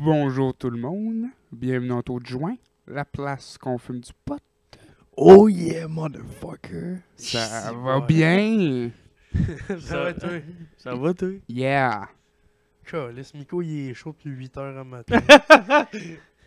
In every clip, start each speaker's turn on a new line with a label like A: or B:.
A: Bonjour tout le monde, bienvenue en taux de joint, la place qu'on fume du pot.
B: Oh yeah, motherfucker.
A: Ça
B: Si,
A: va
B: ouais.
A: bien?
C: Ça va, toi?
B: Ça va, toi?
A: Yeah!
C: Calisse, Miko, il est chaud depuis 8 h le matin. Ah,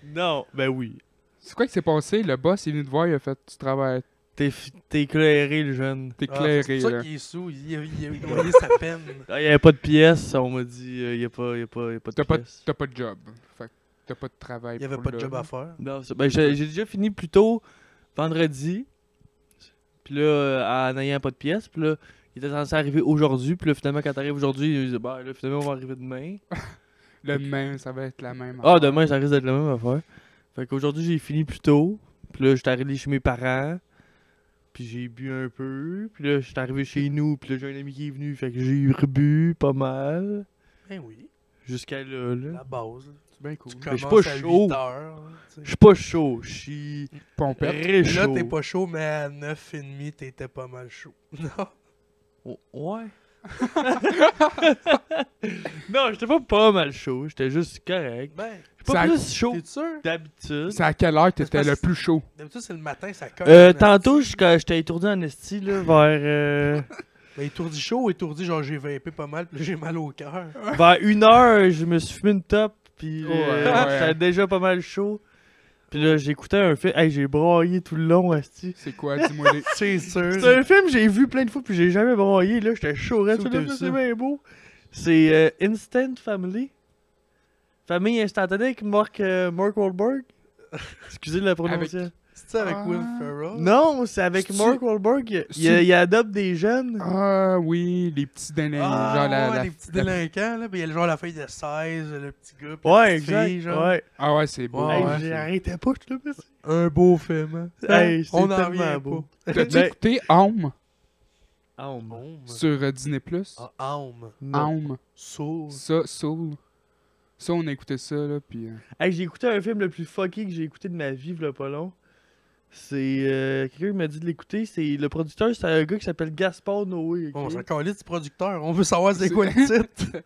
B: Non, ben oui.
A: C'est quoi qui s'est passé? Le boss est venu te voir, il a fait du travail,
B: T'es f- t'es éclairé, le jeune.
A: t'es euh,
C: Ah,
A: éclairé
C: C'est pour
A: là.
C: ça qu'il est sous, il a, il a gagné sa peine.
B: Ah, Il n'y avait pas de pièces, on m'a dit, euh, il n'y a, pas- y a pas y a pas de
A: T'as pas,
B: pièces.
A: t'as pas de job, fait que t'as pas de travail.
C: Il n'y avait
A: pour
C: pas de
A: là.
C: job à faire.
B: Non, c'est- ben, j'ai j'ai déjà fini plus tôt, vendredi. Puis là, euh, en n'ayant pas de pièces, puis là, il était censé arriver aujourd'hui. Puis là, finalement, quand t'arrives aujourd'hui, il dit, bah là, finalement, on va arriver demain.
A: Le demain, ça va être la même.
B: Ah,
A: affaire.
B: demain, ça risque d'être la même affaire. Fait qu'aujourd'hui, j'ai fini plus tôt. Puis là, j'étais arrivé chez mes parents. Puis j'ai bu un peu. Puis là, j'étais arrivé chez nous. Puis là, j'ai un ami qui est venu. Fait que j'ai rebu pas mal.
C: Ben oui,
B: Jusqu'à là, là.
C: la base. là.
A: C'est bien
C: Tu
A: cool.
B: Mais je suis
C: commences
B: pas
C: à 8
B: chaud.
C: heures, là, tu
B: Je
C: sais.
B: suis pas chaud. Je suis
A: Pompette.
B: très
C: Là,
B: chaud.
C: t'es pas chaud, mais à 9h30, t'étais pas mal chaud. Non?
B: Oh, ouais. non, j'étais pas pas mal chaud. J'étais juste correct.
C: Ben,
B: J'étais
A: Ça-
B: pas plus chaud
C: t'es sûr?
B: d'habitude.
A: C'est à quelle heure t'étais
C: parce
A: le
C: que-
A: plus chaud?
C: D'habitude, c'est le matin, ça cogne.
B: Euh,
C: là,
B: tantôt,
C: tu sais.
B: je- quand j'étais étourdi en esti, là, vers... euh,
C: Ben, étourdi chaud, étourdi, genre j'ai vapé pas mal, puis là, j'ai mal au cœur.
B: Vers une heure, je me suis fumé une top, puis
A: Ouais,
B: euh,
A: ouais.
B: j'étais déjà pas mal chaud. Puis là, j'écoutais un film. Hey, j'ai braillé tout le long, asti.
A: C'est quoi? Dis-moi les.
C: C'est sûr.
B: C'est un film que j'ai vu plein de fois, puis j'ai jamais braillé. Là, j'étais chaud,
C: C'est
B: reste.
C: où
B: Là,
C: t'as vu
B: C'est
C: ça?
B: bien beau. C'est euh, Instant Family. Famille instantanée avec Mark, euh, Mark Wahlberg. Excusez la prononciation.
C: C'est ça avec
A: Ah.
C: Will Ferrell?
B: Non, c'est avec
A: C'est-tu-
B: Mark Wahlberg. Il,
A: C'est-
B: il adopte des jeunes.
A: Ah oui, les petits dénains.
C: Ah,
A: genre la,
C: ouais,
A: la-
C: les petits
A: la-
C: délinquants, là. Puis il y a genre la fille de 16, le petit gars. puis la
B: ouais,
C: petite
B: exact.
C: fille, genre.
B: ouais.
A: Ah ouais, c'est beau.
C: Ouais,
B: Hey,
A: ouais.
B: j'arrêtais pas, je te le dis.
C: Un beau film, hein.
B: Hey, c'est
C: On en
B: tellement
C: revient
B: beau.
A: T'as-tu
B: Ben-
A: écouté Home
B: Ah,
A: Oh,
B: on m'a-
C: Home.
A: sur euh, Disney Plus?
C: Ah, Home.
B: Non.
A: Home.
C: Soul.
A: Ça, Soul. Ça, on écoutait ça, là, puis... euh,
B: Hey, j'ai écouté un film le plus fucké que j'ai écouté de ma vie, v'là pas long. C'est. euh, Quelqu'un qui m'a dit de l'écouter. C'est Le producteur, c'est un gars qui s'appelle Gaspard Noé. ok?
C: On s'en calait du producteur. On veut savoir c'est
A: C'est-
C: quoi le titre.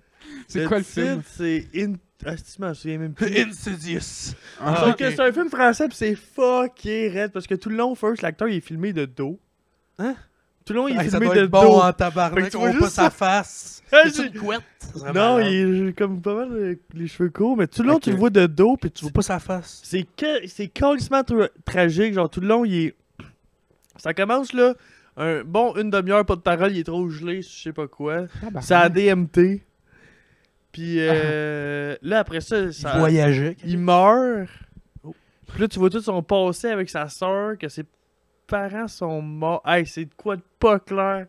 A: C'est quoi le
B: titre,
A: film?
B: C'est. In... Ah, si, je m'en souviens même plus.
C: Insidious.
A: Ah,
B: Sauf
C: ok.
B: que c'est un film français, pis c'est fucké raide. Parce que tout le long, first, l'acteur, il est filmé de dos.
C: Hein?
B: Tout le long, il est
C: Hey, ça
B: filmé
C: doit
B: de
C: être bon
B: dos.
C: en
B: Fait que
C: tabarnak.
B: tu
C: On
B: vois
C: voit pas
B: juste
C: sa face.
B: Ah,
C: C'est
B: j'ai-
C: une couette. C'est vraiment
B: Non,
C: malade.
B: il est comme pas mal euh, les cheveux courts, mais tout le long,
A: Ok.
B: tu le vois de dos, pis
C: Tu
B: tu
C: vois pas sa face.
B: C'est que c'est calissement tra- tragique, genre tout le long, il est. Ça commence là, un bon une demi-heure, pas de parole, il est trop gelé, je sais pas quoi.
A: tabarnak.
B: Ah, Ça a DMT. Puis euh, là après ça,
C: Il
B: ça-
C: voyageait.
B: il meurt.
C: Oh.
B: Puis là tu vois tout son passé avec sa soeur, que ses parents sont morts. Hey, c'est de quoi de pas clair.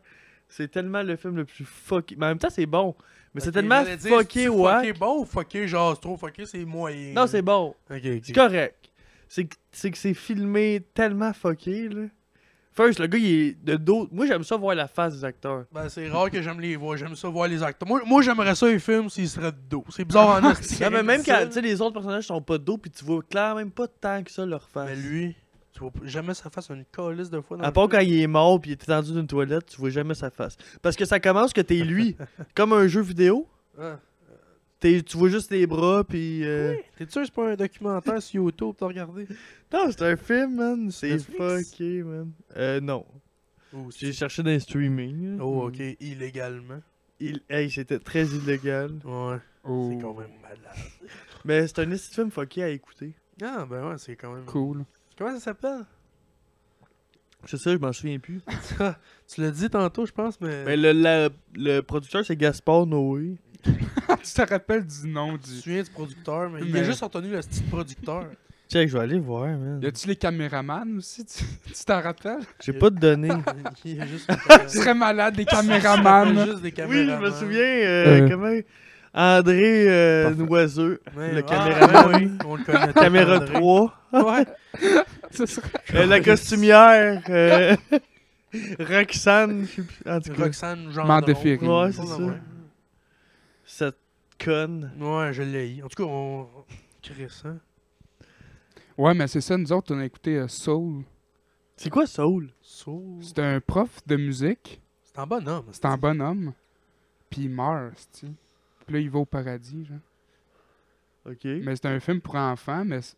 B: C'est tellement le film le plus fucké. Mais en même temps, c'est bon. Mais c'est
C: Ok,
B: tellement
C: j'allais dire,
B: fucké,
C: c'est-tu
B: ouais.
C: Fucké bon ou fucké genre c'est trop fucké, c'est moyen.
B: Non, c'est bon.
C: Ok,
B: C'est
C: ok.
B: correct. C'est que c'est que c'est filmé tellement fucké, là. First, le gars, il est de dos. Moi, j'aime ça voir la face des acteurs.
C: Ben, c'est rare que j'aime les voir. J'aime ça voir les acteurs. Moi, moi j'aimerais ça, les films, s'ils seraient de dos. C'est bizarre en esti.
B: Non, mais même
C: Ça,
B: quand tu sais, les autres personnages sont pas de dos, puis tu vois clairement même pas tant que ça leur face.
C: Mais lui, tu vois pas- jamais sa face une colisse de fois dans
B: À
C: le
B: part
C: film.
B: quand il est mort puis il est tendu d'une toilette, tu vois jamais sa face. Parce que ça commence que t'es lui, comme un jeu vidéo.
C: Ah.
B: T'es- tu vois juste les bras puis. euh,
C: T'es sûr que c'est pas un documentaire sur YouTube, t'as regardé?
B: Non, c'est un film, man. C'est
C: Netflix?
B: fucké, man. Euh, non.
C: Oh,
B: J'ai cherché dans les streaming. là.
C: ok, illégalement.
B: Il... Hey, c'était très illégal.
C: Ouais,
A: Oh,
C: c'est quand même malade.
B: Mais c'est un esti de film fucké à écouter.
C: Ah, ben ouais, c'est quand même.
A: cool.
C: Comment ça s'appelle?
B: C'est ça, je m'en souviens plus.
C: tu l'as dit tantôt, je pense, mais.
B: Mais Ben, le, la- le producteur, c'est Gaspard Noé.
A: Ah, tu te rappelles du nom
C: Tu te
A: du...
C: souviens du producteur, mais, il
A: Mais-
C: a juste retenu le style producteur.
B: Check, je vais aller voir, man.
A: Y a-tu les caméramans aussi? Tu tu t'en rappelles?
B: J'ai pas de données.
C: il a juste.
A: Tu serais malade, des
C: Il a
A: caméramans.
C: juste des
B: oui, je
C: caméramans.
B: me souviens, euh,
A: Euh.
B: comment... André euh,
A: Parfait.
B: Noiseux,
C: Mais-
B: le
C: ah,
B: caméraman.
C: ouais, oui, on le connaît.
B: Caméra
C: André.
B: 3.
C: Ouais.
A: Ce serait...
B: Euh, la costumière. euh, Roxane, je sais plus. En tout cas,
C: Roxane Gendron.
A: Mandefiri.
B: Ouais, Ah, c'est
C: Ouais,
B: ça.
C: ouais.
B: cette conne.
C: Ouais, je l'ai. eu. En tout cas, on. Chris, hein.
A: Ouais, mais c'est ça, nous autres, on a écouté euh, Soul.
B: C'est quoi Soul?
C: Soul.
A: C'est un prof de musique,
C: C'est un bonhomme.
A: c'est un bonhomme, puis il meurt, tu Puis là, il va au paradis, genre.
B: Ok.
A: Mais c'est un film pour enfants, mais c'est-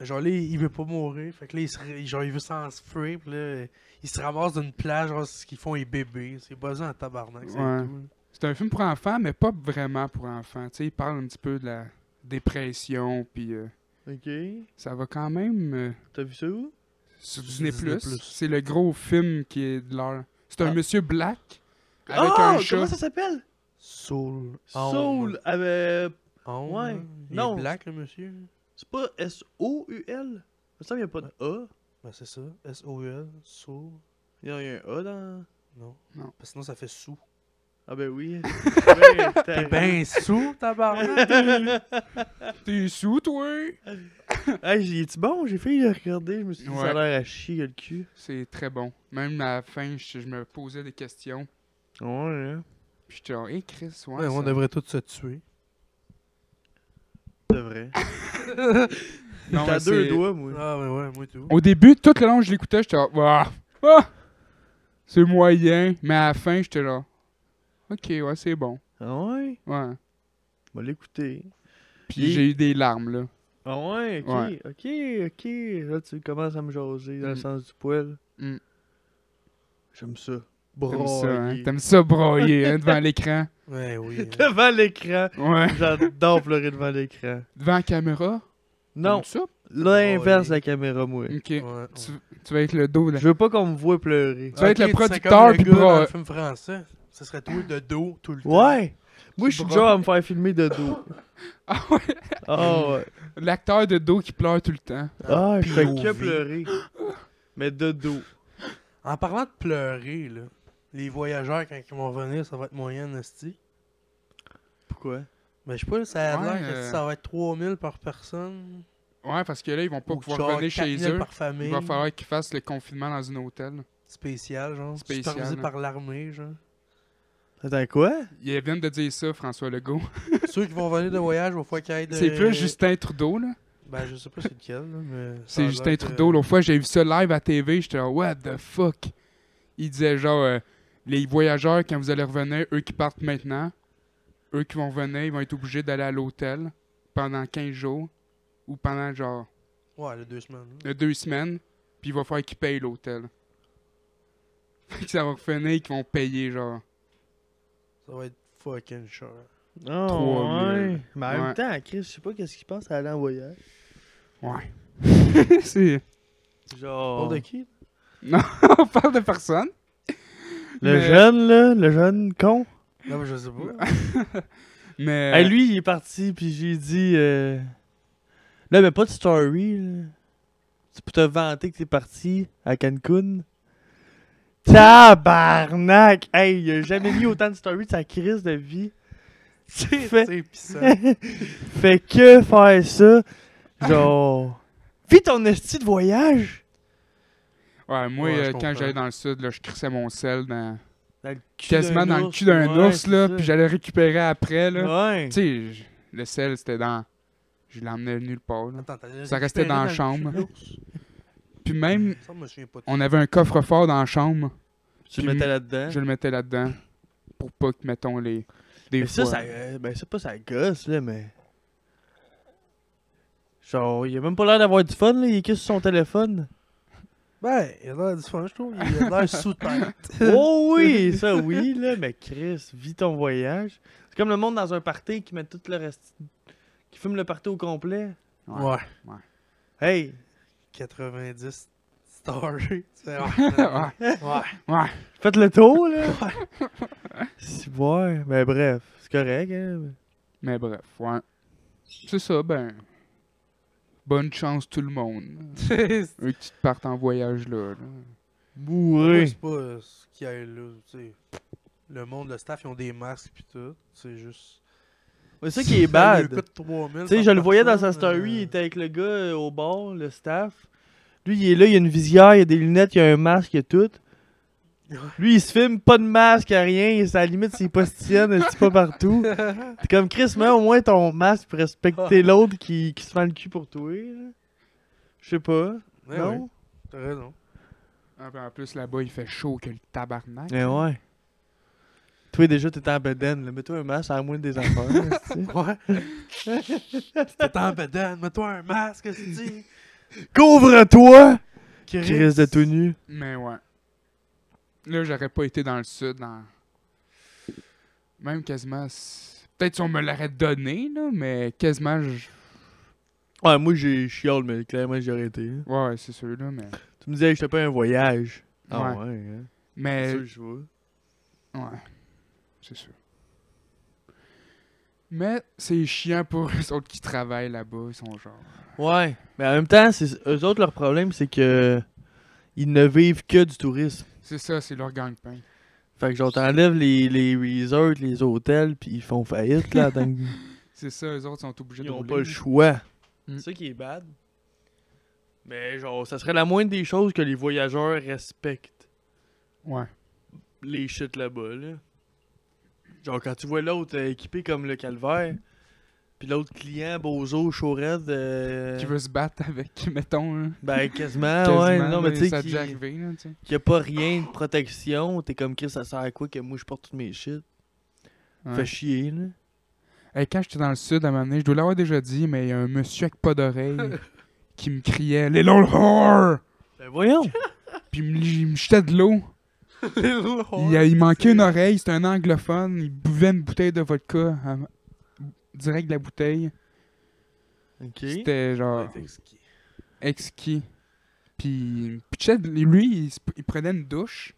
C: Genre là, il veut pas mourir. Fait que là, il, se... il- genre, il veut s'enfuir. Puis là, il se ramasse d'une plage. Genre, c'est ce qu'ils font, les bébés. C'est basé en tabarnak. c'est
A: Ouais.
C: tout, là.
A: c'est un film pour enfants, mais pas vraiment pour enfants. Tu sais, il parle un petit peu de la dépression, puis euh,
B: Ok.
A: ça va quand même euh,
B: T'as vu ça où?
A: sur
C: Disney+.
A: Disney+. C'est le gros film qui est de l'heure. C'est un
B: Ah.
A: monsieur black avec
B: Ah,
A: un
B: Comment
A: chat. Oh,
B: ça s'appelle?
C: Soul.
B: Soul. avec-
C: Hound,
B: Ouais.
C: hein. Il
B: Non.
C: est black, le monsieur.
B: C'est pas S-O-U-L? Ça semble qu'il n'y a pas de A.
C: Ben, c'est ça. S-O-U-L. Soul.
B: Il y a un A dans.
C: Non.
A: Non.
C: Parce que sinon, ça fait sous.
B: Ah ben oui. Ben,
C: T'es
B: t'as-
C: ben sous, tabarnak.
A: T'es sous, toi?
B: Hey, j'ai est bon? J'ai failli le regarder. Je me suis dit, ça
A: Ouais.
B: a l'air à chier, le cul.
A: C'est très bon. Même à la fin, je, je me posais des questions.
B: Ouais, hein.
A: Puis j'étais genre, hé Chris, ouais.
C: Ouais, on
A: ça-
C: devrait tous se tuer.
B: C'est vrai.
A: Non,
B: T'as
A: mais
B: deux
A: c'est-
B: doigts, moi.
C: Ah, ben ouais, moi tout.
A: Au début, tout le long, je l'écoutais, j'étais genre, ah, ah, c'est moyen. Mais à la fin, j'étais là, ok, ouais, c'est bon.
B: Ah ouais?
A: Ouais.
B: On va l'écouter.
A: Puis j'ai eu des larmes, là.
B: Ah ouais, ok,
A: Ouais.
B: ok, ok. Là, tu commences à me jaser dans le
A: Mm.
B: sens du poil.
A: Mm.
B: J'aime ça.
A: T'aimes ça, hein?
B: Broyer.
A: T'aimes ça broyer, hein, devant l'écran.
C: Ouais, oui. hein.
B: Devant l'écran.
A: Ouais.
B: J'adore pleurer devant l'écran.
A: Devant la caméra.
B: Non,
A: T'aimes ça?
B: l'inverse
C: Broyer.
B: de la caméra, moi.
A: Ok.
C: Ouais,
A: Tu,
C: ouais.
A: tu vas être le dos, là.
B: Je veux pas qu'on me voie pleurer.
A: vas être
C: Ok,
A: le
C: tu sais,
A: producteur
C: comme le
A: puis
C: gars dans
A: bras-
C: le film français. Ce serait toi de dos tout le temps.
B: Ouais! Moi, je suis
A: Bro-
B: déjà à me faire filmer de dos.
A: Ah ouais.
B: Ah ouais.
A: L'acteur de dos qui pleure tout le temps.
B: Ah, je fais
C: POV.
B: que pleurer. Mais de dos.
C: En parlant de pleurer, là, les voyageurs, quand ils vont venir, ça va être moyen, Nasty.
B: Pourquoi?
C: Mais je sais pas, ça a
A: Ouais,
C: l'air que
A: euh,
C: ça va être 3000 par personne.
A: Ouais, parce que là, ils vont pas
C: ou
A: pouvoir
C: genre
A: revenir chez
C: 4000
A: eux.
C: par famille.
A: Il va falloir qu'ils fassent le confinement dans un hôtel.
C: Spécial, genre.
A: Spécial,
C: supervisé
A: hein.
C: par l'armée, genre.
B: Attends, quoi?
A: Ils viennent de dire ça, François Legault.
C: Ceux qui vont venir de voyage, il va falloir qu'ils aillent de...
A: C'est plus Justin Trudeau, là.
C: Ben, je sais pas c'est lequel, là, mais... ça a
A: C'est
C: l'air
A: Justin
C: que-
A: Trudeau. L'autre fois, j'ai vu ça live à TV. J'étais là, what the fuck? Il disait genre, euh, les voyageurs, quand vous allez revenir, eux qui partent maintenant, eux qui vont revenir, ils vont être obligés d'aller à l'hôtel pendant 15 jours ou pendant genre
C: Ouais, les deux semaines. là.
A: euh, deux semaines, puis il va falloir qu'ils payent l'hôtel. Fait que ça va revenir qu'ils vont payer genre.
C: Ça va être fucking cher.
B: Ah
A: Trois
B: ouais.
A: mille.
B: Mais en même
A: Ouais.
B: temps, Chris, je sais pas qu'est-ce qu'il pense à aller en voyage.
A: Ouais. C'est.
B: Genre.
C: Parle de qui?
A: On parle de personne.
B: Le
A: Mais-
B: jeune, là, le jeune con.
C: Non, mais je sais pas.
A: Mais.
B: Hey, lui, il est parti, puis j'ai dit. euh, Là, mais pas de story, là. Tu peux te vanter que t'es parti à Cancun. Tabarnak! Hey, il a jamais mis autant de story de sa crise de vie. Fait-
C: C'est pissant.
B: fait que faire ça, genre. Vis ton esti de voyage!
A: Ouais, moi,
C: Ouais, je
A: euh,
C: comprends.
A: quand j'allais dans le sud, là, je crissais mon sel dans...
B: Dans le cul
A: quasiment
B: d'un
A: dans le
B: ours.
A: cul d'un
B: Ouais,
A: ours,
B: c'est
A: là,
B: ça.
A: puis j'allais récupérer après, là.
B: Ouais.
A: Tu sais, je- le sel, c'était dans... Je l'emmenais nulle part, là.
C: Attends, t'as-
A: Ça restait dans la
C: le
A: chambre.
C: cul de l'ours?
A: Puis même,
C: Ça, je me souviens pas de
A: on avait un coffre-fort dans la chambre,
B: Tu
A: Puis
B: le mettais là-dedans.
A: je le mettais là-dedans, pour pas que, mettons, les... Des
B: Mais ça,
A: fois-
B: ça, euh, ben c'est pas ça gosse, là, mais... Genre, il a même pas l'air d'avoir du fun, là, il est que sur son téléphone.
C: Ben, il a l'air du fun, je trouve. Il a l'air sous terre.
B: oh oui, ça oui, là, mais Chris, vis ton voyage. C'est comme le monde dans un party qui met tout le reste... qui fume le party au complet.
A: Ouais.
B: Hey,
C: 90 stars. C'est
A: ouais,
C: Ouais.
A: ouais.
B: faites le tour, là! Si, ouais, mais bref, c'est correct, hein.
A: Mais bref, ouais. C'est ça, ben... Bonne chance tout le monde. Eux qui partent en voyage, là. là.
C: Ouais,
B: Bourré.
C: C'est pas euh, ce qu'il y a là, tu sais. Le monde, le staff, ils ont des masques pis tout. C'est juste.
B: C'est ça qui est bad.
C: lui coûte 3000
B: Tu sais,
C: par
B: je le voyais dans sa
C: personne,
B: story, il
C: euh,
B: était avec le gars euh, au bord, le staff. Lui, il est là, il a une visière, il a des lunettes, il a un masque, il a tout.
C: Ouais.
B: Lui, il se filme, pas de masque, il a rien, il à la limite, s'il postillonne, il se pas partout. T'es comme Chris, mais au moins ton masque pour respecter l'autre qui, qui se fend le cul pour toi. là. Je sais pas.
C: ouais, ouais,
B: non?
C: T'as raison.
A: Ah, puis en plus, là-bas, il fait chaud que le tabarnak.
B: Mais ouais. Toi, déjà, t'étais en bedaine. là. Mets-toi un masque à moins des affaires. là, c'est-tu.
C: Ouais. T'es en bedaine, mets-toi un masque, si tu dis.
B: Couvre-toi!
C: Chris.
B: Chris de tout nu.
A: Mais ouais. Là, j'aurais pas été dans le sud. dans- Même quasiment. s- Peut-être si on me l'aurait donné, là, mais quasiment. je-
B: Ouais, moi, j'ai chial, mais clairement, j'ai arrêté. là.
A: Ouais, ouais, c'est sûr, là, mais.
B: Tu me disais que j'étais pas un voyage. Ah
A: Ouais.
B: ouais, hein? C'est
A: Mais.
B: sûr que je vois.
A: Ouais. C'est sûr. Mais c'est chiant pour eux autres qui travaillent là-bas. Ils sont genre.
B: Ouais, mais en même temps, c'est- eux autres, leur problème, c'est que ils ne vivent que du tourisme.
A: C'est ça, c'est leur gang-pain.
B: Fait que genre, t'enlèves les, les resorts, les hôtels, puis ils font faillite, là. donc
A: C'est ça, eux autres sont obligés
B: ils
A: de
B: n'ont
A: rouler,
B: pas le
A: là.
B: choix.
A: Mm.
B: C'est ça qui est bad. Mais genre, ça serait la moindre des choses que les voyageurs respectent
A: Ouais.
B: les shit là-bas, là. Genre, quand tu vois l'autre euh, équipé comme le calvaire, puis l'autre client, Bozo, Chaured, euh,
A: Qui veut se battre avec, mettons, là.
B: ben quasiment,
A: Quasiment,
B: ouais, non, mais
A: là,
B: tu
A: Ça
B: sais,
A: a déjà
B: qui-
A: arrivé, là, tu sais.
B: qu'il n'y a pas rien de protection, t'es comme Chris, ça sert à quoi que moi je porte toutes mes shit?
A: Ouais.
B: Fait chier, là.
A: Hey, quand j'étais dans le sud à un moment donné, je dois l'avoir déjà dit, mais il y a un monsieur avec pas d'oreille qui me criait Les LOL whore!
B: Ben voyons!
A: Puis il me- il me jetait de l'eau. Il, il manquait une oreille, c'était un anglophone, il buvait une bouteille de vodka à- direct de la bouteille.
B: ok.
A: C'était genre
C: Ouais, t'es-
A: exquis. Puis il me pitchait de- lui, il, se- il prenait une douche.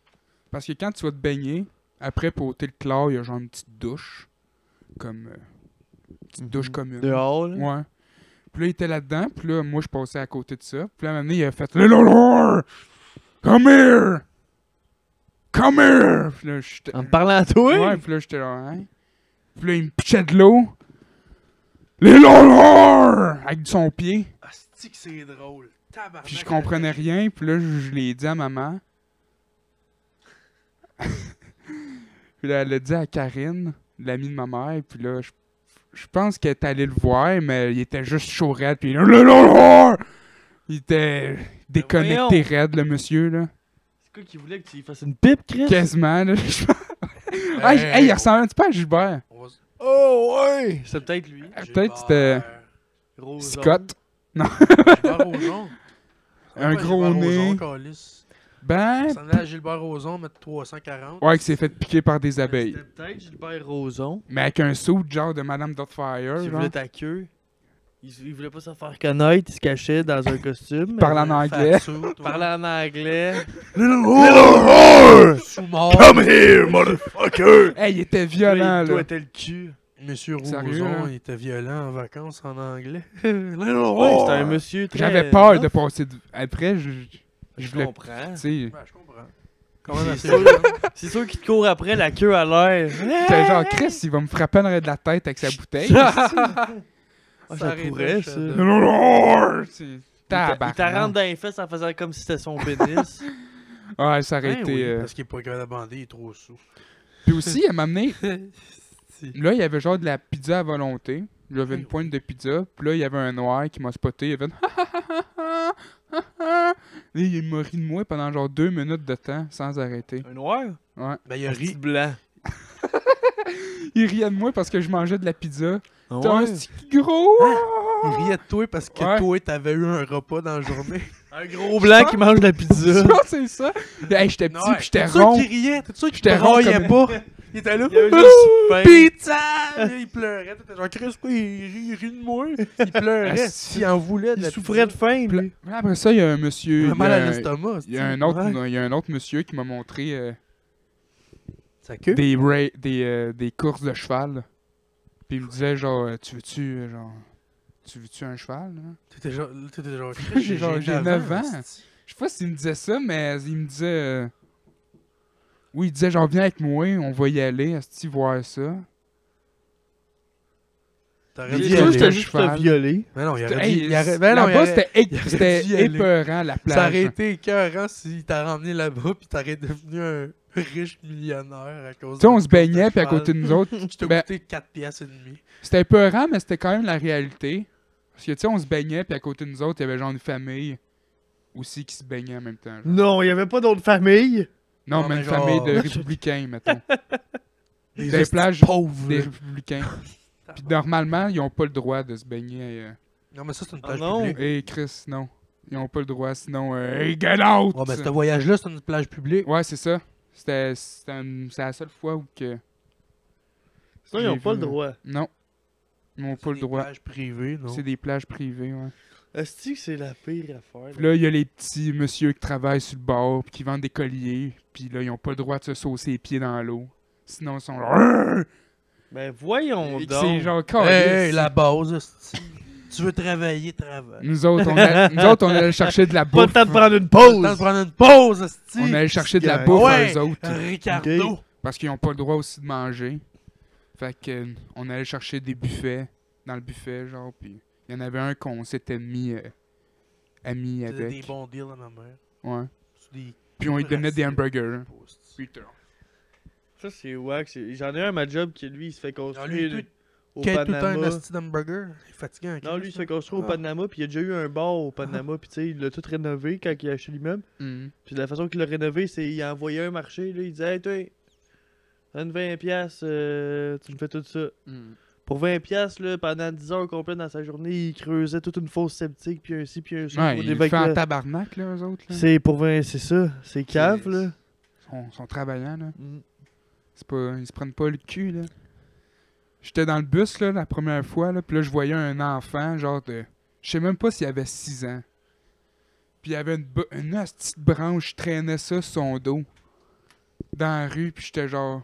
A: Parce que quand tu vas te baigner, après pour ôter le chlore, il y a genre une petite douche. Comme. euh, une petite douche
B: Mhm.
A: commune.
B: Dehors, là.
A: Ouais. Puis là, il était là-dedans. Puis là, moi, je passais à côté de ça. Puis là, à un moment donné, il a fait « Little whore! Come here! Come here! » Puis là, j'étais...
B: En me parlant à toi?
A: Ouais, puis là, j'étais là, hein? Puis là, il me pitchait de l'eau. « Little whore! » Avec son pied.
C: Ah, c'est-tu que c'est drôle.
B: Ah,
C: Tabarnak.
A: Puis je comprenais rien. Puis là, je je l'ai dit à maman. puis là, elle l'a dit à Karine, l'amie de ma mère. Puis là, je, je pense qu'elle est allée le voir, mais il était juste chaud raide. Puis là, là, là, là! il était déconnecté
B: voyons!
A: raide, le monsieur, là.
B: C'est quoi qui voulait que tu lui fasses une pipe, Chris?
A: Quasiment, là. Je- hey, hey, il ressemble un petit peu à Gilbert.
C: on va se-
B: Oh, ouais! C'est peut-être lui.
A: Ah, peut-être c'était
B: Rose.
A: Scott.
C: Gilbert Rozon.
A: Un gros nez. Ben,
C: Ça à Gilbert Rozon, mais de 340.
A: ouais, qui s'est fait piquer par des abeilles.
B: Ben, C'était peut-être Gilbert Roson.
A: Mais avec un saut genre de Madame Dotfire,
B: Qui
A: genre.
B: voulait ta queue. Il, il voulait pas se faire connaître, il se cachait dans un costume.
A: Parlant en anglais.
B: Parlant en anglais.
C: Sous-mort.
B: here, motherfucker!
A: Hey, il était violent, là.
B: Toi, t'es le cul.
C: Monsieur
A: Sérieux,
C: Rozon,
A: hein?
C: il était violent en vacances en anglais.
B: Ouais, c'était un monsieur très...
A: Oh! J'avais peur de passer de- après, je, je- je
B: Je
A: voulais,
B: comprends.
A: tu sais,
C: Ben, je comprends. Quand même assez
B: C'est
C: violent.
B: C'est sûr qu'il te court après la queue à l'air.
A: j'étais genre Chris, il va me frapper en arrière de la tête avec sa bouteille.
B: Ah,
C: Ça
B: ça
C: aurait
B: pourrait,
C: été
B: ça.
C: shadow.
A: C'est-
B: Il t'a rentre
A: Tabarnak.
B: dans les fesses en faisant comme si c'était son pénis.
A: Ouais, ça aurait
C: Ben
A: été.
C: oui,
A: euh,
C: Parce qu'il est pas capable d'abander, il est trop sous.
A: Puis aussi, elle m'a amené.
C: Si.
A: Là, il y avait genre de la pizza à volonté. J'avais une
C: Oui.
A: pointe de pizza. Puis là, il y avait un noir qui m'a spoté. Il avait. Là, il m'a ri de moi pendant genre deux minutes de temps sans arrêter.
B: un noir?
A: Ouais.
C: Ben, il a
B: Un petit
C: ri.
B: blanc.
A: Il riait de moi parce que je mangeais de la pizza.
B: Ah
A: T'es un
B: ouais. Ah!
A: petit gros!
C: Il riait de toi parce que
A: Ouais.
C: toi, t'avais eu un repas dans la journée.
B: Un gros blanc qui mange de la pizza.
A: Je pense que c'est ça. Hey, j'étais petit
C: Ouais.
A: pis j'étais
C: T'es sûr
A: rond.
C: qu'il riait? T'es sûr qu'il
A: J'étais rond
C: braillait pas? Il était là.
B: Il y avait juste faim.
C: Pizza! Il pleurait. T'étais genre, Chris, pourquoi il rit, il rit de moi? Il pleurait.
A: Asti.
C: Il en voulait de
B: Il
C: la
B: souffrait de
C: pizza.
B: faim, lui.
A: Puis Après ça, il y a un monsieur.
C: Il a mal à
A: il y a un-
C: l'estomac.
A: Il y a
C: asti.
A: un autre,
C: Ouais.
A: il y a un autre monsieur qui m'a montré euh,
C: Sa queue.
A: des, ra- des, euh, des courses de cheval. Puis il me disait genre, euh, tu veux-tu euh, genre, tu veux-tu un cheval là?
C: T'étais genre, t'étais genre,
A: J'ai genre- j'ai 9 ans.
C: asti.
A: Je sais pas s'il me disait ça, mais il me disait, euh, oui, il disait genre viens avec moi, on va y aller, asti voir ça.
C: T'aurais
A: Il
B: Il
A: dit
C: dû y
A: sûr que
B: juste
A: c'était
C: aller.
A: un
B: juste
A: cheval.
B: te violer.
C: Mais non, il aurait dû.
A: Hey,
C: il aurait- ben non, il
A: là-bas,
C: aurait-
A: c'était, hein.
C: il aurait
A: é- c'était
C: dû y aller.
A: épeurant la plage.
C: Ça aurait été écœurant s'il t'aurait emmené là-bas pis t'aurais devenu un riche millionnaire à cause
A: Tu sais,
C: de-
A: on se baignait, puis à côté de nous autres,
C: Qui t'a
A: ben-
C: coûté 4 piastres et demi.
A: C'était épeurant, mais c'était quand même la réalité. Parce que, tu sais, on se baignait, puis à côté de nous autres, il y avait genre une famille aussi qui se baignait en même temps. genre.
B: Non, il n'y avait pas d'autre famille.
A: Non,
C: Non,
A: mais
C: mais
A: une
C: genre-
A: famille de républicains, mettons.
C: Des,
A: Des
C: hosties
A: plages-
C: pauvres.
A: Des
C: là.
A: républicains. Puis normalement, ils ont pas le droit de se baigner. euh,
C: Non, mais ça, c'est une
B: Ah
C: plage
B: non.
C: publique.
A: Hey Chris, non. Ils ont pas le droit, sinon. euh, hey, get out!
C: Ouais, mais ce voyage-là, c'est une plage publique.
A: Ouais, c'est ça. C'était c'était une- c'est la seule fois où que.
B: Sinon, ils
A: J'ai
B: ont pas
A: vu,
B: le
A: euh,
B: droit.
A: Non. Ils n'ont pas le
C: C'est des
A: droit.
C: plages privées, non?
A: C'est des plages privées, ouais.
B: Est-ce que c'est la pire affaire?
A: Puis là, il y a les petits monsieur qui travaillent sur le bord, puis qui vendent des colliers, puis là, ils ont pas le droit de se saucer les pieds dans l'eau. Sinon, ils sont là.
B: Ben voyons
A: Et que
B: donc.
A: C'est genre,
C: Hey,
A: calisse.
C: la base, hostie. tu veux travailler, travaille.
A: Nous autres, on allait, nous autres, on allait chercher de la
B: Pas
A: bouffe. hein.
B: le temps de prendre une
C: Le temps de
B: pause!
C: prendre une pause, hostie. Ah
A: On allait chercher de la
B: Ouais.
A: bouffe à
C: Ouais.
A: eux autres.
C: Ricardo.
B: Ok.
A: Parce qu'ils n'ont pas le droit aussi de manger. Fait que, euh, on allait chercher des buffets dans le buffet, genre, puis il y en avait un qu'on s'était mis euh, amis
C: C'était des
A: avec.
C: bons deals à ma mère.
A: Ouais.
C: C'est des
A: Puis on lui donnait des
C: Raciste.
A: hamburgers. hein.
C: pauses, hostie.
A: Putain.
B: Ça, c'est wack. c'est- J'en ai un à ma job qui, lui, il se fait
C: Non,
B: construire
C: lui, tout,
B: au
C: qui a tout le temps un
B: Panama.
C: hostie d'hamburger. Il est fatiguant. hein,
B: Non, lui, il se
C: Chris,
B: fait construire au
C: Ah.
B: Panama, puis il a déjà eu un bar au Panama, puis tu sais, il l'a tout rénové quand il a acheté l'immeuble.
A: Mhm.
B: Puis la façon qu'il l'a rénové, c'est qu'il a envoyé un marché, là, il disait Hey, toi, donne 20$, piastres, euh, tu me fais tout ça.
A: Mhm.
B: Pour 20$, piastres, là, pendant 10 heures complètes dans sa journée, il creusait toute une fosse sceptique, puis un ci, puis un ça.
A: Ouais,
B: pour
A: il
B: des
A: fait
B: vagues,
A: en
B: là.
A: tabarnak, là, eux autres. Là.
B: C'est pour 20$, c'est ça, c'est cave, là.
A: Ils sont, sont travaillants, là.
B: Mm.
A: C'est pas, ils se prennent pas le cul, là. J'étais dans le bus, là, la première fois, là, puis là, je voyais un enfant, genre de... Je sais même pas s'il avait 6 ans. Puis il avait une, bo- une petite branche, il traînait ça sur son dos. Dans la rue, puis j'étais genre...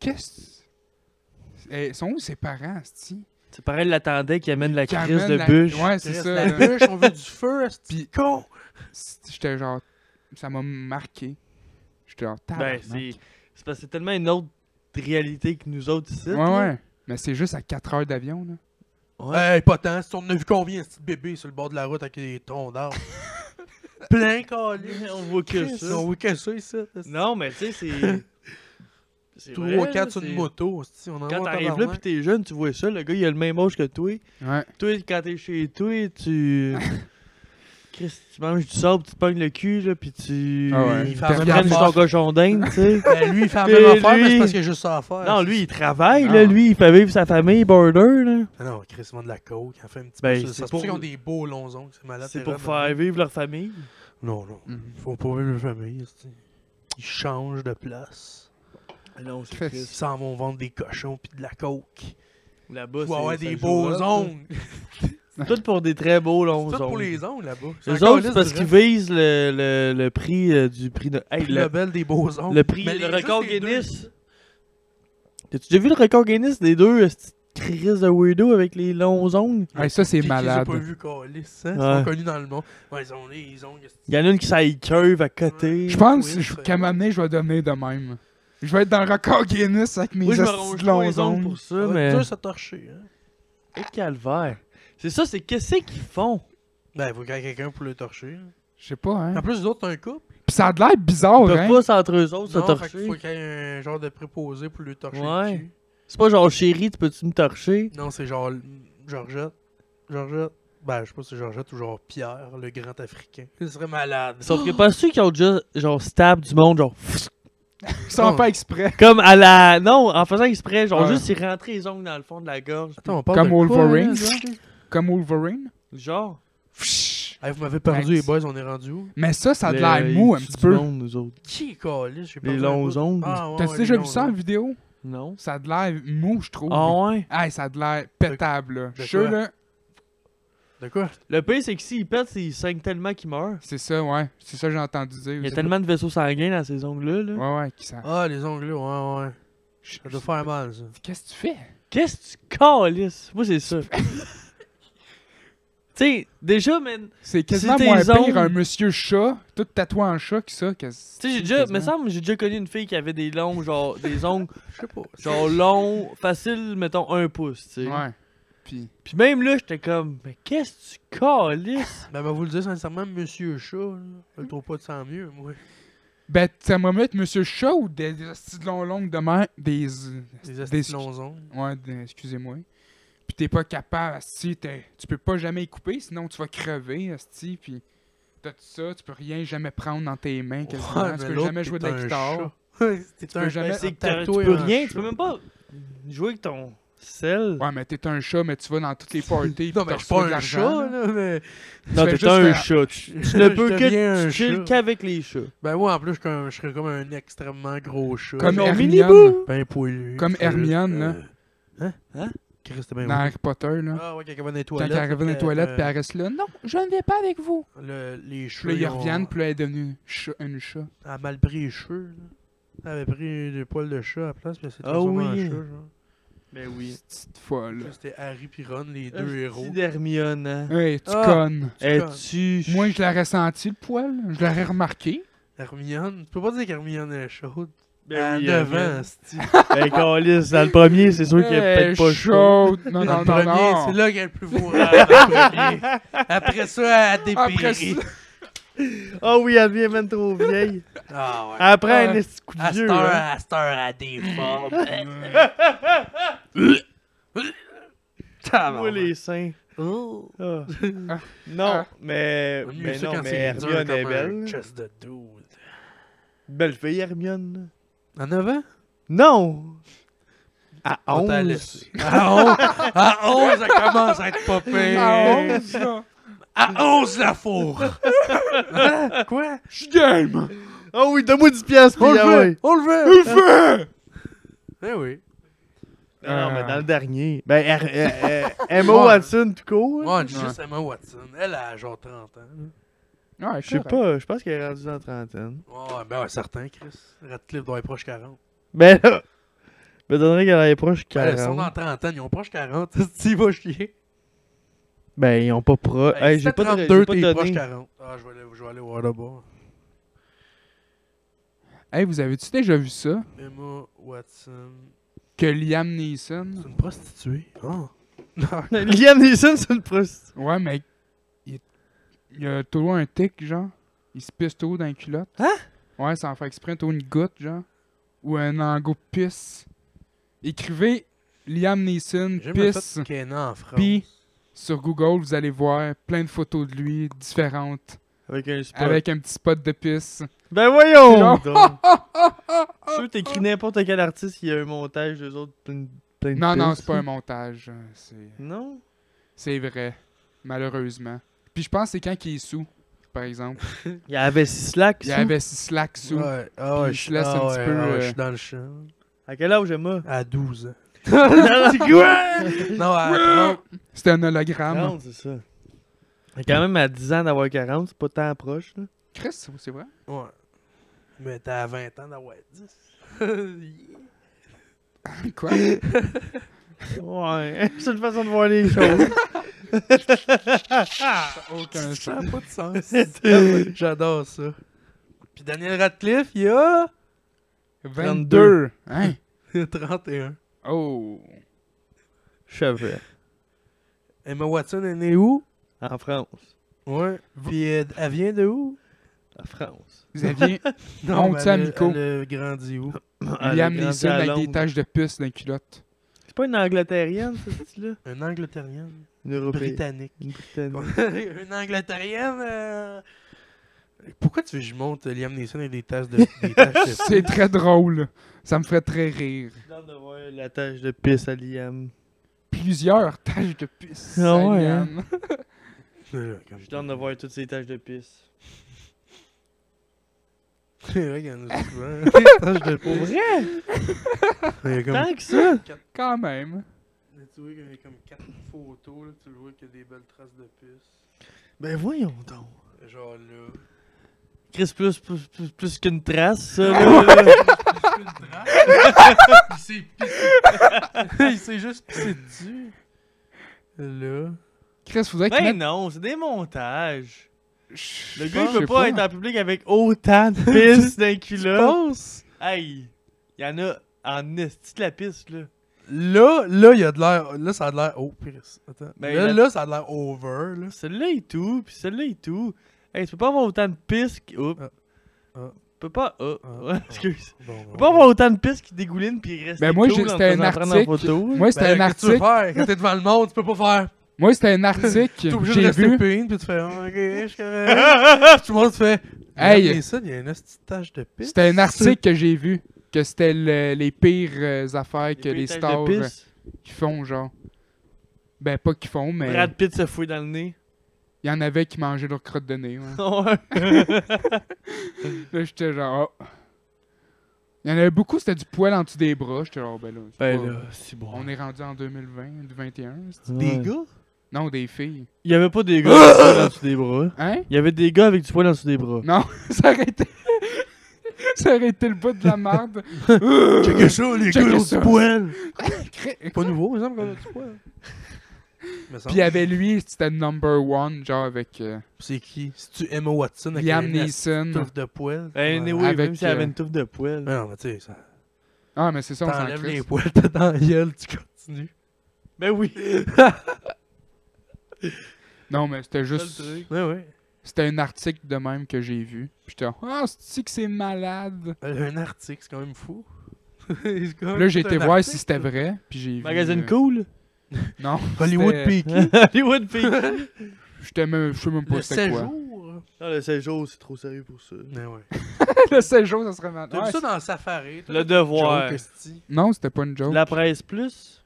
A: Qu'est-ce... Eh, sont où ses parents, c'ti?
B: C'est pareil, il l'attendait qu'il amène la
A: Qui
B: crise de
A: amènent la-
B: bûche.
A: Ouais, c'est
C: Chris,
A: ça.
C: La
A: là.
C: bûche, on veut du feu, hostie.
A: Puis-
C: Con.
A: C'est- J'étais genre... Ça m'a marqué. J'étais genre...
B: Ben,
A: tabarnak.
B: c'est c'est parce que c'est tellement une autre réalité que nous autres ici.
A: Ouais,
B: là.
A: ouais. Mais c'est juste à 4 heures d'avion, là.
C: Hey, pas tant. Si on a vu combien, ce petit bébé sur le bord de la route avec des troncs d'arbre. Plein calé.
B: On voit que ça.
C: On veut que ça ici.
B: Non, mais tu sais, c'est. c'est vrai,
C: 3 4
B: là,
C: sur
B: c'est-
C: une moto. hostie, On en
B: Quand
C: voit
B: t'arrives là
C: tabarnak.
B: pis t'es jeune, tu vois ça, le gars il a le même âge que toi.
A: Ouais.
B: Toi, quand t'es chez toi, tu. Chris, tu manges du sable, tu te pognes le cul, là, pis tu.
A: Ah ouais.
C: Il
B: Tu
C: fait la
B: te
C: même
B: prennes sur ton
C: affaire.
B: cochon d'Inde, tu sais.
C: Ben, lui, il fait la même
B: Et
C: affaire, mais
B: lui-
C: c'est parce qu'il y a juste ça à faire.
B: Non, lui, il travaille,
A: Non.
B: là, lui, il fait vivre sa famille, border, là.
C: Ah Non, Chris vend de la coke. Il en fait un petit
B: Ben,
C: peu.
B: c'est
C: C'est pour ça
B: pour-
C: qu'ils ont des beaux longs ongles. C'est malade.
B: C'est
C: t'es
B: pour
C: vraiment-
B: faire vivre leur famille.
C: Non, non.
A: Mhm.
C: Faut pas vivre la famille. hostie. Ils changent de place.
B: Non, c'est
A: Chris.
C: Ils
B: Chris.
C: s'en vont vendre des cochons puis de la coke.
B: Là-bas,
C: Tu
B: c'est.
C: vas avoir
B: ça
C: des
B: joue
C: beaux
B: là, ça.
C: ongles.
B: Tout pour des très beaux longs
C: C'est tout pour
B: ongles.
C: les ongles là-bas.
B: Les
C: encore
B: autres, c'est
C: lisse
B: parce
C: du
B: qu'ils
C: reste.
B: visent le, le, le prix euh, du prix de. Hey,
C: Puis
B: le,
C: le bel des beaux ongles.
B: le prix,
C: Mais
B: le
C: les-
B: record
C: juste les deux.
B: Guinness. T'as-tu déjà vu le record Guinness des deux crises de weirdo avec les longs ongles?
A: Hey, ça, c'est
C: Qui- qui
A: malade.
C: J'ai pas vu Calis, hein? Ils
B: Ouais.
C: sont connus dans le monde. Ouais, ils ont les, ils ont.
B: Il y en a une qui s'aille curve à côté.
A: Je pense
C: Oui,
A: je-
C: c'est-
A: qu'à m'amener, je vais devenir de même. Je vais être dans le record Guinness avec mes
B: Moi, je me
A: hosties
B: ronge
A: de
B: pas
A: longs
B: les ongles
A: ongles.
B: pour ça,
C: Ça va
B: mais.
C: être dur, ça torcher, hein?
B: Oh, calvaire. C'est ça, c'est qu'est-ce qu'ils font?
C: Ben, il faut qu'il y ait quelqu'un pour le torcher. hein.
A: Je sais pas, hein.
C: En plus, les autres, t'as un couple.
A: Pis ça a de l'air
B: Ils
A: bizarre,
B: peuvent
A: hein.
B: pas s'entre eux autres se
C: Non, fait
B: torcher.
C: qu'il faut qu'il y ait un genre de préposé pour le torcher.
B: Ouais.
C: le cul.
B: C'est pas genre chérie, tu peux-tu me torcher?
C: Non, c'est genre mm, Georgette. Georgette. Ben, je sais pas si c'est Georgette ou genre Pierre, le grand africain. Il serait malade.
B: Sauf que pas ceux qui ont déjà genre stab du monde, genre.
A: Sans pas exprès.
B: Comme à la. Non, en faisant exprès, genre
A: Ouais.
B: juste ils rentraient les ongles dans le fond de la gorge.
C: Attends, on parle
A: Comme
C: de quoi,
A: Wolverine.
C: là, genre?
A: Comme Wolverine.
B: Genre.
A: Pfff.
C: Hey, vous m'avez perdu,
A: Max.
C: les boys, on est rendu où?
A: Mais ça, ça a de
B: Le-
A: l'air mou un
B: ils
A: petit
B: tuent
A: peu.
B: du monde, nous autres.
C: Qui est Calis? J'ai
B: Les
C: perdu un
B: longs
C: bout.
B: ongles.
C: Ah, ouais,
A: T'as
C: ouais,
A: déjà
C: les
A: vu
C: longs
A: ça en
C: ongles.
A: vidéo?
B: Non.
A: Ça a de l'air mou, je trouve.
B: Ah ouais.
A: Hey, ça a de l'air pétable, là.
C: De
A: Je suis sûr,
C: quoi?
A: là.
C: De quoi?
B: Le pire, c'est que s'il pète, c'est- il saigne tellement qu'il meurt.
A: C'est ça, ouais. C'est ça que j'ai entendu dire.
B: Il y a
A: aussi.
B: tellement de vaisseaux sanguins dans ses ongles-là. là.
A: Ouais, ouais, qui ça.
C: Ah, les ongles, là, ouais, ouais. Ça doit faire mal, ça.
A: Qu'est-ce que tu fais?
B: Qu'est-ce que tu calisses? Moi, c'est ça. tu sais, déjà, man.
A: C'est quasiment
B: tes
A: moins pire
B: ongles-
A: un monsieur chat, tout tatoué en chat, que ça. Tu
B: Tu sais, j'ai déjà. Me semble, j'ai déjà connu une fille qui avait des longs, genre. Des ongles,
C: Je sais pas.
B: genre longs, faciles, mettons, un pouce, tu sais.
A: Ouais. Puis.
B: Puis même là, j'étais comme, mais qu'est-ce que tu calisses?
C: Ben, ben, vous le dire sincèrement, Monsieur Chat, là, je le trouve pas de sang mieux, moi.
A: Ben, t'aimerais mettre Monsieur Chat ou des des hosties de long longues de mer? Des. euh,
C: Des
A: Des-
C: astuces longs ongles.
A: Ouais, des- excusez-moi. Puis t'es pas capable, asti, t'es- tu peux pas jamais y couper, sinon tu vas crever, asti, puis t'as tout ça, tu peux rien jamais prendre dans tes mains, quasiment,
C: Ouais,
A: tu
C: mais
A: peux
C: l'autre,
A: jamais jouer de la
C: t'es un
A: guitare.
C: chat. Ouais, T'es
A: peux
C: un
A: jamais-
C: jamais
B: Ben, c'est que t'as- tu
C: tatoué
B: peux
C: en
B: rien,
C: chat.
B: tu peux même pas Jouer avec ton sel.
A: Ouais, mais t'es un chat, mais tu vas dans toutes les parties.
C: Non,
A: puis
C: mais
A: t'as
C: je suis
A: reçu
C: pas
A: de
C: un
A: l'argent,
C: chat,
A: là.
C: là, mais.
B: Non,
A: fais
B: t'es
A: juste
B: un
A: faire-
B: chat. Tu tu ne
C: Je
B: peux
C: deviens
B: que
C: un
B: tu chilles
C: chat.
B: qu'avec les chats.
C: Ben, moi, en plus, je suis comme- je serais comme un extrêmement gros chat.
A: Comme
B: Genre
A: Hermione.
B: Minibou.
C: Ben poilu.
A: Comme Hermione, là.
C: là. Hein?
B: Hein?
C: Chris, c'était bien
A: Dans
C: oui.
A: Harry Potter, là.
C: Ah ouais, quand elle va dans les
A: Quand
C: toilettes.
A: elle arrive dans les
C: euh,
A: toilettes,
C: euh,
A: puis elle reste là. Non, je ne vais pas avec vous.
C: le- les
A: Puis
C: cheveux.
A: là, ils
C: ont-
A: reviennent, puis là, elle est devenue cha- une chat.
C: Elle a mal pris les cheveux, là. Elle avait pris des poils de chat à la place, puis elle s'est
B: Ah
C: transformée en
B: oui.
C: chat, genre.
B: Ben oui.
A: Petite folle.
C: Là, C'était Harry puis Ron, les
B: Ah,
C: deux héros.
B: Petit Hermione. hein.
A: Hey, tu
C: Ah.
A: connes.
B: Es-tu.
A: Moi, je l'aurais senti, le poil. Je l'aurais remarqué.
C: Hermione, tu peux pas dire qu'Hermione est chaude.
B: Ben
C: à
B: oui,
C: 9
B: Hermione.
C: ans, c'est
B: Ben, câlisse, dans le premier, c'est sûr qu'il n'y a
A: Ben,
B: peut-être pas
A: chaud.
B: chaud.
A: Non, non,
C: Dans le
A: non,
C: premier,
A: non.
C: c'est là qu'elle est le plus beau rêve, le premier. Après ça, elle a
A: Après
C: dépiré.
B: Ah oui, elle devient même trop vieille.
C: Ah ouais.
B: Après, un
A: Ouais.
B: esti coup de
C: À cette
B: vieux.
C: heure,
B: hein.
C: Ah, à cette heure, elle déforme.
B: Moi, les seins.
C: Oh.
B: Ah.
A: Ah.
B: Non,
A: Ah.
B: mais.
C: Mieux
B: Mais
C: ça
B: Ben non,
C: quand
B: mais
C: c'est dur
B: Hermione
C: comme
B: est
C: un
B: belle.
C: chest de dude.
B: Belle fille, Hermione.
C: À 9 ans?
B: Non! À
C: On t'a
B: 11.
C: laissé. À 11, à 11, elle commence à être pas
A: Ah,
C: pire.
A: on, ça.
C: À 11, la four. Hein? Quoi?
A: Je suis game.
B: Ah oui, donne-moi 10 piastres,
C: On
B: puis ah
C: le
B: ouais.
C: veut, on le
A: Il
C: veut.
A: fait.
C: Eh oui.
B: Non, mais
A: Euh.
B: dans le dernier. Ben, Her- euh, euh, Emma Watson, tout court. hein?
C: Moi, juste Emma Watson. Elle a genre 30 ans.
A: Ouais,
B: Je sais pas, je pense qu'elle est rendue dans la trentaine.
C: Ouais, ben ouais, certain, Chris. Ratcliffe doit être proche 40.
B: Ben là, je me donnerais qu'elle est proche
C: Ben, Ils sont
B: 40.
C: dans 30 ans, ils ont proche 40. Tu vas chier.
B: Ben, ils ont pas proche.
C: Hey,
B: Hey,
C: si
B: j'ai
C: t'as
B: pas de-
C: 32,
B: j'ai pas
C: t'es proche
B: donné.
C: 40. Ah, je vais aller, je vais aller voir là-bas.
A: Hey, vous avez-tu déjà vu ça?
C: Emma Watson.
A: Que Liam Neeson.
C: C'est une prostituée. Oh. Non.
B: Liam Neeson, c'est une prostituée.
A: Ouais, mais il, il a toujours un tic, genre. Il se pisse tout haut dans les culottes.
B: Hein?
A: Ouais, sans faire exprès, tout haut une goutte, genre. Ou un angot de pisse. Écrivez Liam Neeson
C: J'ai jamais
A: pisse
C: fait Kenan en France.
A: Puis- sur Google, vous allez voir plein de photos de lui différentes.
B: Avec un spot.
A: Avec un petit spot de pisse.
B: Ben voyons!
A: Non.
B: donc. Sûr, t'écris n'importe quel artiste, il y a un montage, d'eux autres, plein, plein de
A: Non, non,
B: pistes.
A: c'est pas un montage. euh, C'est,
B: Non?
A: c'est vrai. Malheureusement. Puis je pense que c'est quand il est sous, par exemple.
B: Il y avait six slacks.
A: Il y avait slack sous.
C: Ouais, ah ouais,
A: Puis je laisse
C: ah
A: un petit
C: ouais,
A: peu,
C: ah ouais, je
A: euh,
C: suis dans le champ.
B: À quel âge, Emma?
C: À 12 ans.
B: C'est quoi?
C: Non, à 30.
A: C'était un hologramme.
B: 40, c'est ça. Mais quand même, à 10 ans d'avoir 40, c'est pas tant proche, là.
A: Chris, c'est vrai?
C: Ouais. Mais t'as à 20 ans d'avoir 10.
A: Quoi?
B: Ouais, c'est une façon de voir les choses.
A: Ah! Aucun
C: Ça
A: sens.
C: n'a pas de sens. J'adore ça. Puis Daniel Radcliffe, il a
A: 22. Hein?
C: 31.
A: Oh.
B: Cheveux.
C: Emma Watson est née où?
B: En France.
C: Ouais. Puis euh, elle vient de où?
B: En France.
A: Vous aviez
C: Non,
A: On
C: mais
A: tient,
C: elle, a-
A: Nico.
C: elle a grandi où?
B: Elle a
A: Liam
B: grandi
A: Neeson
B: à
A: avec des
B: Londres.
A: taches de puce dans les culottes.
B: C'est pas une Angleterrienne, ce style-là?
C: Une Angleterrienne.
B: Une Européenne.
C: Britannique.
B: Une Britannique.
C: une Angleterrienne. euh, Pourquoi tu veux que je monte Liam Neeson et des taches de. Des taches de...
A: C'est très drôle. Ça me ferait très rire.
B: de voir la tâche de pisse à Liam.
A: Plusieurs taches de puce.
B: Ah ouais,
A: Liam.
C: Euh, comme-
B: Je tente de voir toutes ces tâches de pisse.
C: C'est vrai qu'il y en a souvent. Des taches de
B: Pour vrai?
C: Il y a comme-
B: Tant que ça?
A: Quand même.
C: Mais tu vois qu'il y a comme 4 photos, là, tu le vois qu'il y a des belles traces de puce.
B: Ben voyons donc.
C: Genre là.
B: Chris, plus, plus, plus, plus qu'une trace, ça, là.
C: Une trace? Il s'est pissé. Il s'est juste pissé dessus. Là.
A: Chris, faudrait qu'il
B: ben
A: mette...
B: non, c'est des montages.
A: Je
B: Le gars, il
A: sais
B: peut pas, être en public avec autant de pisse d'un culotte.
C: Pense!
B: Hey, il y en a en esti de la pisse, là.
C: Là, là, il y a de l'air. Là, ça a de l'air. Oh, Chris. Attends.
B: Ben,
C: là,
B: la-
C: là, ça a de l'air over, là.
B: Celle-là est tout, puis celle-là est tout. Hey, tu peux pas avoir autant de pisse qui... Oups.
C: Ah. Ah.
B: Tu peux pas... Oh,
C: Ah.
B: oh, excuse.
C: Bon,
B: Tu peux pas avoir autant de pisse qui dégouline puis reste
A: Ben, moi,
B: cool
A: j'ai-
B: en te
A: c'était un
B: faisant prendre en
A: article.
B: photo.
A: Moi, c'était un
C: Ben, Qu'est-ce que
A: article.
C: tu veux faire? Quand t'es devant le monde, tu peux pas faire.
A: Moi, c'était un article.
C: T'es obligé de
A: J'ai
C: rester
A: vu.
C: payé, puis tu fais. Ah, Ok, je suis correct. Tout le monde fait.
A: Hey.
C: Mais ça, il y a une petite tache de pisse.
A: C'était un article que j'ai vu. que c'était le- les pires euh, affaires que les
B: pétages de
A: stars euh,
B: pisse.
A: qui font, genre. Ben, pas qu'ils font, mais
B: Brad Pitt se fouille dans le nez.
A: il y en avait qui mangeaient leur crotte de nez. ouais. Ben, Là, j'étais genre. Ah. Il y en avait beaucoup, c'était du poil en dessous des bras. J'étais genre, ben là. c'est
B: ben
A: pas-
B: là, c'est bon.
A: On est rendu en 2020, 2021. c'est-
C: Des
B: Ouais.
C: gars?
A: Non, des filles.
B: Il y avait pas des gars avec du poil en dessous des bras.
A: Hein?
B: Il y avait des gars avec du poil en dessous des bras.
A: Non, ça aurait été. ça aurait été le bout de la merde.
C: Check ça, les
A: Check
C: gars, ils ont
A: ça.
C: du poil!
A: Puis
C: Pas nouveau, il me semble qu'on a du poil. Me semble.
A: il y avait lui, c'était number one, genre avec euh,
C: C'est qui? C'est-tu Emma Watson avec
A: Liam
C: une
A: Neeson.
C: touffe de poil?
B: Ben,
C: Ouais.
B: anyway,
A: Avec,
B: même s'il y avait
A: euh,
B: une touffe de poil.
C: Mais non, mais tu sais, ça...
A: Ah, mais c'est ça, on s'en
C: T'enlèves les
A: crisse.
C: poils, t'es dans la gueule, tu continues.
B: Ben oui.
A: Non, mais c'était
B: Ça,
A: juste.
B: le truc.
C: Ouais, ouais.
A: C'était un article de même que j'ai vu. Puis j'étais, ah, c'est-tu que c'est malade?
C: Euh, Un article, c'est quand même fou. C'est quand même
A: Là, j'ai
C: tout
A: été
C: un
A: voir
C: article.
A: si c'était vrai. Puis j'ai vu.
B: Magazine
A: euh,
B: cool.
A: Non.
C: Hollywood
A: c'était- Hein?
C: Peak.
B: Hollywood Peak.
A: J'étais même, je sais même pas
C: Le
A: c'était
C: 16
A: quoi.
C: jours.
B: Non, le séjour, c'est trop sérieux pour ça.
C: Ouais, Ben ouais.
A: le 16 jours, ça serait malade.
C: T'as
A: Ouais,
C: vu ça dans Safari? toi,
B: Le
C: le
B: devoir.
C: joke, esti?
A: c'est- Non, c'était pas une joke.
B: La presse plus.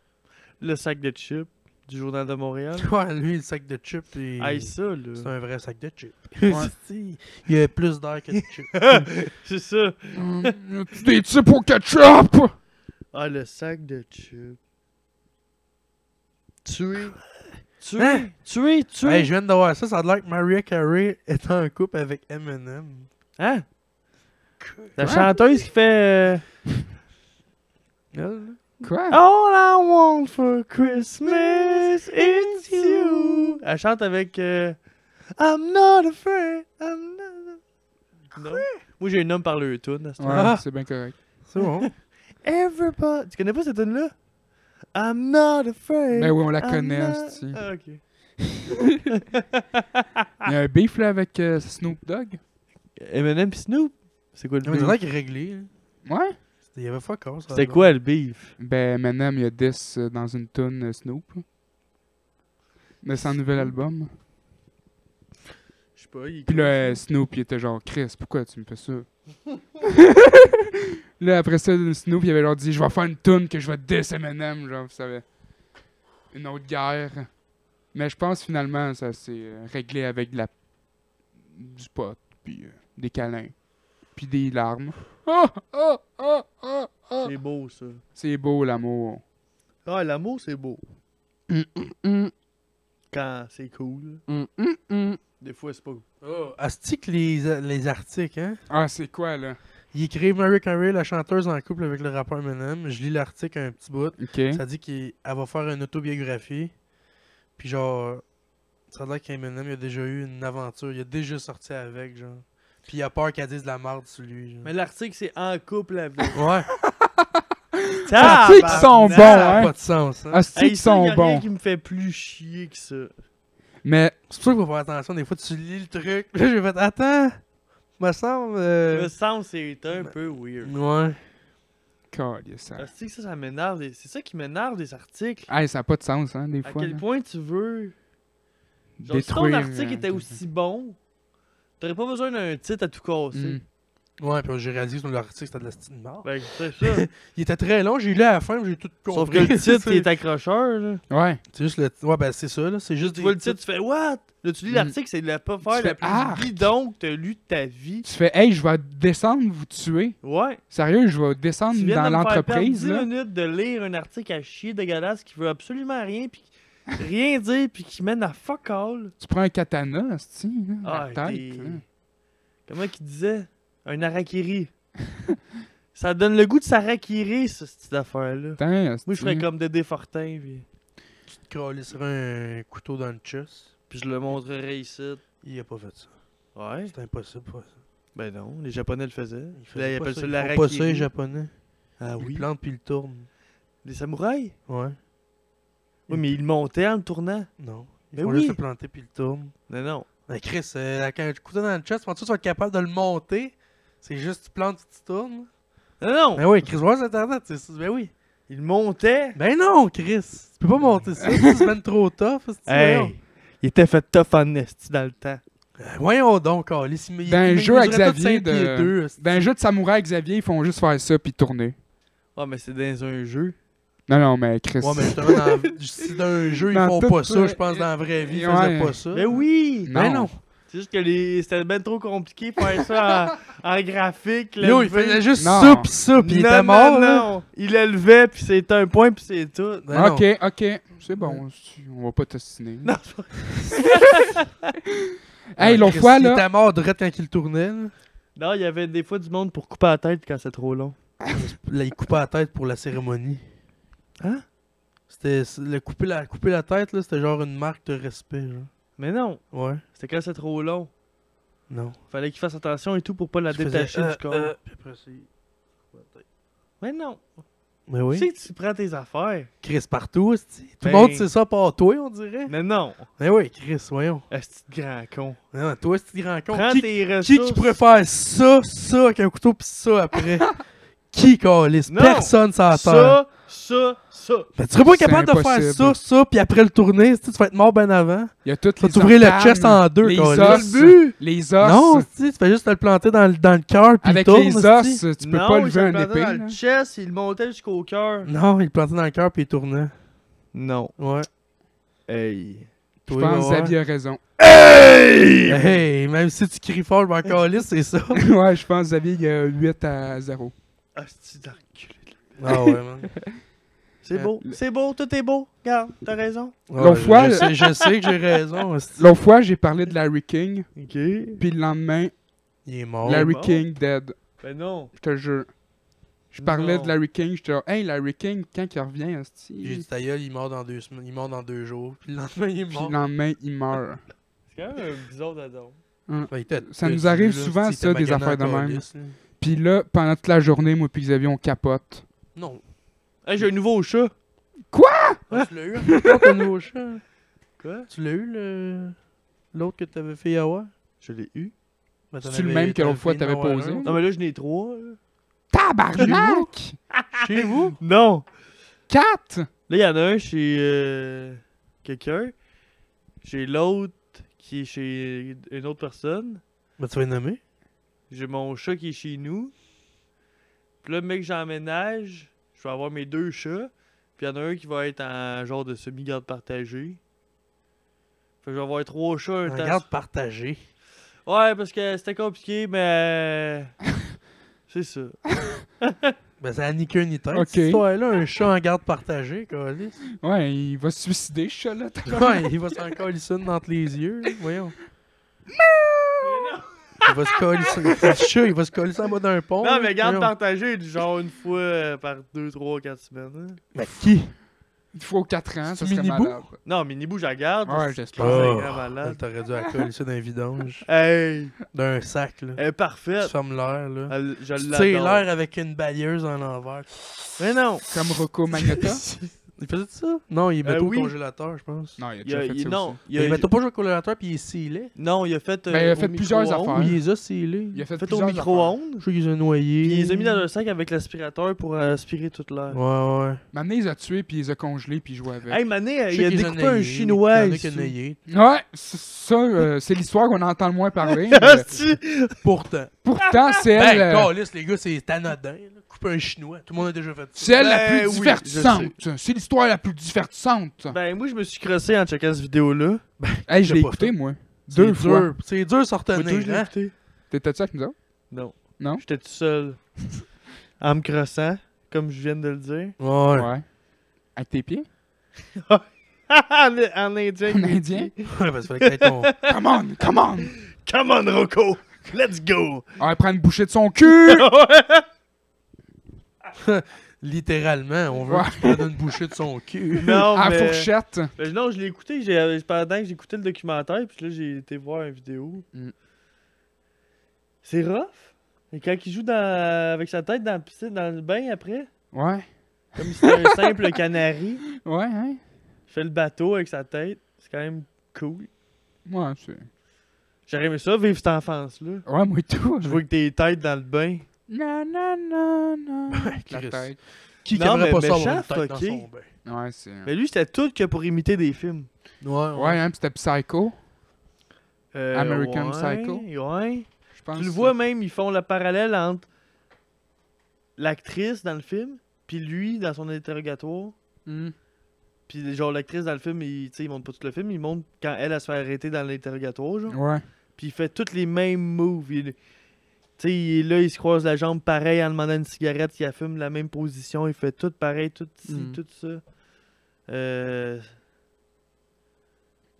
B: Le sac de chips du Journal de Montréal.
C: Ouais, lui, le sac de chips, il-
B: Aïe, ça,
C: c'est
B: là.
C: un vrai sac de chips.
A: Ouais.
C: Esti, Il y a plus d'air que de chips.
B: C'est ça.
A: Hum, y a-tu des types au ketchup?
B: Ah, le sac de chips. Tuer. Tuer.
C: Hein?
B: Tuer. Tuer.
C: Hey, je viens de voir ça, ça a l'air que Mariah Carey est en couple avec Eminem.
B: Hein? La
A: Quoi?
B: chanteuse qui fait. euh,
C: Elle, là.
A: Quoi?
C: Ah,
B: All I want for Christmas is you. Elle chante avec euh, I'm not afraid. I'm not. Non. Moi j'ai un homme par le tune.
A: Ouais,
C: Ah.
A: c'est bien correct.
C: C'est bon.
B: Ah. Everybody. Tu connais pas cette tune là? I'm not afraid.
A: Ben oui, on la
B: I'm
A: connaît,
B: not-
A: c'ti.
B: Ah, ok.
C: Ah.
A: Il y a un beef là avec euh, Snoop Dogg.
B: Eminem pis Snoop. C'est quoi le
C: Ah, Mais c'est
B: beef?
C: vrai qu'il est réglé. hein.
A: Ouais.
C: C'était- Il y avait fuck all, ça.
B: C'était quoi le beef?
A: Ben, Eminem, il y a 10 euh, dans une toune euh, Snoop. De son nouvel album.
B: Je sais pas. Il...
A: Puis là, euh, Snoop, il était genre, Chris, pourquoi tu me fais ça? là, après ça, Snoop, il avait leur dit, je vais faire une toune que je vais diss Eminem, genre, vous savez. Une autre guerre. Mais je pense finalement, ça s'est euh, réglé avec de la... du pot, puis euh, des câlins, puis des larmes. Ah, ah, ah, ah, ah.
B: C'est beau ça.
A: C'est beau l'amour.
B: Ah l'amour c'est beau.
C: Mm,
A: Hum,
B: Quand c'est cool.
A: hum,
C: mm,
A: hum, hum.
B: Des fois c'est pas cool.
C: Oh, asti que les, les articles, hein?
A: Ah, c'est quoi là?
C: Il écrit Mariah Carey, la chanteuse en couple avec le rappeur Eminem. Je lis l'article un petit bout.
A: Ok.
C: Ça dit qu'elle va faire une autobiographie. Puis genre, ça a l'air qu'Eminem, il a déjà eu une aventure. Il a déjà sorti avec, genre. Puis il a peur qu'elle dise de la merde sur lui, genre.
B: Mm. Mais l'article c'est en couple avec.
C: Ouais. Ah,
A: articles
B: Tabarnak.
A: sont bons,
C: ça a
A: hein?
C: pas de sens, hein?
A: Ah, c'est
B: Hey,
A: qu'ils
B: ça, y
A: sont
B: a rien
A: bons. Euh.
B: qui me fait plus chier que ça.
A: Mais
C: C'est pour ça qu'il faut faire attention. Des fois, tu lis le truc. Là, j'ai fait Attends, me semble. euh,
B: Le sens, c'est un
A: Mm.
C: ben-
B: peu weird.
C: Ouais.
A: Calisse, ça.
B: L'article, ça, ça m'énerve. des- C'est ça qui m'énerve des articles.
A: Hey, ça n'a pas de sens, hein, Ah, des
B: À
A: fois.
B: quel
A: là.
B: point tu veux. Genre, si ton
A: Détruire,
B: article
A: euh,
B: était aussi bon, t'aurais pas besoin d'un titre à tout
A: Mm.
B: casser.
C: Ouais, puis j'ai réalisé que l'article, c'était de la style mort.
B: Fait que c'est ça.
C: Il était très long, j'ai lu à la fin, j'ai tout compris.
B: Sauf que le titre
C: C'est-
B: il est accrocheur. là.
A: Ouais.
C: C'est juste le. Ouais, ben c'est ça, là. C'est juste
B: Tu vois le titre, tu fais What? Là, tu lis
A: Mm.
B: l'article, c'est la pas faire
A: fais,
B: la
A: Arc.
B: plus bidon que t'as lu de ta vie.
A: Tu fais, hey, je vais descendre vous tuer.
B: Ouais.
A: Sérieux, je vais
B: Tu
A: descendre dans
B: viens de me faire perdre
A: l'entreprise,
B: 10
A: là.
B: minutes de lire un article à chier dégueulasse qui veut absolument rien, puis qui- rien dire, puis qui mène à fuck all.
A: Tu prends un katana, c'ti, là,
B: Ah,
A: la tête. hein.
B: t'es-
A: là.
B: Comment qu'il disait Un arakiri. ça donne le goût de s'arakiri, ça, cette petite affaire-là.
A: Putain,
B: Moi, je ferais
A: c'ti.
B: comme Dédé Fortin, puis,
C: collé sur un couteau dans le chest.
B: puis je le montrerais ici.
C: Il a pas fait ça.
B: Ouais.
C: C'est impossible. Pas ça.
B: Ben non, les Japonais le faisaient.
C: Ils
B: Là, ils
C: faisaient pas
B: appellent
C: ça.
B: ça
C: Ils font pas ça, les
B: l'arakiri.
C: japonais.
B: Ah
C: Ils
B: oui.
C: plantent puis ils tournent.
B: Les samouraïs
C: Ouais.
B: Oui, mais ils le montaient en le tournant.
C: Non. Ils
B: Mais
C: font
B: Ben oui.
C: juste le planter puis ils tournent.
B: Non, non.
C: Mais Chris, euh, avec un couteau dans le chest, penses-tu que tu vas être capable de le monter C'est juste tu plantes tu tournes.
B: Non, non.
C: Ben oui, Chris, vois sur internet, c'est ça. Ben oui.
B: Ils le montaient.
C: Ben non, Chris. Tu peux pas monter ça. C'est une semaine trop tough. c'est-tu, voyons. Ben,
B: Hey. Il était fait tough en esti dans le temps.
C: Voyons donc, Alice. Il,
A: Dans
C: il-
B: Ben,
A: le
C: il
A: jeu à
C: mesurait
A: Xavier
C: tout cinq
A: de-
C: pieds deux, hostie.
A: Dans un Ben, jeu de samouraï Xavier, ils font juste faire ça puis tourner.
B: Ah, mais c'est dans un jeu.
A: Non, non, mais Chris.
C: Ouais, mais justement, dans, si dans un jeu, ils
A: Dans
C: font
A: tout,
C: pas ça,
A: euh,
C: je pense dans la vraie vie, ils
A: ouais.
C: faisaient pas ça.
B: Mais oui!
A: Non.
C: Mais Ben non.
B: C'est juste que les... c'était ben trop compliqué de faire ça en, en graphique.
C: Yo, il
B: lever.
C: faisait juste
A: Non.
C: ça pis ça, pis il
B: Non,
C: était mort,
B: non,
C: là.
B: non. Il élevait, puis c'était un point, puis c'est tout.
C: Ben non.
A: ok, ok. C'est bon, on va pas t'ostiner.
B: Non.
A: hey,
C: Ouais,
A: l'autre
C: Ah, Chris,
A: fois,
C: Il
A: là.
C: était mort direct quand il tournait, là.
B: Non, il y avait des fois du monde pour couper la tête quand c'est trop long.
C: Là, il coupait la tête pour la cérémonie.
B: Hein?
C: C'était c'est- le couper la, couper la tête, là, c'était genre une marque de respect, genre.
B: Mais non,
C: Ouais.
B: c'était quand c'est trop long.
C: Non.
B: Fallait qu'il fasse attention et tout pour pas la
C: Tu
B: détacher
C: faisais, euh,
B: du corps.
C: euh, puis après, c'est- coupait la tête.
B: Mais non,
C: Mais
B: tu sais
C: Ben oui.
B: que tu prends tes affaires.
C: Chris partout, hostie. Tout le
B: Ben-
C: monde sait ça par toi, on dirait.
B: Mais non,
C: Mais oui, Chris, voyons.
B: est-ce que grand con.
C: Mais Non, toi, c'est grand con.
B: Prends
C: Qui,
B: tes
C: qui,
B: ressources.
C: qui pourrait faire ça, ça, avec un couteau pis ça après? qui, Calis?
B: Non!
C: Personne s'en terre.
B: ça, ça, ça.
C: Ben, tu serais pas
A: C'est
C: capable de faire
A: impossible.
C: ça, ça, pis après le tourner, tu sais, tu vas être mort ben avant.
A: Il y a toutes
C: Tu
A: les.
C: vas t'ouvrir le
A: organes,
C: chest en deux,
A: les
C: Calis.
A: os,
C: but!
A: Les os.
C: Non, tu tu fais juste te le planter dans, le- dans le cœur pis
A: Avec
C: il tourne,
A: les
C: hostie.
A: os, tu peux pas lever un épée.
B: dans
A: là.
B: le chest, il montait jusqu'au cœur.
C: Non, il le plantait dans le cœur pis il tournait.
B: Non.
C: Ouais.
B: Hey.
A: Je
C: Toi,
A: pense que
C: ouais.
A: Xavier a raison.
B: Hey!
C: Hey, même si tu cries fort, je m'en calisse, c'est ça.
A: ouais, je pense que Xavier il y a 8 à 0.
B: Ah, c'est d'enculé.
C: Ah ouais, man.
B: C'est
C: Euh,
B: beau, c'est beau, tout est beau. Regarde, t'as raison.
C: Ouais,
A: L'autre
C: je-
A: fois,
C: je,
A: le-
C: sais, je sais que j'ai raison. hostie.
A: L'autre fois, j'ai parlé de Larry King,
B: Ok.
A: puis le lendemain,
C: Il est mort.
A: Larry
B: bon.
A: King dead.
B: Ben non.
A: Je te jure. Je parlais
B: Non.
A: de Larry King, j'étais genre, hey Larry King, quand il revient, hostie?
C: J'ai dit ta gueule, il meurt dans deux semaines, il meurt dans deux jours. Puis le lendemain, il est
A: Puis
C: mort.
A: le lendemain, il meurt.
B: C'est quand même un bizarre d'adon.
C: Ouais, Ben, il était-
A: Ça nous
C: il était
A: arrive
C: là,
A: souvent,
C: il
A: ça,
C: était
A: des
C: magané
A: affaires de
C: en
A: même.
C: calice, là.
A: Puis là, pendant toute la journée, moi puis Xavier, on capote.
C: Non.
B: Hey, j'ai un nouveau chat.
C: Ah, tu l'as eu, encore, ton nouveau chat.
B: Quoi?
C: Tu l'as eu, le- l'autre que t'avais fait avoir?
B: Je l'ai eu.
C: Ben, t'en
A: C'est-tu le
C: avais-
A: même que l'autre
C: t'avais
A: fois
C: fait
A: t'avais
C: en avoir
A: posé?
C: un autre.
B: Non, mais là, je n'ai trois. là.
A: Tabarnak!
C: Chez vous?
B: Non.
A: 4!
B: Là, il y en a un chez euh, quelqu'un. J'ai l'autre qui est chez une autre personne.
C: Ben, tu vas le nommer?
B: J'ai mon chat qui est chez nous. Puis là, mec, j'emménage. Je vais avoir mes deux chats. Puis il y en a un qui va être en genre de semi-garde partagée. Fait que je vais avoir trois chats. un
C: Un
B: temps-
C: garde partagé.
B: Ouais, parce que c'était compliqué, mais. C'est ça.
C: Ben, ça a ni queue ni tête,
A: Ok.
C: cette histoire-là. Un chat en garde partagée, câlisse.
A: Ouais, il va se suicider, ce chat-là.
C: Ouais, il va s'en câlisser une entre les yeux, là. voyons. Il va se câlisser. Le chat, il va se câlisser en bas d'un pont.
B: Non,
C: là,
B: mais garde
C: voyons.
B: partagée, du genre une fois euh, par deux, trois, quatre semaines. hein.
C: Mais qui?
A: Il faut 4 ans, ça
C: C'est
A: serait
C: Minibou?
A: malade.
B: Non, mais Nibou, je la garde.
A: Ouais,
B: c'est
A: j'espère.
B: un
C: Oh.
B: grand malade.
C: Elle t'aurait dû la coller ça d'un vidange.
B: Hey,
C: D'un sac, là.
B: elle est
A: Euh,
C: Tu
B: parfaite.
C: fermes l'air, là.
B: Elle- je
C: Tu
B: l'adore.
C: tires l'air avec une balayeuse en l'envers.
B: Mais non.
A: Comme Rocco Magnata?
C: Il faisait ça? Non, il
B: Euh,
C: mettait au
B: oui.
C: congélateur, je pense.
A: non, il a
B: Il
A: déjà
B: a,
A: fait
B: il-
A: ça
B: non,
A: aussi.
B: il
C: Il,
B: a,
C: mettait pas au congélateur, puis il scellait.
B: non, il a fait. euh,
A: Ben, il a
B: au
A: fait plusieurs
B: micro-ondes.
A: affaires. Ouais.
C: Il les a scellés.
A: Il a fait,
B: Il a fait au
A: plusieurs
B: micro-ondes.
C: Je sais qu'ils ont noyé.
B: Puis il les a mis dans un sac avec l'aspirateur pour euh, aspirer toute l'air.
C: Ouais, ouais.
A: affaires. Maintenant, il les a tués, puis il les a congelés, puis il jouait avec.
B: Hey, Mané,
C: Je
B: euh,
C: sais
B: il a
C: qu'ils
B: découpé
C: ont
B: un
C: noyé,
B: chinois.
C: Il y en a qui ont
B: ici.
C: noyé.
A: Ouais, c- ça, euh, c'est l'histoire qu'on entend le moins parler. mais
B: Asti!
C: Pourtant.
A: pourtant, c'est elle,
C: Ben,
A: euh,
C: calisse, les gars, c'est anodin. là. Couper un chinois. Tout le monde a déjà fait ça.
A: c'est elle la
B: Ben
A: plus
B: oui,
A: divertissante. c'est l'histoire la plus divertissante.
B: Ben, moi, je me suis crossé en checkant cette vidéo-là.
A: hey, je
C: j'ai
A: l'ai
C: pas
A: écouté,
C: fait.
A: moi.
C: C'est
A: Deux fois.
C: dur. C'est dur de s'en
B: Moi, toi, je
C: retenir,
B: l'ai
C: hein.
B: écouté.
A: T'étais-tu avec nous autres?
B: Non.
A: Non?
B: J'étais tout seul. en me crossant, comme je viens de le dire.
C: Ouais.
A: Avec tes pieds?
B: en, en indien.
A: En indien?
C: Ouais, parce qu'il fallait que t'aies ton...
A: Come on, come on!
B: Come on, Rocco! Let's go!
A: Ah, elle prend une bouchée de son cul!
C: Littéralement, on veut
A: Ouais.
C: que tu prennes une bouchée de son cul.
B: non,
A: à la
B: mais...
A: fourchette!
B: Ben, non, je l'ai écouté. j'ai- euh, Pendant que j'écoutais le documentaire, puis là, j'ai été voir une vidéo.
A: Mm.
B: C'est rough. Et quand il joue dans... avec sa tête dans la piscine, dans le bain après,
A: Ouais,
B: comme si c'était un simple canari,
A: ouais, hein?
B: il fait le bateau avec sa tête. C'est quand même cool.
A: Ouais, c'est...
B: J'aurais aimé ça, vivre cette enfance-là.
A: Ouais, moi et tout.
B: Je vois que t'es têtes dans le bain.
A: Non, non, non, non. La
C: Chris.
A: tête.
C: Qui
B: Non,
C: n'aimerait
B: mais
C: pas ça avoir
B: méchant,
C: une tête dans
B: fucké.
C: son bain?
A: Ouais, c'est...
B: Mais lui, c'était tout que pour imiter des films.
C: Ouais, ouais.
A: Ouais, hein, pis c'était Psycho.
B: Euh,
A: American
B: ouais,
A: Psycho?
B: Ouais.
A: Je pense
B: Tu le
A: que-
B: vois même, ils font le parallèle entre l'actrice dans le film, puis lui dans son interrogatoire.
A: Hmm.
B: Puis genre l'actrice dans le film, il, tu sais, il montre pas tout le film, il montre quand elle, elle se fait arrêter dans l'interrogatoire, genre.
A: Ouais.
B: Puis il fait tous les mêmes moves. Il, tu sais, il est là, il se croise la jambe pareil en demandant une cigarette, il affume la même position, il fait tout pareil, tout ci,
A: Mm.
B: tout ça. Euh,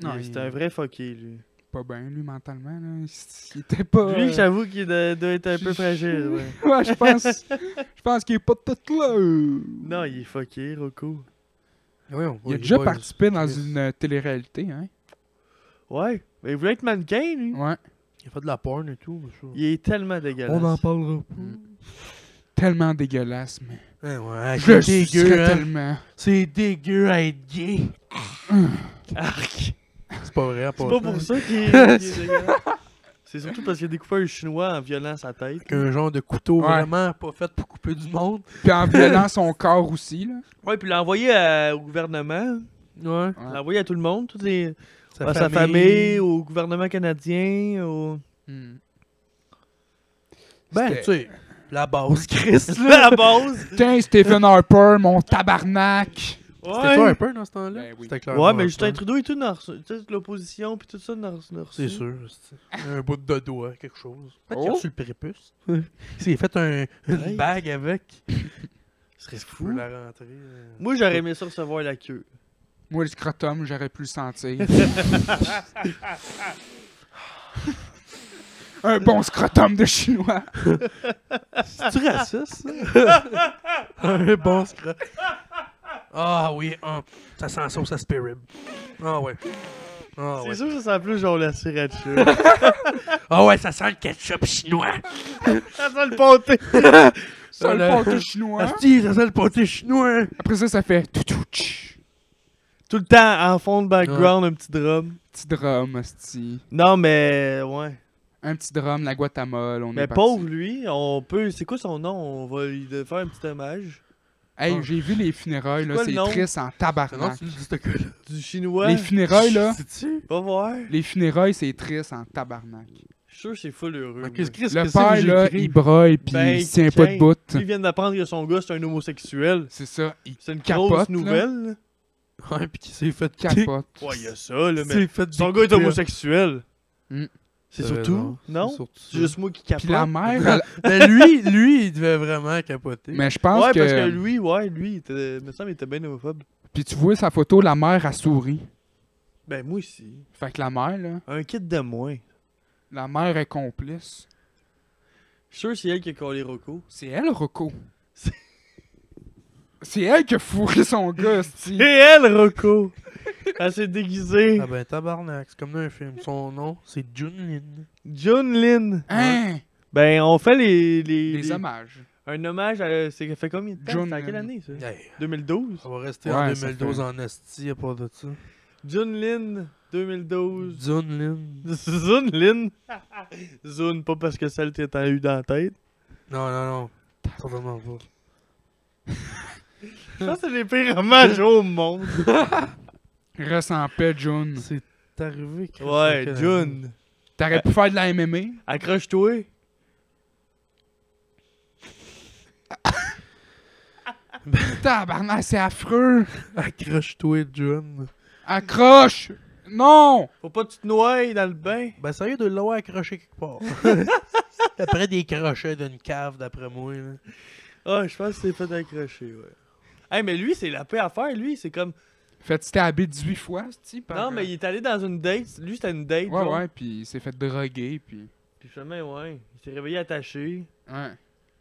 A: Non,
B: il-
A: il
B: c'est un vrai fucké, lui.
A: pas bien, lui, mentalement. Là. Il- Il était pas.
B: Lui,
A: euh,
B: j'avoue qu'il doit, doit être un peu fragile, ouais.
A: ouais, je pense. Je pense qu'il est pas tout là.
B: Non, il est fucké, Rocco.
C: Voyons,
A: Il a
C: oui,
A: déjà
C: boys.
A: participé dans
C: Chris.
A: une euh, télé-réalité, hein?
B: Ouais, mais il voulait être mannequin, lui.
C: Mm.
A: Ouais.
C: Il a fait de la porn et tout. mais ça.
B: Il est tellement dégueulasse.
C: parlera pas.
A: Tellement dégueulasse, mais.
C: Hein,
B: Ah,
C: ouais,
A: Je
C: c'est
A: le
C: dégueu,
A: dégueu
C: hein.
A: tellement.
C: C'est dégueu à être gay.
B: Arc.
C: C'est pas vrai, à
B: C'est
C: part
B: pas pour ça qu'il est, qu'il est dégueulasse. C'est surtout parce qu'il a découpé un chinois en violant sa tête.
C: Avec un genre de couteau
A: Ouais.
C: vraiment pas fait pour couper du monde.
A: Puis en violant son corps aussi, là.
B: Ouais, puis il l'a envoyé à- au gouvernement.
C: Ouais.
B: Il l'a envoyé à tout le monde, toutes les-
C: Sa,
B: à sa famille, au gouvernement canadien, au.
A: Hmm.
C: Ben,
A: C'était-
C: tu sais, la base, Chris.
B: C'est la base!
A: Putain, Stephen Harper, mon tabarnak!
C: C'était toi
B: Ouais!
C: un peu dans ce temps-là.
A: Ben oui.
C: C'était clairement
B: Ouais,
C: un
B: mais Justin
C: peu.
B: Trudeau et tout, n'a reçu- tu sais, l'opposition, puis tout ça, n'a reçu- n'a reçu.
C: C'est sûr. c'est- Un bout de doigt, quelque chose. Peut-être qu'il
A: Oh.
C: a reçu le prépuce. Il s'est fait un,
B: Hey.
C: une bague avec.
B: Ce serait fou.
C: Pour la rentrée. euh.
B: Moi, j'aurais aimé ça recevoir la queue.
A: Moi, le scrotum, j'aurais pu le sentir. Un bon scrotum de chinois!
B: Ah,
C: C'est-tu raciste, ça? un bon scrap. Ah oui, ah, ça sent la sauce à spirit. Ah ouais. Ah
B: C'est
C: ouais.
B: sûr que ça sent plus genre la sriracha.
C: Ah ouais, ça sent le ketchup chinois.
B: ça sent le pâté!
A: Ça, le
C: Ah, là.
A: pâté chinois!
C: Asti, ça sent le pâté chinois.
A: Après ça, ça fait... tout, tout, tch.
B: Tout le temps, en fond de background, un petit drum.
A: Petit drum, hostie.
B: Non, mais. Ouais.
A: Un petit drum, la guatamole, on est
B: Mais
A: parti.
B: pauvre, lui, on peut. C'est quoi son nom? On va lui faire un petit hommage.
A: Hey,
C: Oh.
A: j'ai vu les funérailles,
B: C'est
A: là,
B: quoi le
A: c'est
B: nom?
A: triste en
C: Non,
A: tabarnak.
C: tu me dis ce que
B: Du chinois.
A: Les funérailles, là,
C: C'est-tu?
B: Va voir.
A: les funérailles, c'est triste en tabarnak.
B: Je suis sûr que c'est full heureux.
C: Mais
B: moi.
C: Qu'est-ce qu'est-ce que
A: Le
C: c'est que
A: père,
C: j'ai
A: là,
C: écrit?
A: il broille, puis
B: Ben,
A: il se tient pas
B: tiens,
A: de bout.
B: Ils viennent d'apprendre que son gars, c'est un homosexuel.
A: C'est ça, il
B: C'est une
A: Capote,
B: grosse
A: là.
B: nouvelle.
C: Ouais, puis qui s'est fait kick.
A: capote.
B: Ouais, il y a ça, là, mais.
C: s'est fait
B: Son gars est
C: découper.
B: homosexuel.
A: Mm.
B: C'est
C: Euh,
B: surtout. Non?
C: c'est surtout ça.
B: C'est juste moi qui capote.
A: Puis la mère, elle-
C: Mais Ben, lui, lui, il devait vraiment capoter.
A: mais je pense
B: ouais,
A: que...
B: parce que lui, ouais, lui, il était... me semble il était bien homophobe.
A: Puis tu vois sa photo, la mère, a souri.
B: Ben, moi aussi.
A: Fait que la mère, là,
B: Un kit de moins.
A: la mère est complice.
B: Je suis sûr que c'est elle qui a collé Rocco.
A: C'est elle, Rocco.
B: C'est-
A: C'est elle qui a fourré son gars, hostie.
B: Et elle, Rocco! elle s'est déguisée.
C: Ah ben tabarnak, c'est comme dans un film. Son nom, c'est Junlin.
B: John Lynn.
A: Hein?
B: Ben, on fait les. les,
A: Les
B: les-
A: hommages.
B: Un hommage à. C'est fait combien de temps?
A: John
B: C'était à quelle
A: Lynn.
B: année, ça?
C: Hey,
B: 2012?
C: ça va rester
A: Ouais,
C: en
A: ça
C: 2012
A: fait-
C: en esti à part de ça.
B: John Lynn, 2012.
C: Junlin.
B: Zun Lynn. Zun, pas parce que celle t'en eu dans la tête.
C: Non, non, non. Certainement pas.
B: Je pense que c'est les pires hommages au monde.
A: Reste en paix, June.
C: C'est arrivé. Chris,
B: Mm. Ouais,
C: avec- euh,
B: June.
A: T'aurais pu faire de la MMA?
B: Accroche-toi.
A: Tabarnak, c'est affreux!
C: Accroche-toi, June.
A: Accroche! Non!
B: Faut pas que tu te noies dans le bain.
C: Ben sérieux, de l'avoir accroché quelque part. Après des crochets d'une cave, d'après moi. Là.
B: Ah, je pense que c'est fait accrocher, ouais. Hey, mais lui, c'est la paix à faire, lui. C'est comme.
A: Fait stabber 18 fois, c'ti, par...
B: Non, mais il est allé dans une date. Lui, c'était une date.
A: Ouais,
B: genre.
A: ouais, puis il s'est fait droguer, puis...
B: Puis finalement, ouais. Il s'est réveillé attaché.
A: Ouais.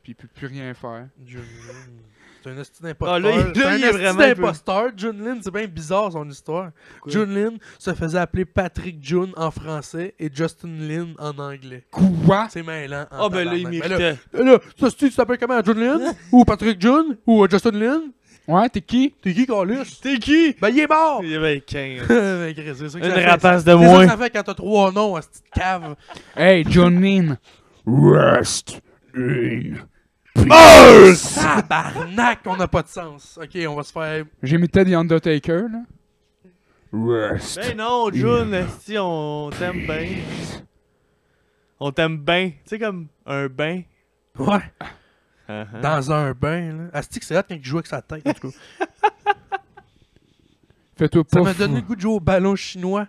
A: Puis il peut plus rien faire.
C: June Lin. C'est un esti d'imposteur.
B: Ah, là, il- là,
C: c'est un
B: il est
C: esti
B: vraiment un peu-
C: d'imposteur. June Lin, c'est bien bizarre son histoire.
B: Quoi?
C: June Lin se faisait appeler Patrick June en français et Justin Lin en anglais.
A: Quoi?
C: C'est mêlant. en
B: Ah, ben là, il
C: tabarnak. Mais là,
B: méritait.
C: Eh Là, ça, c'est-tu, tu t'appelles comment? John Lynn? ou Patrick John? Ou euh, Justin Lynn?
A: Ouais, t'es qui?
C: T'es qui, Carlis?
B: T'es qui?
C: Ben, il est mort!
B: Il y avait 15.
C: Ben, Chris, c'est ça que
B: Une
C: ça fait.
B: rapace de
C: C'est ça que
B: moins.
C: ça fait quand t'as trois noms à cette cave.
A: Hey, John Lynn! Rest in peace!
C: Tabarnak, on n'a pas de sens. Ok, on va se faire.
A: J'ai mis Ted The Undertaker, là. Rust.
B: Ben non, June, esti, on t'aime bien. On t'aime bien. Tu sais, comme un bain.
C: Ouais.
B: Uh-huh.
C: Dans un bain, là. Asti que c'est hot quand il joue avec sa tête, en tout cas.
A: Fais-toi
C: Ça
A: pas
C: m'a
A: fou.
C: donné le goût de jouer au ballon chinois.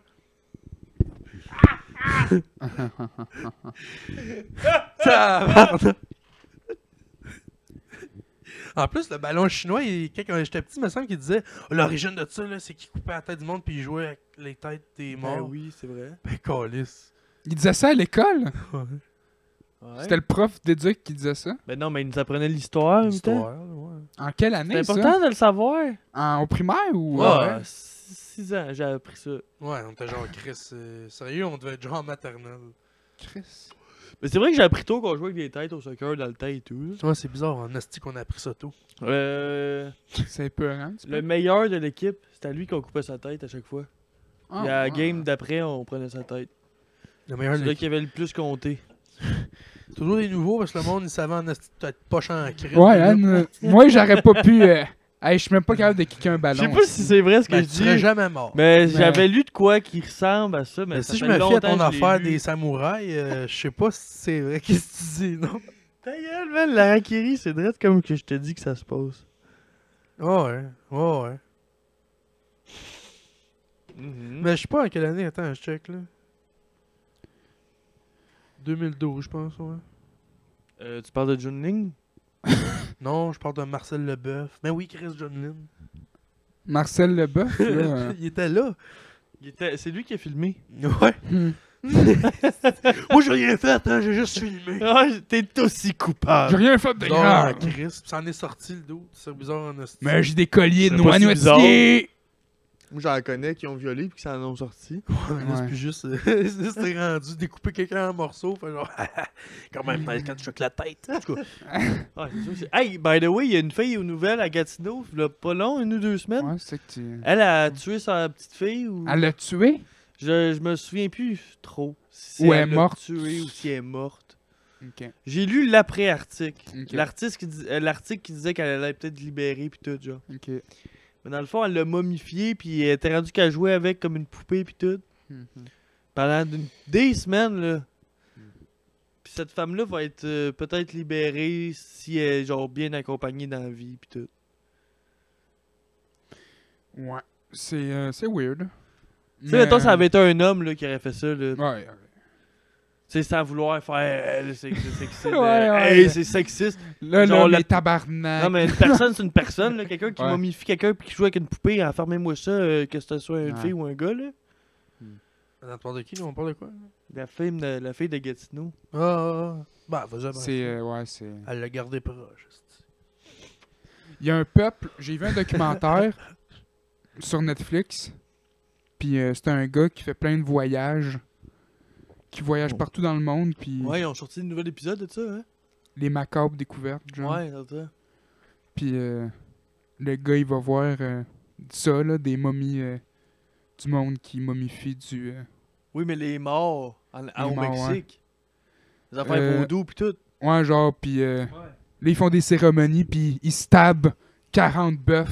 C: Tabarnak. En plus, le ballon chinois, il- quand j'étais petit, il me semble qu'il disait l'origine de ça, là, c'est qu'il coupait la tête du monde puis il jouait avec les têtes des morts.
B: Ben oui, c'est vrai.
C: Ben, câlisse.
A: Il disait ça à l'école?
B: Ouais.
A: C'était le prof d'éduc qui disait ça?
B: Ben non, mais il nous apprenait l'histoire. en même temps.
C: Histoire, ouais.
A: En quelle
B: C'est
A: année, ça?
B: important de le savoir.
A: En, au primaire ou... euh,
B: Ouais. 6 ans, j'ai appris ça.
C: Ouais, on était genre Chris. euh, sérieux, on devait être genre en maternelle.
A: Chris.
B: Mais c'est vrai que j'ai appris tôt qu'on jouait avec des têtes au soccer dans le temps et tout.
C: Tu vois, c'est bizarre, en asti qu'on a appris ça tôt.
B: Euh,
A: C'est peurant, tu
B: le
A: peux-
B: meilleur de l'équipe, c'était à lui qu'on coupait sa tête à chaque fois.
A: Ah,
B: Et à la
A: ouais.
B: game d'après, on prenait sa tête.
C: Le meilleur,
B: C'est là qui avait le plus compté.
C: Toujours des nouveaux parce que le monde, il savait en asti peut-être poche en crise.
A: Ouais, Anne, euh, moi, j'aurais pas pu... euh, hey, je suis même pas capable de kicker un
C: Ah,
B: Je
A: ballon.
B: sais pas si c'est vrai ce que
C: Ben, tu
B: je
C: serais
B: dis.
C: jamais mort.
B: Mais
A: Ben-
B: j'avais lu de quoi qui ressemble à ça. Mais,
C: Mais
B: ça
C: si je
B: fait
C: me fie à
B: longtemps
C: ton
B: que je l'ai
C: affaire
B: lu.
C: des samouraïs, euh, je sais pas si c'est vrai. Qu'est-ce que tu dis, non?
B: Ta gueule, man, la Hakiri, c'est direct comme que je te dis que ça se passe.
C: Ouais, ouais, ouais.
B: Mm-hmm.
C: Mais je sais pas à quelle année, attends, je check là. 2012, je pense, ouais.
B: Euh, tu parles de Jun Ling
C: Non, je parle de Marcel Leboeuf. Mais oui, Chris John Lynn.
A: Marcel Leboeuf, là... euh,
C: il était là.
B: Il était- C'est lui qui a filmé.
C: Ouais.
A: hmm.
C: Moi, j'ai rien fait, hein, j'ai juste filmé.
B: Ah, t'es aussi
A: J'ai
B: coupable.
A: rien fait de
C: Non,
A: grave.
C: Chris, ça en est sorti le dos. C'est bizarre en esti.
A: Mais j'ai des colliers
B: C'est pas si bizarre.
A: noisnotiers.
B: Moi, j'en connais qui ont violé puis qui s'en ont sorti.
C: Ouais, mais là,
A: Ouais.
C: c'est plus juste. euh, c'est c'est rendu découper quelqu'un en morceaux. Fait genre, quand même, quand tu choques la tête. En tout cas,
B: Ouais, Ah, c'est sûr, c'est- hey, by the way, il y a une fille aux nouvelles à Gatineau, il y a pas long, une ou deux semaines.
A: Ouais, c'est que tu...
B: Elle a tué sa petite fille ou.
A: Elle l'a tué?
B: Je, je me souviens plus trop. Si
A: Ou
B: elle
A: elle est
B: l'a
A: morte.
B: tuée ou si elle est morte.
A: Ok.
B: J'ai lu l'après-article.
A: Ok.
B: L'artiste qui dis- euh, L'article qui disait qu'elle allait peut-être libérer puis tout, genre.
A: Ok.
B: Mais dans le fond, elle l'a momifiée puis elle était rendue qu'elle jouait avec comme une poupée puis tout.
A: Mhm.
B: Pendant d'une- des semaines, là.
A: Mm.
B: Puis cette femme-là va être euh, peut-être libérée si elle est genre bien accompagnée dans la vie puis tout.
A: Ouais. C'est euh, c'est weird.
B: Tu sais, mettons, ça avait été un homme là, qui aurait fait ça, là.
A: euh, Ouais, ouais.
B: Tu sais, sans vouloir faire. euh, c'est c'est sexiste.
A: Ouais,
B: euh,
A: ouais.
B: hey, c'est sexiste.
A: Là,
B: Genre,
A: là,
B: la-
A: les tabarnak.
B: Non, mais une personne, c'est une personne, là. Quelqu'un qui
A: Ouais.
B: momifie quelqu'un puis qui joue avec une poupée, enfermez-moi ça, euh, que ce soit une
A: Ouais.
B: fille ou un gars, là.
C: Attends, tu parles de qui là On parle de quoi là?
B: La fille de, la fille de Gatineau.
C: Ah, ah, ah. Bah, vas-y, après.
A: C'est. euh, ouais, c'est.
C: Elle l'a gardé proche. esti.
A: Il y a un peuple. J'ai vu un documentaire sur Netflix. Puis euh, c'est un gars qui fait plein de voyages. Qui voyage partout dans le monde. Puis
B: Oh. Mm. Ouais, ils ont sorti un nouvel épisode de ça, hein.
A: les macabres découvertes, genre.
B: Ouais, c'est ça.
A: Puis euh, le gars, il va voir euh, ça, là, des momies euh, du monde qui momifient du. euh,
B: Oui, mais les morts en- en- au
A: morts, ouais.
B: Mexique. Les affaires
A: Euh,
B: vaudou puis tout.
A: Ouais, genre, puis euh, là, ils font des cérémonies, puis ils stabent 40 bœufs.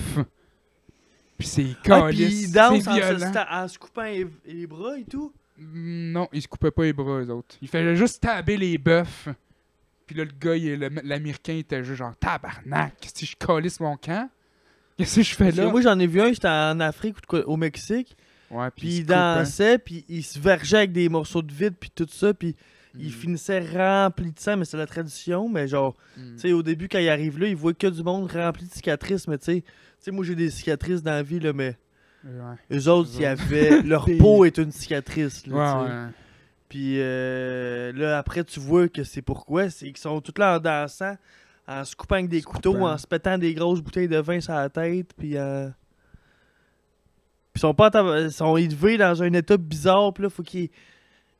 A: Puis c'est
B: Ah, puis
A: calice,
B: ils dansent
A: c'est
B: en, se,
A: violent.
B: sta- en se coupant les, les bras et tout.
A: Mm, Non, ils se coupaient pas les bras, eux autres. Ils faisaient juste stabber les bœufs. Puis là, le gars, il- le- l'Américain, il était juste genre « Tabarnak, si je calisse mon camp, qu'est-ce que je fais
B: Parce que
A: là?
B: moi, j'en ai vu un, c'était en Afrique ou de quoi- au Mexique. »
A: Ouais,
B: Puis
A: ils
B: il
A: se coupent, hein.
B: dansait, puis il se vergeait avec des morceaux de vide, puis tout ça, puis il
A: Mm.
B: finissait rempli de sang, mais c'est la tradition, mais genre,
A: Mm.
B: tu sais, au début, quand il arrive là, il voit que du monde rempli de cicatrices, mais tu sais, tu sais, moi j'ai des cicatrices dans la vie, là, mais
A: Ouais,
B: eux autres,
A: Eux
B: il y
A: autres.
B: avait, leur
A: Des-
B: peau est une cicatrice,
A: ouais,
B: là, tu sais.
A: ouais.
B: Puis euh, là, après, tu vois que c'est pourquoi, c'est qu'ils sont tous là en dansant, en se coupant avec des
A: Se
B: couteaux,
A: coupant.
B: en se pétant des grosses bouteilles de vin sur la tête, puis en- Puis ils sont pas en tab- ils sont élevés dans un état bizarre, puis là, faut qu'ils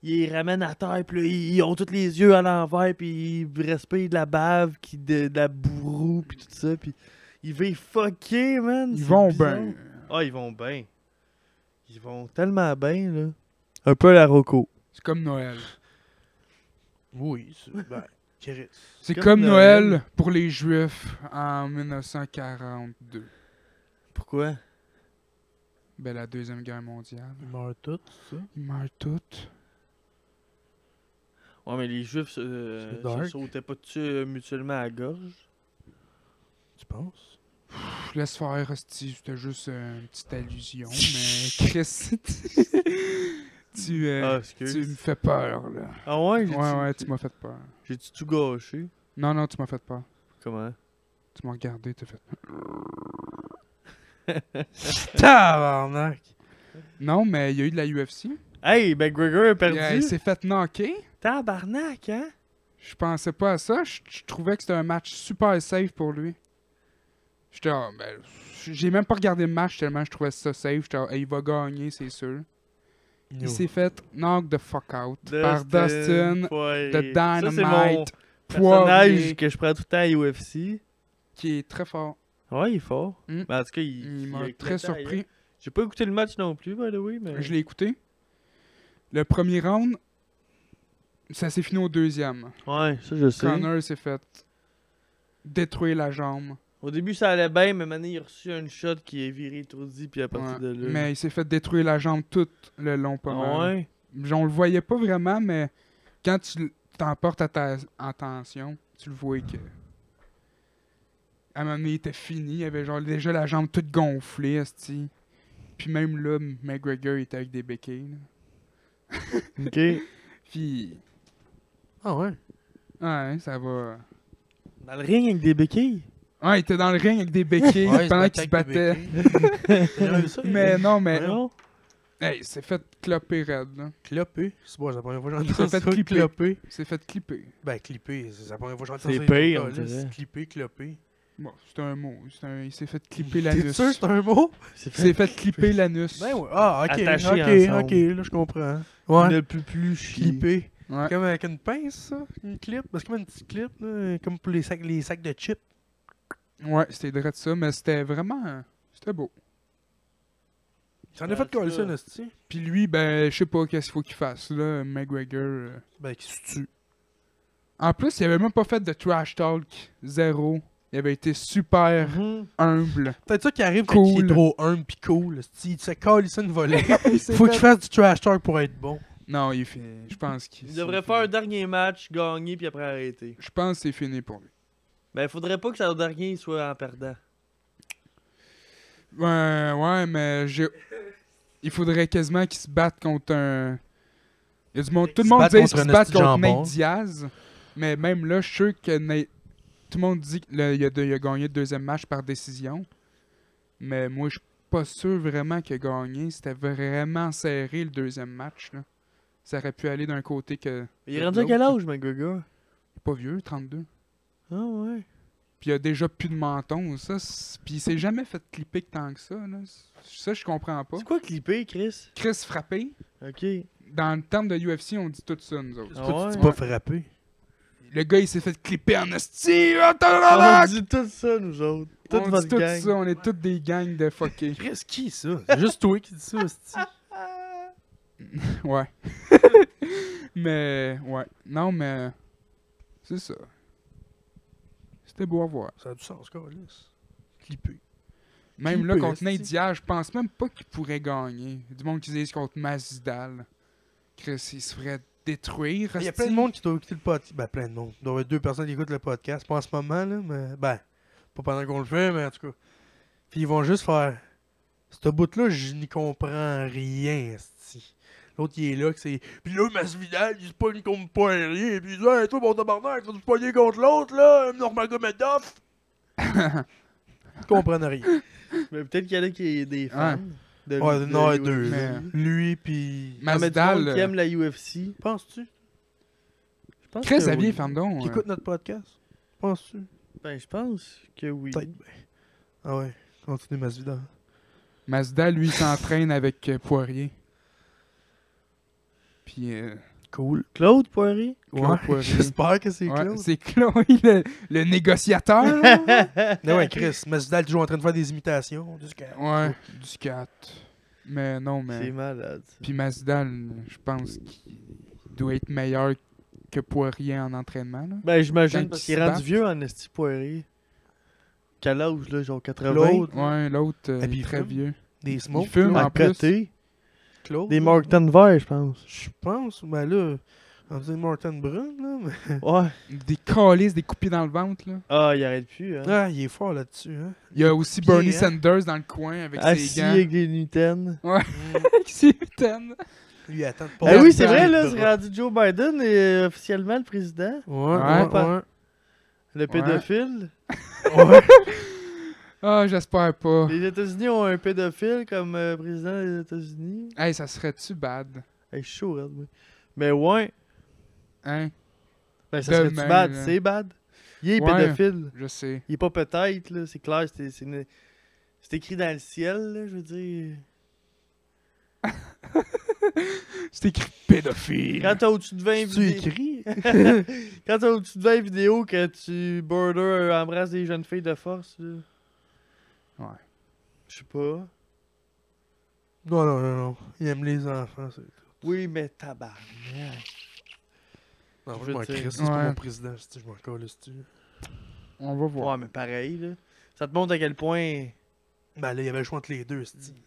B: ils les ramènent à terre, puis là, ils ils ont tous les yeux à l'envers, puis ils respirent de la bave, qui de, de la bourreau, puis tout ça, puis ils vivent fucker, man!
A: Ils
B: c'est
A: vont
B: bizarre.
A: bien.
B: Ah, ils vont bien. Ils vont tellement bien, là. Un peu à la Rocco.
A: C'est comme Noël.
C: Oui, c'est. Ben, Chris.
A: C'est
B: Comme
A: comme,
B: Noël.
A: Noël. pour les Juifs en 1942.
B: Pourquoi?
A: Ben, la Deuxième Guerre mondiale.
C: Ils meurent tous, c'est ça?
A: Ils meurent tous.
B: Ouais, mais les juifs se, euh,
C: C'est
B: se
C: dark.
B: sautaient pas dessus euh, mutuellement à la gorge.
C: Tu penses?
A: Pff, laisse faire, hostie, c'était juste euh, une petite allusion, mais Chris, tu, euh,
B: ah,
A: tu me
B: excuse.
A: fais peur, là.
B: Ah ouais, j'ai-tu
A: Ouais, ouais, tu m'as fait peur.
B: j'ai-tu tout gâché?
A: Non, non, tu m'as fait peur.
B: Comment?
A: Tu m'as regardé, t'as fait.
C: Tabarnak!
A: Non, mais il y a eu de la UFC.
B: Hey, McGregor a perdu.
A: Il, euh, il s'est fait knocker.
B: Tabarnak, hein?
A: Je pensais pas à ça. Je, je trouvais que c'était un match super safe pour lui. J'étais, ah, ben, j'ai même pas regardé le match tellement je trouvais ça safe. J'étais, ah, il va gagner, c'est sûr. Il s'est fait knock the fuck out par Dustin,
B: Poirier.
A: the
B: Ça, c'est mon
A: Dynamite
B: personnage
A: Poirier,
B: que je prends tout le temps à UFC.
A: qui est très fort.
B: Ouais, il est fort.
A: Mm.
B: Ben, en tout cas, il,
A: Il
B: il
A: m'a
B: a
A: très
B: éclaté, hein.
A: surpris.
B: J'ai pas écouté le match non plus, by the way, mais...
A: Je l'ai écouté. Le premier round, ça s'est fini au deuxième.
B: Ouais, ça, je sais.
A: Connor s'est fait détruire la jambe.
B: Au début, ça allait bien, mais maintenant, il a reçu un shot qui est viré étourdi, puis à partir
A: Ouais.
B: de là...
A: Mais il s'est fait détruire la jambe tout le long, pas
B: Ah
A: mal.
B: ouais?
A: On le voyait pas vraiment, mais quand tu l- t'emportes à ta en tension, tu le vois que. À un moment donné, il était fini. Il avait genre déjà la jambe toute gonflée, esti. Puis même là, McGregor il était avec des béquilles. là.
B: OK.
A: Puis.
C: Ah ouais?
A: Ouais, ça va.
B: Dans le ring avec des béquilles?
A: Ouais, il était dans le ring avec des béquilles
C: Ouais,
A: pendant
C: se
A: qu'il se
C: battait
A: battait.
C: avec des béquilles. J'aurais vu ça,
A: Mais non, mais.
B: Non?
A: Hey, il s'est fait cloper raide, là.
C: Clopé. C'est bon, c'est la première fois que
A: Il
C: j'entends
A: s'est
C: ça.
A: fait clipper.
C: Clopé.
A: Il s'est fait clipper.
C: Ben, clippé, c'est la première fois que j'entends ça.
B: C'est
C: les
B: pire,
C: mots-là,
B: on
C: là,
B: dirait.
C: c'est Clippé, clopé.
A: Bon, c'est un mot. c'est un- Il s'est fait clipper
C: T'es
A: l'anus.
C: sûr que c'est un mot?
B: C'est
A: Il s'est fait clipper l'anus.
C: Ben ouais. Ah, ok.
B: Attaché
C: ok,
B: ensemble.
C: ok, là, je comprends.
B: On
C: Ouais.
B: ne peut plus chier.
C: Clippé.
A: Ouais.
C: Comme avec une pince, ça? Une clip? Ben, C'est comme une petite clip, là, comme pour les sacs, les sacs de chips.
A: Ouais, c'était vrai de ça, mais c'était vraiment. C'était beau.
C: J'en ai
B: Ouais,
C: fait
B: c'est
C: coller ça,
B: ça.
C: Nasty.
A: Puis lui, ben, je sais pas qu'est-ce qu'il faut qu'il fasse, là, McGregor. euh.
C: Ben, qui se tue.
A: En plus, il avait même pas fait de trash talk. Zéro. Il avait été super
B: Mhm.
A: humble.
C: Peut-être ça qui arrive quand
A: Cool.
C: il est trop humble pis cool. Nasty. Il se colle ça une volée.
A: Il s'est
C: Faut
A: fait-
C: qu'il fasse du trash talk pour être bon.
A: Non, il est fini. Je pense qu'il.
B: Il devrait faire un dernier match, gagner, puis après arrêter.
A: Je pense que c'est fini pour lui.
B: Ben, faudrait pas que son dernier soit en perdant.
A: Ouais, ouais, mais j'ai. Il faudrait quasiment qu'il se batte contre un. Il y a du monde. Tout le
C: se
A: monde
C: batte
A: dit qu'il
C: contre
A: se
C: un
A: batte
C: esti de
A: contre
C: jambon.
A: Nate Diaz. Mais même là, je suis sûr que Nate- Tout le monde dit qu'il a, il a gagné le deuxième match par décision. Mais moi, je suis pas sûr vraiment qu'il a gagné. C'était vraiment serré le deuxième match. Là. Ça aurait pu aller d'un côté que.
B: Il est rendu à quel âge, McGregor?
A: Pas vieux, 32.
B: Ah ouais.
A: Puis il a déjà plus de menton. Ça, c'est- Puis il s'est jamais fait clipper tant que ça. Là. Ça, je comprends pas.
B: C'est quoi clipper, Chris?
A: Chris frappé.
B: Ok.
A: Dans le terme de UFC, on dit tout ça, nous autres.
B: Ah ouais?
C: C'est pas frappé.
A: Le gars, il s'est fait clipper en esti. Oh,
B: Ah,
A: tabarnak!
B: on dit tout ça, nous autres. Toute
A: On
B: votre
A: dit tout
B: gang.
A: ça, on est toutes des gangs de fuckés.
C: Chris, qui ça? C'est juste toi qui dis ça, Nasty.
A: ouais. mais, ouais. Non, mais. C'est ça. C'était beau à voir.
C: Ça a du sens, Carlis. Clippé.
A: Même
C: Clipper,
A: là, contre
C: esti.
A: Nate Diaz, je pense même pas qu'il pourrait gagner. Du monde qui disent contre Masvidal. Chris, il se ferait détruire.
C: Il y a
A: esti.
C: plein de monde qui doit écouter le podcast. Ben, plein de monde. Il doit y avoir deux personnes qui écoutent le podcast. Pas en ce moment, là, mais. Ben, pas pendant qu'on le fait, mais en tout cas. Puis ils vont juste faire. Ce bout-là, je n'y comprends rien, esti. L'autre, il est là, que c'est. Puis là, Masvidal, il se pogne contre Poirier. Puis il dit, hey, toi, mon tabarnak, tu vas te pogner contre l'autre, là, Normagomedov. Ils comprennent rien.
B: Mais peut-être qu'il y en a qui est des fans. De,
C: Ouais,
B: de
C: non,
B: la
C: deux.
B: UFC.
A: Mais-
C: Lui, puis.
B: Ah, mais Ah, du
A: Masvidal.
B: monde qui
A: euh,
B: aime la UFC.
C: Penses-tu?
B: Je pense
A: Chris,
B: que
A: Xavier,
B: oui.
A: ferme donc.
C: Qui
A: euh.
C: écoute notre podcast? Penses-tu?
B: Ben, je pense que oui.
C: Peut-être bien. Ah ouais, continue Masvidal.
A: Mazda, lui, s'entraîne avec euh, Poirier. Puis, euh,
C: Cool.
B: Claude Poirier?
A: Claude
C: Ouais,
A: Poirier.
C: j'espère que c'est
A: ouais,
C: Claude.
A: c'est Chloé, le, le négociateur. là.
C: Non, ouais, Chris, Masvidal toujours en train de faire des imitations. Du scan.
A: ouais, du 4. Mais non,
B: C'est
A: mais.
B: malade. ça.
A: Puis Mazda, je pense qu'il doit être meilleur que Poirier en entraînement. là.
B: Ben,
A: Quand
B: j'imagine
A: ils
B: qu'il
A: se
B: est rendu
A: battent.
B: vieux en esti Poirier. Quel âge, là? Genre 80?
C: L'autre,
A: Ouais, l'autre, euh,
C: Et
A: il
C: puis
A: est
C: il
A: très
C: fume.
A: vieux.
C: Des
A: Il
C: smokes,
A: fume
C: là,
B: à
A: en plus.
B: côté.
C: Claude,
B: Des
C: là.
B: Morton verts, je pense.
C: Je pense, ben là, on faisait Martin Brun, là, mais...
B: Ouais.
A: Des calices, des coupés dans le ventre. Là.
B: Ah, il arrête plus. Hein.
C: Ah, il est fort là-dessus, hein.
A: Il y a aussi
C: Pieds,
A: Bernie
C: hein.
A: Sanders dans le coin avec
C: Ah,
B: Assis
A: ses gants.
B: avec des Nutelles.
C: Mm.
A: Avec ses mitaines.
C: Lui, il attend de
B: Ah
A: Morton
B: oui, c'est vrai,
A: verts.
B: là, c'est rendu Joe Biden est officiellement le président.
C: Ouais,
A: Ouais.
C: ouais,
B: Le pédophile.
C: ouais. ouais.
A: Ah, j'espère pas.
B: Les États-Unis ont un pédophile comme euh, président des États-Unis.
A: Hey, ça serait-tu bad?
B: Hey, je suis chaud, regarde, moi. Mais ouais,
A: Hein?
B: ben, ça serait
A: Demain,
B: bad,
A: là.
B: c'est bad. Il est
A: hein. Ouais.
B: pédophile.
A: Je sais.
B: Il est pas peut-être, là, c'est clair, c'est, c'est, une- c'est écrit dans le ciel, là, je veux dire.
A: C'est écrit pédophile.
B: Quand t'as au-dessus de 20
C: Tu
B: vidéos.
C: écris?
B: Quand t'as au-dessus de 20 vidéos que tu border euh, embrasses des jeunes filles de force, là.
A: Ouais.
B: Je sais pas.
C: Non, non, non, non. Il aime les enfants, c'est...
B: Oui, mais tabarnak.
C: Non, moi,
B: Je
C: je m'en
B: veux dire-
C: crisse, c'est pas
A: Ouais.
C: mon président, je dis, je m'en calisse, tu.
A: On va voir.
B: Ouais, mais pareil, là. Ça te montre à quel point.
C: Ben là, il y avait le choix entre les deux, c'est-tu.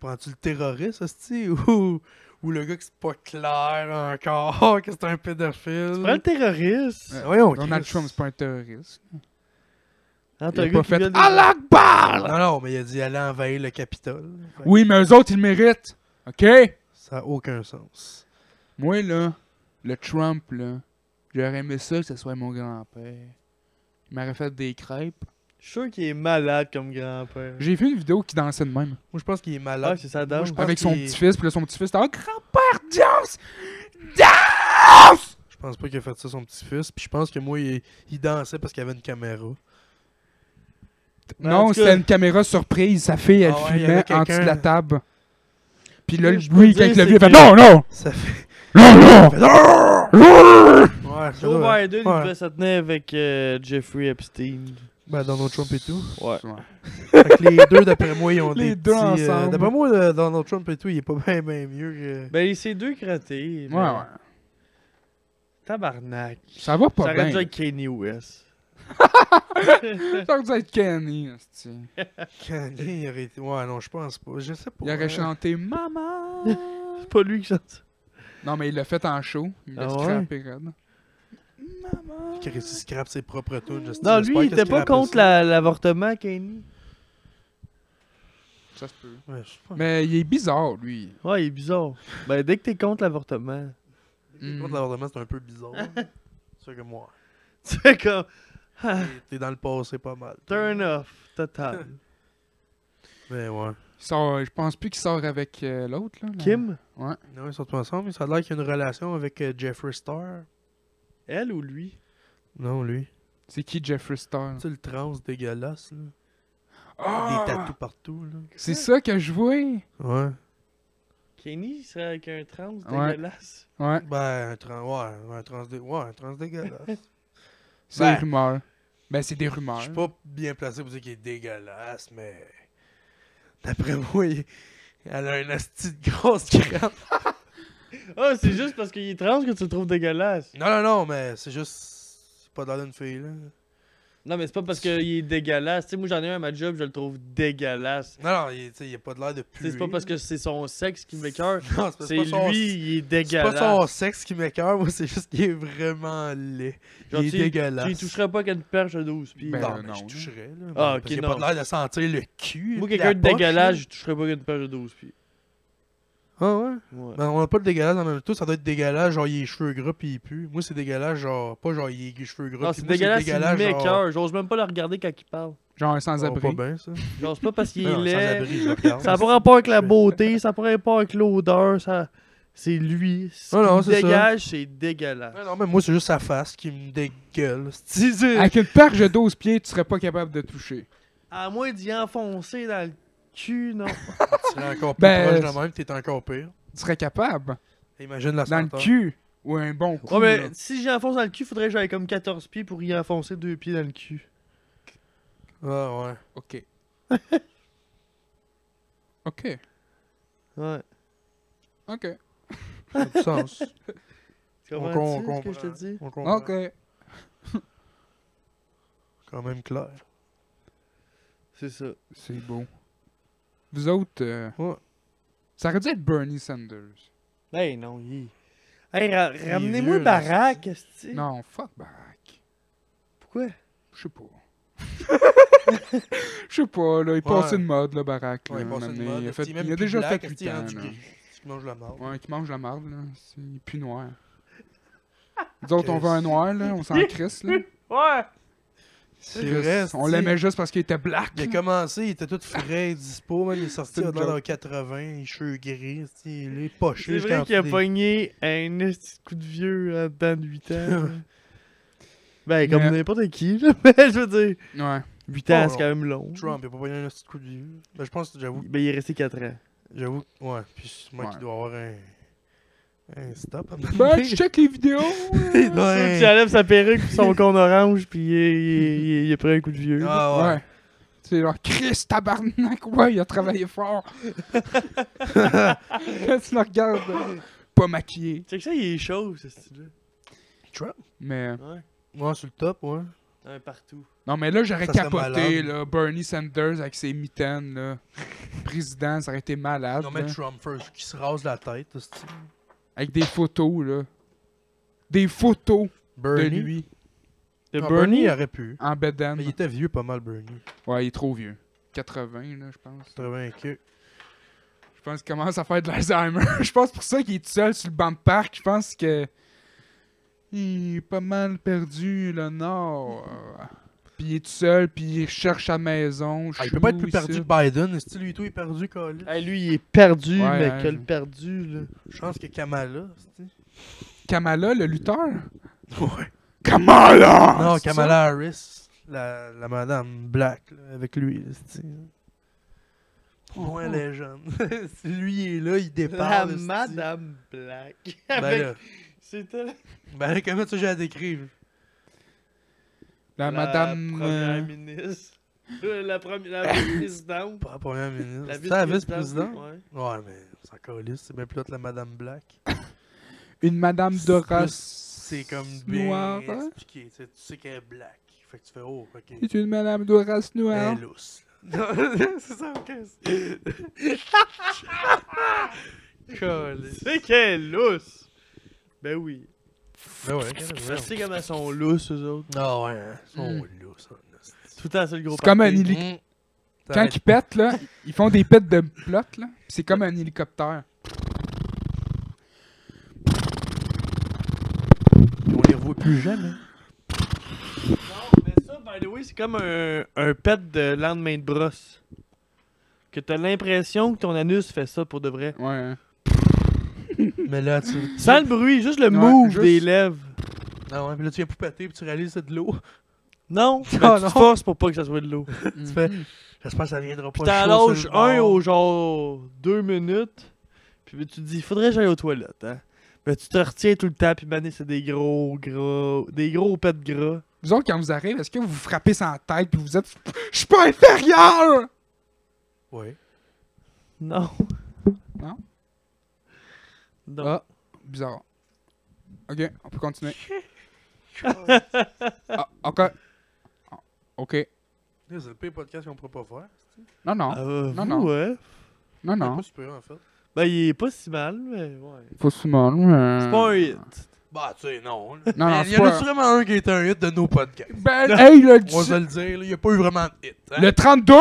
C: Prends-tu le terroriste, c'est-tu, ou... ou le gars qui c'est pas clair encore, que c'est un pédophile?
B: Tu prends le terroriste.
A: Mm. Ouais.
C: Voyons,
A: Donald
C: Chris.
A: Trump, c'est pas un terroriste.
B: Hein,
A: Il
B: t'as
A: a
B: un gars
A: pas
B: qui
A: fait
B: vient de-
A: Allah Akbar!
C: Ah, Non, non, mais il a dit aller envahir le Capitole. Fait que
A: Oui, mais eux autres, ils le méritent. OK?
C: Ça a aucun sens.
A: Moi, là, le Trump, là, j'aurais aimé ça que ce soit mon grand-père. Il m'aurait fait des crêpes.
B: Je suis sûr qu'il est malade comme grand-père.
A: J'ai vu une vidéo qui dansait de même.
C: Moi, je pense qu'il est malade.
B: Ah, c'est sa dame.
C: Moi, je pense
A: Avec son
C: qu'il-
A: petit-fils, puis là, son petit-fils, t'as oh, grand-père, danse!
C: Je pense pas qu'il a fait ça son petit-fils. Puis je pense que moi, il, il dansait parce qu'il y avait une caméra.
B: Ben, en
A: non,
B: tout
A: c'était
B: cas-
A: une caméra surprise. Sa fille, elle
C: Ah ouais, il y avait
A: fumait en dessous de la
C: quelqu'un.
A: table. Puis là,
B: Mais je peux
A: lui,
B: te
A: quand
B: dire,
A: il l'a vu,
B: c'est
A: il fait
B: que-
A: Non, non!
C: Ça fait.
A: Non, non!
C: Ouais, c'est
B: Joe
C: vrai.
B: Biden, il
C: Ouais.
B: devait se tenir avec euh, Jeffrey Epstein.
C: Ben, Donald Trump et tout.
B: Ouais.
C: Fait que les deux, d'après moi, ils ont
A: Les
C: des
A: deux
C: petits, euh,
A: ensemble.
C: d'après moi, le Donald Trump et tout, il est pas bien bien mieux que.
B: Ben, il s'est deux crottés.
A: Ouais, ouais.
B: Tabarnak.
A: Ça va
B: ça
A: pas
B: aurait
A: bien.
B: dû être Kanye West.
A: Ça aurait dû être Kenny, esti.
C: Kanye, il aurait été. Ouais, non, je pense pas. Je sais pas. hein.
A: Il aurait chanté Maman!
B: C'est pas lui qui chante ça.
A: non, mais il l'a fait en show. Il l'a
B: Ah ouais?
A: scrappé, raide. Maman!
C: Qui scrape ses propres tunes. je-
B: Non,
C: j'espère
B: lui, il
C: qu'il
B: était pas
C: scrape
B: contre
C: ça.
B: la- l'avortement, Kanye.
A: Ça se peut.
C: Ouais, je sais pas.
A: Mais il est bizarre, lui.
B: Ouais, il est bizarre. Ben, dès que t'es contre l'avortement,
A: Mm.
B: Hmm.
C: Contre l'avortement, c'est un peu bizarre. C'est que moi.
B: tu fais comme
C: T'es- T'es dans le passé pas mal.
B: turn off, total.
C: Mais Ben ouais.
A: Il sort, je pense plus qu'il sort avec euh, l'autre, là. la-
B: Kim,
A: Ouais.
C: Non, ils sont tous ensemble. Ça a l'air qu'il y a une relation avec euh, Jeffree Star.
B: elle ou lui
C: Non, lui.
A: C'est qui Jeffree Star?
C: Tu le trans dégueulasse, là.
A: Ah!
C: Des tatous partout, là.
A: C'est ça que je vois.
C: Ouais.
B: Ah, Kanye il serait avec un trans
A: Ouais.
B: dégueulasse.
A: Ouais,
C: Ben, un trans, ouais, un trans, dé... ouais, un trans dégueulasse.
A: c'est
C: Ben.
A: des rumeurs. Ben, c'est des
C: Je
A: rumeurs.
C: suis pas bien placé pour dire qu'il est dégueulasse, mais. D'après moi, il- elle a une asti de grosse crabe.
B: Ah, c'est juste parce qu'il est trans que tu le trouves dégueulasse.
C: Non, non, non, mais c'est juste. C'est pas dans une fille, là.
B: Non, mais c'est pas parce qu'il est dégueulasse. Tu sais, moi j'en ai un à ma job, je le trouve dégueulasse.
C: Non, non, il, tu sais, il a pas de l'air de
B: Tu sais,
C: puer.
B: c'est pas parce que c'est son sexe qui m'écœure.
C: Non, c'est
B: C'est
C: pas son-
B: lui, il est
C: C'est
B: dégueulasse.
C: pas son sexe qui m'écœure, moi, c'est juste qu'il est vraiment laid.
B: Genre,
C: il est
B: tu-
C: dégueulasse.
B: Tu y toucherais pas qu'une perche de 12 pieds.
A: Ben,
C: non,
A: euh,
C: mais
A: non,
C: je
A: là.
C: toucherais, là.
B: Ah, ok,
C: parce qu'il a
B: non.
C: pas l'air de sentir le cul.
B: Moi,
C: puis
B: quelqu'un
C: la
B: de
C: poche, là.
B: dégueulasse, je toucherais pas qu'une perche de 12 pieds.
C: Ah, ouais.
B: Ouais.
C: Ben, on a pas de dégueulasse en même temps. Ça doit être dégueulasse, genre, il a les cheveux gras puis il pue. Moi, c'est dégueulasse, genre, pas genre, il a les cheveux gras.
B: Non,
C: puis
B: c'est
C: moi,
B: dégueulasse, il
C: genre,
B: m'écœure. J'ose même pas le regarder quand il parle.
A: Genre un
C: ça va
A: sans-abri.
C: Oh, pas ben. bien, ça.
B: Genre, c'est pas parce qu'il
C: Non,
B: est
C: sans
B: laid.
C: abri, je regarde.
B: Ça n'a pas rapport avec la beauté, ça n'a pas rapport avec l'odeur, ça... c'est lui. Ce
C: Ah non,
B: qu'il
C: c'est ça.
B: dégage, c'est dégueulasse.
C: Non, non, mais moi, c'est juste sa face qui me dégueule. C'est
A: Avec une perche de 12 pieds, tu serais pas capable de toucher.
B: À moins d'y enfoncer dans le cul, non.
C: Tu serais encore plus
A: Ben,
C: proche de même, t'es encore pire.
A: Tu serais capable.
C: Imagine la
A: Dans le
C: senteur.
A: cul. Ou un bon
C: Oh,
A: coup.
B: ouais,
A: là.
B: mais si j'y enfonce dans le cul, faudrait que j'aille comme 14 pieds pour y enfoncer deux pieds dans le cul.
C: Ah, ouais.
A: OK. OK.
B: Ouais.
A: OK.
C: Ça a du sens.
B: Tu
C: On
B: comprends
C: com-
B: ce que je te
C: comprend.
B: dis?
C: On
A: Ah,
C: comprend.
A: OK.
C: Quand même clair.
B: C'est ça.
A: C'est beau. Vous autres, euh,
C: Ouais.
A: ça aurait dû être Bernie Sanders.
B: Ben non, il. Hey, ra-
C: est
B: ramenez-moi
C: nul,
B: Barack, est
A: Non, fuck Barack.
B: Pourquoi?
A: Je sais pas. Je sais pas, là, il est passé de mode, là, Barack. là,
C: Ouais, il
A: un
C: passe une
A: moment donné.
C: mode.
A: Il a, fait-
C: petit, même
A: il a
C: plus
A: déjà
C: blanc,
A: fait
C: qu'est-ce
A: 8
C: qu'il est
A: ans.
C: rendu
A: là.
C: gris? Il mange la mort.
A: Ouais, qui mange la marde, là. C'est il est plus noir. Nous autres, on veut un noir, là. On s'en crisse, là.
B: Ouais!
C: C'est vrai.
A: On
C: c'est-
A: l'aimait juste parce qu'il était black.
C: Il a commencé, il était tout frais, dispo, man, il est sorti
A: C'est
C: dans
A: une
C: l'heure
A: joke.
C: 80, les cheveux gris, c'est- il est poché.
B: C'est
C: jusqu'en
B: vrai qu'il a
C: dessous des-
B: pogné un esti de coup de vieux là-dedans de 8 ans. là. ben, comme
A: Mais-
B: n'importe qui, là. Mais je veux dire,
A: Ouais.
B: 8 ans,
C: euh, Oh,
B: c'est quand même long.
C: Trump, il a pas pogné un petit coup de vieux. Ben, je pense que j'avoue,
B: Ben, il est resté 4 ans.
C: j'avoue, que- ouais, puis c'est moi
A: Ouais.
C: qui dois avoir un, un stop. à un moment
A: Ben,
C: donné.
A: je check les vidéos.
C: Ouais.
B: Tu enlèves sa perruque pis son con orange pis il, il, il- il a pris un coup de vieux. là.
C: Ah ouais.
A: Ouais. C'est genre, Chris, tabarnak, ouais, il a travaillé fort. Quand tu le regardes, euh, pas maquillé.
B: Tu sais que ça, il est chaud, ce style-là.
C: Trump?
A: Mais, euh,
B: Ouais.
C: Ouais, sur le top, ouais.
B: Un partout.
A: non, mais là, j'aurais
C: Ça serait
A: capoté,
C: malade.
A: là. Bernie Sanders avec ses mitaines, là. Président, ça aurait été malade.
C: Non, mais
A: là.
C: Trump first, qui se rase la tête, ce style.
A: Avec des photos, là. Des photos de
C: Bernie.
A: lui
B: Le
C: Ah, Bernie,
B: Bernie, euh,
C: il aurait pu.
A: en bedaine.
C: Mais il était vieux pas mal, Bernie.
A: Ouais, il est trop vieux. 80, là, je pense.
C: 80 que.
A: Je pense qu'il commence à faire de l'Alzheimer. je pense pour ça qu'il est tout seul sur le banc de parc. Je pense que. Il est pas mal perdu, le nord. Puis il est tout seul, puis il cherche sa maison.
C: Ah, il
A: chelou,
C: peut pas être plus
A: ici.
C: perdu que Biden. Est-ce que lui, tout est perdu, Colin?
B: Ah, lui, il est perdu,
A: Ouais,
B: mais
A: ouais,
B: quel
A: je-
B: perdu, là.
C: Je pense que Kamala, c'est-tu?
A: Kamala, le lutteur
C: Ouais.
A: Kamala
C: non,
A: Ah, C'est
C: Kamala Harris, la, la madame Black, là, avec lui, là, c'est-tu? Moins
A: Oh.
C: légende. Si lui il est là, il
B: La
C: déparle. là, c'est-tu?
B: Madame Black.
C: Ben
B: Avec-
C: là,
B: C'était la,
C: ben là, comment ça j'ai à décrire?
A: La, Ah, madame. euh,
B: première ministre. Euh, La première la présidente.
C: Pas la première ministre.
B: La
C: C'est la
B: vice-présidente.
C: vice-présidente?
B: ouais.
C: Ouais, mais c'est encore lisse. C'est bien plus haute la madame Black.
A: une madame de
C: C'est
A: race.
C: C'est comme bien
A: noire. hein?
C: expliqué. Tu sais, tu sais qu'elle est black. Fait que tu fais, oh, ok. Elle
A: C'est une madame de race noire.
C: est lousse. là. Non, c'est ça, ok. Colin.
B: C'est qu'elle lousse. Ben oui.
C: Ben ouais,
B: Je sais comment ils sont lousses, eux autres.
C: Non, ouais, hein. Ils sont
A: Mm.
C: lousses, hein, là, c'est-
B: Tout le temps, c'est le gros
A: C'est comme un
B: party.
A: hélico-
C: Mm. Ça
A: Quand
C: arrête-
A: ils pètent, là, ils font des pètes de plot, là. pis C'est comme un hélicoptère.
C: On les revoit plus jamais.
B: Non, mais ça, by the way, c'est comme un, un pet de lendemain de brosse. Que t'as l'impression que ton anus fait ça pour de vrai.
A: Ouais. hein.
C: Mais là, tu.
B: Sans le bruit, juste le
A: Ouais,
B: move
A: juste-
B: des lèvres.
C: Non, Ah ouais, puis là, tu viens pour péter puis tu réalises c'est de l'eau.
B: Non, ben,
C: Ah,
B: tu
C: non.
B: te forces pour pas que ça soit de l'eau.
A: Mhm.
C: fais- J'espère que ça viendra pas.
B: Puis t'en
C: chaud sur le
B: lâches un
C: bord.
B: au genre deux minutes. Puis tu te dis, faudrait que j'aille aux toilettes. Hein. Ben tu te retiens tout le temps. Puis mané, c'est des gros gros. Des gros pets gras.
A: Vous autres, quand vous arrivez, est-ce que vous vous frappez sans tête puis vous êtes « Je suis pas inférieur!
C: Ouais.
B: Non.
A: Non?
B: Non.
A: Ah. » Bizarre. OK, on peut continuer. Ah, OK. Ah, OK.
C: Là, C'est le pire podcast qu'on pourrait pas faire.
A: Non, non.
B: Euh,
A: Non,
B: vous,
A: non.
B: ouais.
A: Non,
C: C'est
A: non.
C: pas super, en fait.
B: Ben, il est pas si mal, mais ouais.
A: Faut se euh, mal, mais...
B: C'est pas un hit.
C: Bah, tu sais, non. là.
A: Non, non,
C: Mais il y
A: c'est
C: en a
A: pas...
C: sûrement un qui est un hit de nos podcasts.
A: Ben, hey, le...
C: On va
A: dix-
C: se le dire, là, il n'y a pas eu vraiment de hit. hein.
A: Le 32,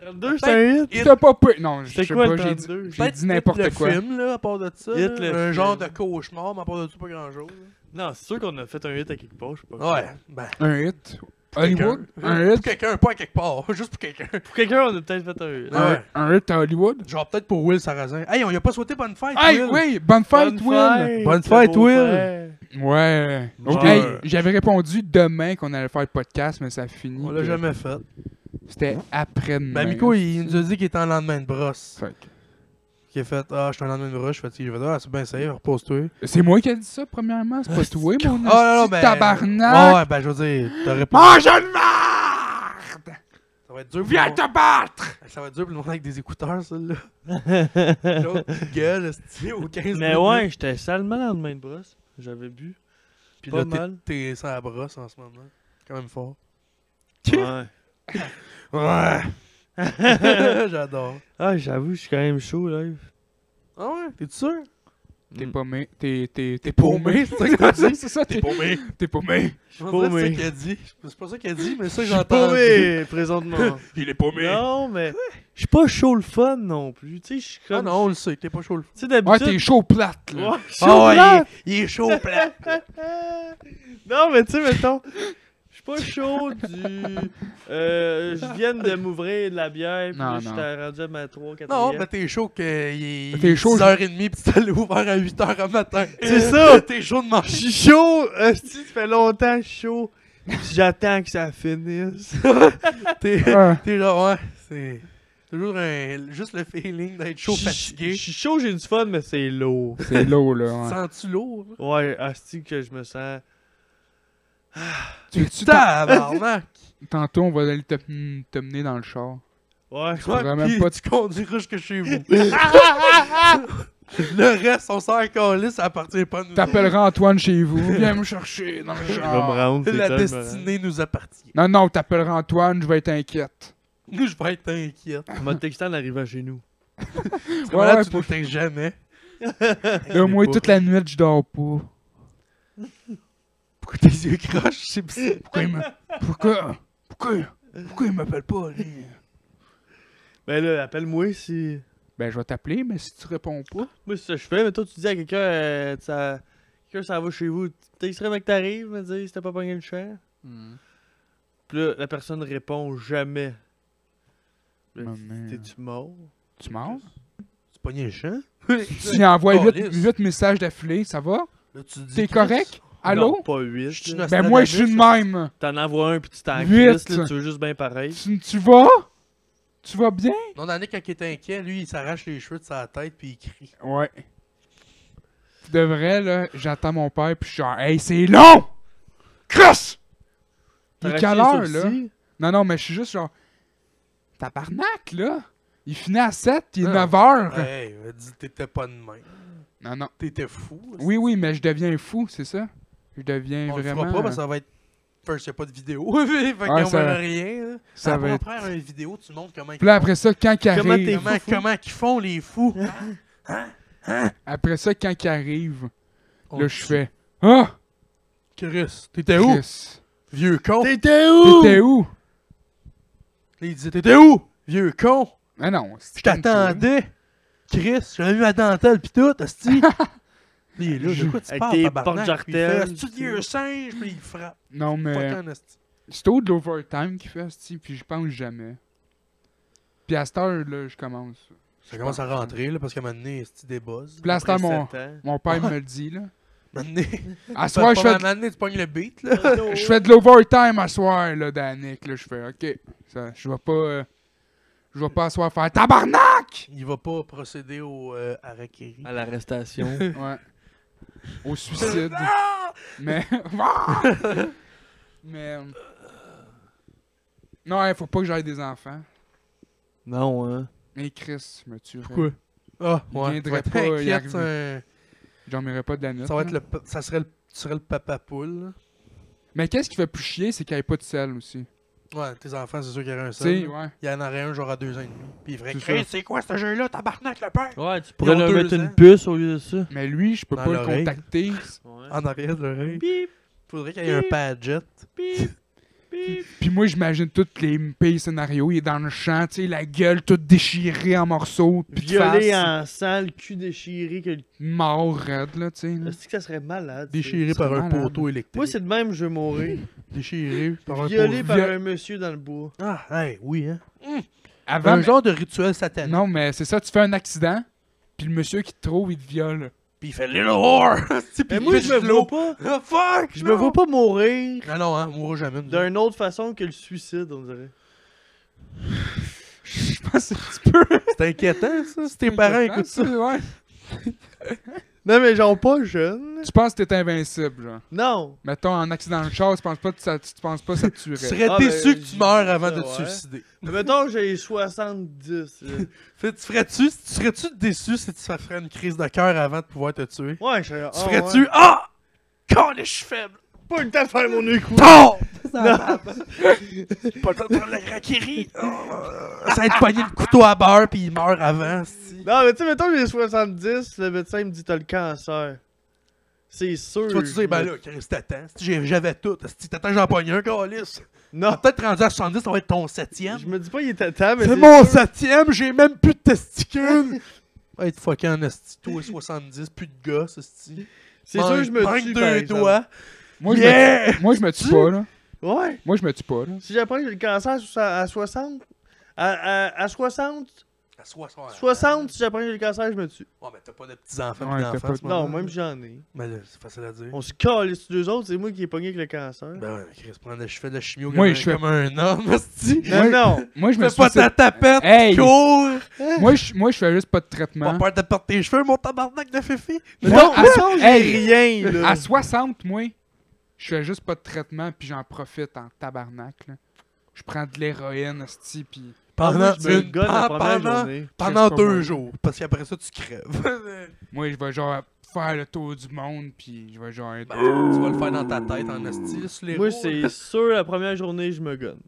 B: 32, c'est un hit.
C: Hit-
A: t'as pas pu... Non, je
B: C'est
A: sais
B: quoi
A: pas,
B: le
A: j'ai dit...
B: 32?
A: j'ai
C: peut-être
A: dit
C: hit
A: n'importe
C: le
A: quoi.
C: film, là, à part de ça.
B: Hit
C: là,
B: le
C: un
B: film.
C: genre de cauchemar, mais à part de ça, pas grand-chose.
B: Non, c'est sûr qu'on a fait un hit à quelque part, je sais pas.
C: là. Ouais, ben.
A: Un hit. Hollywood? Un
C: Euh, Pour
A: hit?
C: quelqu'un, pas à quelque part, juste pour quelqu'un.
B: Pour quelqu'un, on a peut-être fait un hit.
C: Ouais.
A: Un- Un hit à Hollywood?
C: Genre peut-être pour Will Sarrazin. Hey, on lui a pas souhaité bonne fête,
A: Hey,
C: Will.
A: oui! Bonne fête, Will!
C: Bonne fête,
B: beau
C: Will.
B: frère.
A: Ouais.
C: Genre- euh,
A: Hey, j'avais répondu demain qu'on allait faire le podcast, mais ça a fini.
C: On l'a
A: que
C: jamais fait.
B: Mm,
A: C'était après-demain.
C: Ben, Miko, il nous a dit qu'il était en lendemain de brosse.
A: Fait que-
C: Qu'il a fait Ah, je suis en lendemain de brosse, je suis fatigué. Je vais dire Ah, c'est bien safe, repose-toi.
A: C'est moi qui ai dit ça, premièrement. C'est pas toi, mon
C: Ah, non, non,
A: esti de
C: ben.
A: tabarnak.
C: Ouais, ben, je veux dire, t'aurais pas.
A: Mange une merde!
C: Ça va être dur pour
A: Viens
C: le
A: te battre!
C: monde- Ça va être dur pour le monde avec des écouteurs, celle-là. L'autre qui gueule, c'est au 15
B: Mais ouais, j'étais salement dans le main de brosse. J'avais bu.
C: Puis
B: pas
C: là, t'es-
B: mal.
C: t'es sans la brosse en ce moment. Quand même fort.
B: Ouais.
C: Ouais. J'adore.
B: Ah, j'avoue, je suis quand même chaud, live.
C: Ah ouais, t'es sûr?
A: T'es
B: Mm.
A: paumé. T'es, t'es, t'es
C: paumé.
A: paumé, c'est ça que t'as dit, c'est ça? T'es,
C: paumé.
A: t'es paumé.
C: Je
B: suis
C: pense que c'est
B: paumé.
C: ça qu'elle dit. C'est pas ça qu'elle dit, mais ça Ah que
B: Je suis
C: j'entends.
B: paumé, présentement.
C: Il est paumé. Ah
B: Non, mais je suis pas chaud le fun non plus. Tu sais, je suis comme.
C: Ah non, on le sait, t'es pas chaud le fou.
B: Tu sais,
A: Ouais,
B: d'habitude.
A: t'es chaud plate, là.
B: Ouais, je suis chaud là.
C: il, est chaud plat.
B: non, mais tu sais, mettons, je suis pas chaud du. Euh, je viens de m'ouvrir de la bière, puis
A: Non,
B: là, je
A: non.
B: t'ai rendu à ma 3 4
C: Non, mais t'es chaud que il est
A: T'es chaud,
C: 10h30 pis t'es allé ouvert à 8h à matin.
B: C'est ça!
C: T'es chaud de
B: Je
C: marcher.
B: suis chaud! euh, si, ça fait longtemps que je suis chaud. Puis J'attends que ça finisse.
C: T'es
A: Ah.
C: t'es genre, ouais, c'est toujours un, juste le feeling d'être chaud
B: Je- Je
C: fatigué.
B: suis chaud, j'ai du fun, mais c'est lourd.
A: C'est lourd, là. ouais.
C: Sens-tu lourd? là?
B: Ouais, asti que je me sens.
A: Tu, tu-
C: Tabarnak!
A: tantôt, on va aller te, hmm, te mener dans le char.
B: Ouais,
A: Ouais. pourrais même
C: Puis
A: pas-
C: tu conduiras jusque chez vous. le reste, on s'en calisse, ça appartient pas à nous.
A: T'appelleras Antoine chez vous. Viens me chercher dans le
B: je vais me
A: char.
B: rendre. c'est
C: La
B: euh, ça, je me rends.
C: destinée nous appartient.
A: Non, non, t'appelleras Antoine, je vais être inquiète.
C: Nous, je vais être inquiète.
B: On m'a texté en arrivant chez nous.
A: Ouais,
C: Voilà,
A: ouais,
C: tu
A: pour-
C: ne t'es jamais.
A: Là, moi,
C: pas.
A: toute la nuit, je dors pas.
C: Pourquoi tes yeux crochent? C'est bizarre.
A: Pourquoi il me... Pourquoi? Pourquoi? Pourquoi il m'appelle pas, lui?
B: Ben là, appelle-moi si.
A: Ben, je vais t'appeler, mais si tu réponds pas...
B: Moi, c'est ça que je fais, mais toi, tu dis à quelqu'un, euh, ça... quelqu'un, ça va chez vous. T'es extrême que t'arrives, me dire si t'as pas pogné le champ.
C: Mm.
B: Puis là, la personne répond jamais. Là, tu
A: Maman.
B: dis, T'es-tu mort?
A: Tu m'en?
C: Tu pognes un champ?
A: Tu lui envoies
C: Oh,
A: 8,
C: lisse.
A: messages d'affilée, ça va?
C: Là, tu dis,
A: T'es
C: Chris,
A: correct?
B: Non,
A: Allô?
B: pas
C: Je
B: 8.
C: suis
A: Ben, moi, je suis
C: Nostradamus,
A: de même.
B: T'en envoies un, puis tu t'en
A: Huit.
B: crisses, là, tu veux juste bien pareil.
A: Tu, tu vas? Tu vas bien?
C: Non, Danick, quand il est inquiet, lui, il s'arrache les cheveux de sa tête puis il crie.
A: Ouais. De vrai, là, j'entends mon père, puis je suis genre, hey, c'est long! Cross! Il est
B: T'arraches
A: quelle
B: les
A: heure, là?
B: sourcils.
A: Non, non, mais je suis juste genre, tabarnak, là! Il finit à 7, il est
C: Ah.
A: 9h!
C: Hey, il m'a dit, t'étais pas de main.
A: Non, non.
C: T'étais fou.
A: Oui, oui, mais je deviens fou, c'est ça? Je deviens
C: On le
A: vraiment.
C: fera pas, parce que ça va être. First, y a pas de vidéo. fait qu'on
A: ça-
C: verra rien. là.
A: ça va
C: Après, on
A: être-
C: prend une vidéo, tu montres comment.
A: Puis là, après ça, quand il
B: Comment
A: arrive,
B: t'es-
C: Comment,
B: fous, fous.
C: comment qu'ils font les fous?
A: après ça, quand il arrive,
C: On
A: là,
C: le
A: je fais, ah!
C: Chris, Oh, t'étais où?
A: Chris,
C: Vieux con.
B: T'étais où?
A: T'étais où?
C: Là, il disait, t'étais où? Vieux con.
A: Mais Ah non, c'est
C: Je t'attendais. Chris, j'avais eu ma dentelle pis tout, hostie. Il est là,
A: Je-
C: de quoi tu
B: avec
C: parles,
B: tes
C: tabarnak?
B: portes
C: Puis il fait,
B: jartelles,
C: Hostie,
B: tu sais.
C: il est un singe, puis il frappe.
A: Non, mais.
C: Fucking hostie.
A: C'est tout de l'overtime qu'il fait, c'ti, puis je pense jamais. Puis à cette heure, là, je commence.
C: Ça commence à rentrer, là, parce qu'à un moment donné, hostie, des buzz.
A: Puis là, à cette heure, mon,
B: Après sept ans.
A: mon père me le dit, là.
C: À un moment donné,
A: À ce
C: pas-
A: soir,
C: pas
A: je fais,
C: mal, à un moment donné, tu pognes le beat, là.
A: je fais de l'overtime à soir, là, Danick. Là, je fais, OK, ça, je vais pas... euh, je vais pas à soir faire tabarnak!
C: Il va pas procéder au euh, harakiri.
A: Ah,
B: À l'arrestation.
A: Ouais. Au suicide.
C: Ah!
A: Mais... Ah! Mais... euh, Non, hein, faut pas que j'aille des enfants.
B: non, hein.
A: Mais Chris, je me tuerais.
C: Pourquoi? Ah,
A: Il Hum.
C: ouais.
A: viendrait
C: Faut être
A: pas y
C: inquiète,
A: arriver.
C: c'est un-
A: J'en m'irais pas de la nuit.
C: Ça va être
A: là.
C: le... pa- Ça serait le... Tu serais le papa poule,
A: Mais qu'est-ce qui fait plus chier, c'est qu'il n'y ait pas de sel aussi.
C: là. Ouais, tes enfants, c'est sûr qu'il y aurait un
A: Tu
C: seul.
A: sais,
C: là.
A: ouais.
C: Il y en aurait un genre à deux ans et demi. Puis il ferait
A: C'est
C: Chris,
A: ça.
C: c'est quoi ce jeu-là, tabarnak, le père?
B: Ouais,
C: pourrais
B: tu pourrais
C: leur
B: leur
C: deux
B: mettre
C: ans.
B: une puce au lieu de ça.
A: Mais lui, je peux
C: Dans
A: pas le
C: l'oreille.
A: contacter.
B: Ouais.
C: En arrière de l'oreille.
B: Bip,
C: Faudrait qu'il y ait un padjet.
B: bip, bip.
A: Puis moi, j'imagine tous les pires scénarios. Il est dans le champ, tu sais, la gueule toute déchirée en morceaux. Puis de
B: Violé
A: face,
B: en sang, le cul déchiré. Que... le-
A: Mort raide, là, tu sais. là.
B: Est-ce que ça serait malade? ça?
C: Déchiré
A: c'est
C: par un
A: malade.
C: poteau électrique.
B: Moi, c'est de même, je veux mourir.
C: Déchiré par un
B: Violé
C: poteau.
B: par
A: Viol-
B: un monsieur dans le bois.
C: Ah, hey, oui, hein.
A: Avant,
C: un
A: mais-
C: genre de rituel satanique.
A: non, mais c'est ça, tu fais un accident, puis le monsieur qui te trouve, il te viole.
C: Puis il fait Little Whore. C'est
B: Mais moi, je me vois pas.
C: Ah, fuck!
B: Je me vois pas mourir
C: Ah non, hein, on mourra jamais. nous autres.
B: d'une autre façon que le suicide, on dirait.
A: Je pense que c'est un petit peu.
C: C'est inquiétant, ça. Si tes parents
A: inquiétant,
C: écoutent ça.
A: ouais.
B: Non, mais genre pas jeune.
A: Tu penses que t'es invincible, genre.
B: Non.
A: Mettons, en accident de char, tu penses pas que ça, tu penses pas que ça te
C: Tu
A: tuerait.
C: serais
B: Ah,
C: déçu
B: ben,
C: que tu
B: j-
C: meurs avant de
B: ça,
C: te
B: ouais.
C: suicider.
B: Mais mettons, j'ai 70. là.
C: Fait, tu ferais-tu, tu serais-tu déçu si tu ferais une crise de cœur avant de pouvoir te tuer? Ah,
B: Ouais, je serais.
C: tu ferais-tu, ah! Quand je suis faible!
B: pas le temps de faire mon écoute.
C: Tord!
B: dans la table.
C: Pas le temps de prendre la raquerie. Ah! ça va être pogné le couteau à beurre, puis il meurt avant. c'ti.
B: Non, mais tu sais, mettons que j'ai 70, le médecin il me dit t'as le cancer. C'est sûr.
C: Tu vas te dire, ben là, Chris, t'attends. c'ti, j'ai- J'avais tout. c'ti, T'attends, j'en pogne un, calice.
B: Non,
C: Ah, Peut-être rendu à 70, ça va être ton septième.
B: je me dis pas il est à temps, mais.
C: C'est
B: c'est
C: mon
B: sûr.
C: septième, j'ai même plus de testicules. Va être fucké en esti, toi 70, plus de gosses, esti.
B: C'est sûr, je me
C: Manque
B: tue. par
C: deux
B: exemple.
C: doigts.
A: Moi, je me-
C: Yeah!
A: moi, je me tue pas, là.
B: Ouais.
A: Moi, je me tue pas, là.
B: Si j'apprends que j'ai le cancer à soix- à 60. À, à, à 60.
C: À 60.
B: 60, si j'apprends que j'ai le cancer, je me tue.
C: Ouais, mais t'as pas de petits-enfants
A: Ouais,
C: pis
A: t'as
C: d'enfants.
A: pas
C: à ce
A: de-
B: Non,
C: moment-là.
B: même j'en ai.
C: Mais là, c'est facile à dire.
B: On se colle les deux autres, c'est moi qui ai pogné avec le cancer.
C: Ben ouais, mais Chris, prends de- je fais de la chimio
A: Moi,
C: comme,
A: je
C: un-
A: fais-
C: comme un homme, esti.
B: non,
A: Ouais.
B: non.
A: Moi, je me
C: Fais pas
A: suicide-
C: ta tapette,
A: Hey! Hein?
C: cours!
A: Moi, je, moi, je fais juste pas de
C: Pas
A: traitement.
C: peur de perdre tes cheveux, mon tabarnak de fifi!
B: Mais
A: Moi,
B: non,
A: à-
B: mais non, j'ai
A: hey,
B: rien, là.
A: À 60, moi, je fais juste pas de traitement, puis j'en profite en tabarnak, là. Je prends de l'héroïne, esti, puis...
C: Pendant,
B: Moi, je me
C: une,
B: gonne la première
C: pendant,
B: journée.
C: pendant
A: Chris, pas moi.
C: deux jours, parce qu'après ça, tu crèves.
A: Moi, je vais genre faire le tour du monde, puis je vais genre être...
C: Ben, tu vas le faire dans ta tête en hostie, là, sur les
B: Moi,
C: roues,
B: c'est
C: là.
B: sûr, la première journée, je me gonne.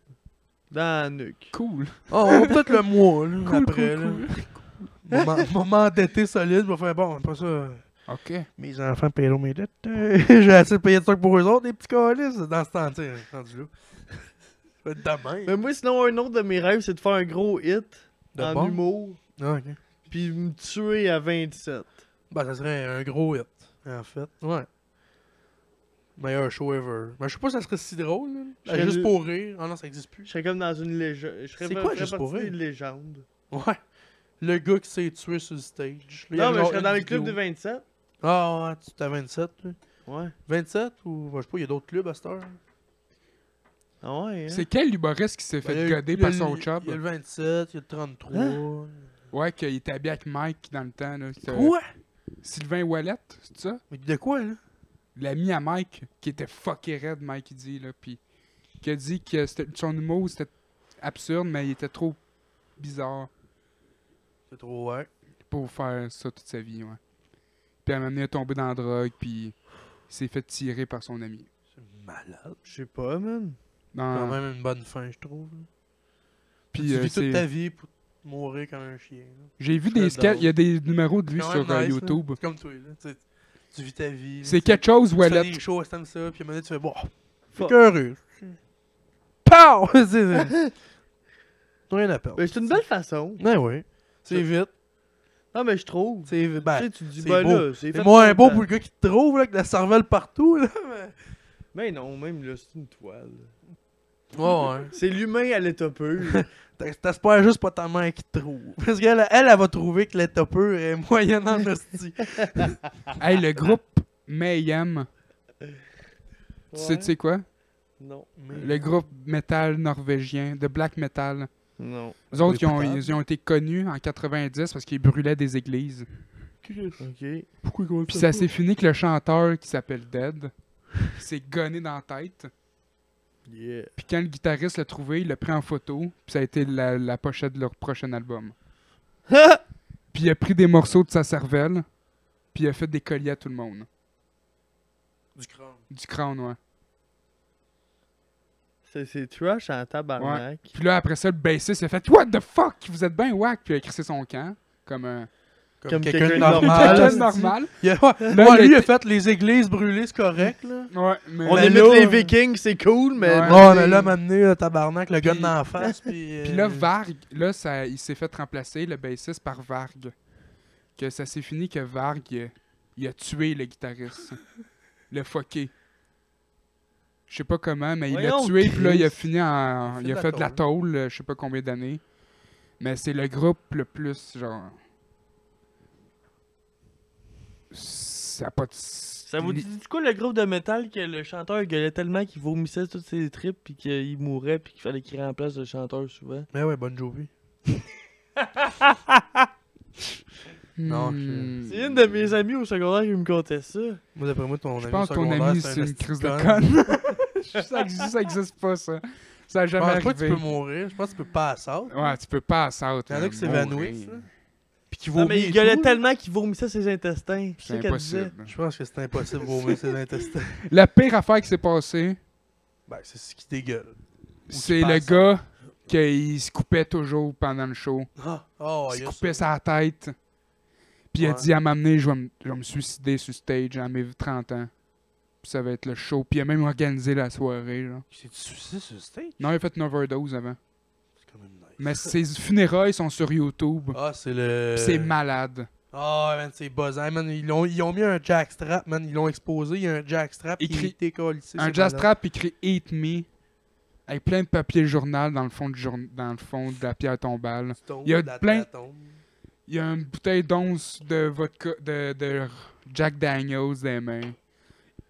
B: Dans la nuque.
A: Cool.
C: Oh, on va peut-être le mois, là,
A: Cool,
C: après,
A: cool,
C: là.
A: cool.
C: Moment, moment endetté solide, je vais faire bon, après ça.
A: OK.
C: Mes enfants paieront mes dettes. euh, J'ai assez de payer de trucs pour eux autres, des petits calices, dans ce temps, tu sais, rendu là. Ça va être Demain.
B: Mais moi, sinon, un autre de mes rêves, c'est de faire un gros hit
C: De
B: en
C: bombe?
B: humour,
C: Ah, ok.
B: puis me tuer à 27.
C: Ben, ça serait un gros hit, en fait. Ouais. Meilleur show ever. Mais je sais pas si ça serait si drôle, là.
B: Je
C: Ben,
B: serais
C: juste
B: le-
C: pour rire. Ah non, ça existe
B: Je
C: plus.
B: serais comme dans une légende. Je serais
C: C'est
B: fa-
C: quoi,
B: ferais
C: juste pour
B: partie
C: rire?
B: d'une légende.
C: Ouais. Le gars qui s'est tué sur le stage. Là, il y a
B: Non, mais je
C: genre
B: serais dans
C: une
B: le club de
C: vidéo.
B: 27.
C: Ah ouais, tu t'as 27, là.
B: Ouais.
C: 27 ou ben, je sais pas, il y a d'autres clubs à cette heure.
B: Ah ouais, hein?
A: C'est quel humoriste qui s'est fait
C: Ben, il y a-
A: goder
C: il y a
A: par son
C: le- Il y a
A: chum?
C: le 27, il y a le 33.
A: Ouais, qu'il était habillé avec Mike dans le temps, là. c'était-
C: Hein? Quoi
A: Sylvain Wallet, c'est ça?
C: Mais de quoi là
A: L'ami à Mike, qui était fucké raide, Mike, il dit, là, puis... Qui a dit que c'était- son humour, c'était absurde, mais il était trop bizarre
C: C'est trop ouais.
A: pour faire ça toute sa vie, ouais. Puis elle m'a amené à tomber dans la drogue, puis... Il s'est fait tirer par son ami.
C: C'est malade.
B: Je sais pas, Ah, man.
C: Quand
A: Dans...
C: même une bonne fin, je trouve. là.
A: Puis,
C: tu
A: euh,
C: vis
A: c'est-
C: toute ta vie pour mourir comme un chien. là.
A: J'ai vu
B: Très
A: des sketchs,
B: drôle.
A: il y a des numéros de lui
C: Quand
A: sur
C: même
A: euh,
C: nice, hein. là.
A: YouTube.
C: C'est comme toi là, tu sais, tu vis ta vie.
A: C'est quelque chose,
C: chose. Tu fais
A: Wallet.
C: des choses comme ça, puis à un moment donné, tu fais bon,
B: Fuck.
C: fuck heureux. Pow C'est- c'est- Rien à perdre.
B: Mais c'est une belle façon.
C: Ouais ouais. C'est
B: C'est-
C: vite,
B: Non, mais je trouve.
C: c'est vite.
B: tu
C: Ben,
B: sais, tu te dis,
C: c'est
B: ben
C: beau.
B: là, c'est
C: c'est
B: fait
C: moins
B: pour
C: bon
B: ta-
C: pour le gars qui te trouve là, avec la cervelle partout là.
B: Mais non, même là, c'est une toile.
C: Ouais ouais.
B: C'est l'humain à l'état pur.
C: T'as- T'espères juste pas ta mère qui te trouve. Parce qu'elle, elle, elle va trouver que l'état pur est moyenne en hostie.
A: Hey, le groupe Mayhem, tu sais,
B: Ouais.
A: tu sais
C: Mm.
A: quoi?
B: Non.
A: Le groupe metal norvégien, de black metal.
B: Non.
A: Eux autres, ils ont,
C: Écoutable.
A: ils ont été connus en 90 parce qu'ils brûlaient des églises.
B: Ok.
C: Pourquoi qu'on le
A: Puis ça s'est fini que le chanteur qui s'appelle Dead s'est gonné dans la tête.
B: Yeah.
A: Puis quand le guitariste l'a trouvé, il l'a pris en photo. Puis ça a été la, la pochette de leur prochain album. Puis il a pris des morceaux de sa cervelle. Puis il a fait des colliers à tout le monde.
C: Du crâne.
A: Du crâne, ouais.
B: C'est- C'est trash en tabarnak.
A: Puis là, après ça, le bassiste a fait What the fuck Vous êtes bien whack Puis il a crissé son camp. Comme un.
C: Comme,
B: Comme
C: quelqu'un de
B: quelqu'un de
A: Quelqu'un
C: normal.
A: de
B: hostie.
A: normal.
C: Il a- ouais,
A: Là,
C: ouais,
A: il
C: lui,
A: a
C: a fait les églises brûlées, c'est correct, là.
A: Ouais, mais.
B: On
C: Mais
B: émite
C: là,
B: les
C: euh,
B: vikings, c'est cool, mais...
A: Ouais.
C: Non, mais là, m'a amené euh, tabarnak, le gars
A: Puis-
C: de l'en face, puis... euh,
A: Puis là, Varg, là, ça, il s'est fait remplacer, le bassiste, par Varg. Que ça s'est fini que Varg, il a, il a tué le guitariste. le fucké. Je sais pas comment, mais il l'a
B: Voyons,
A: tué, puis là, il a
B: Christ.
A: fini en. Il a fait de la
C: tôle.
A: tôle, euh, je sais pas combien d'années. Mais c'est le groupe le plus, genre. Ça a pas de.
B: Ça vous dit du coup le groupe de métal que le chanteur gueulait tellement qu'il vomissait toutes ses tripes puis qu'il mourait puis qu'il fallait qu'il remplace le chanteur souvent?
C: Mais ouais, bonne Jovi. Non,
A: Hmm.
B: C'est une de mes amies au secondaire qui me contait ça.
C: Moi, d'après moi, ton
A: Je
C: ami
A: pense que ton
C: secondaire,
A: ami,
C: un
A: c'est une
C: esti
A: crise de
C: con.
A: conne. ça, existe, ça existe pas, ça. Ça a
C: Je
A: jamais
C: pense pas que tu
A: arrivé.
C: peux mourir, je pense que tu peux pas assaut.
A: ouais, tu peux pas à ça.
C: Il y en a qui s'évanouissent, là. Puis qui
B: Non,
C: vomit
B: mais
C: et
B: il gueulait
C: tout, là.
B: tellement qu'il vomissait ses intestins. C'est ça
A: C'est
B: qu'elle disait.
A: impossible.
C: Je pense que c'est impossible de vomir ses intestins.
A: La pire affaire qui s'est passée,
C: Ben, c'est ce qui dégueule.
A: C'est le
C: passes,
A: gars qui se coupait toujours pendant le show.
C: Ah, oh,
A: il
C: il
A: se
C: y a
A: coupait
C: ça.
A: sa tête. Puis il a
C: Ouais.
A: dit à m'amener, je vais me- je vais me suicider sur stage à mes 30 ans. Puis ça va être le show. Puis il a même organisé la soirée. Genre.
C: C'est du suicide sur le stage?
A: Non, il a fait une overdose avant.
C: C'est quand même nice.
A: Mais ses funérailles sont sur YouTube.
C: Ah, c'est le.
A: Puis C'est malade.
C: Ah, man, c'est buzzant, man. Ils ont, ils ont mis un jackstrap, man. Ils l'ont exposé. Il y a un jackstrap
A: Écrit-
C: qui était collissé.
A: Un jazztrap écrit Eat Me avec plein de papier journal dans le fond, du journa- dans le fond de la pierre tombale. Il y a plein- Il y a une bouteille d'once de vodka de, de Jack Daniels des mains.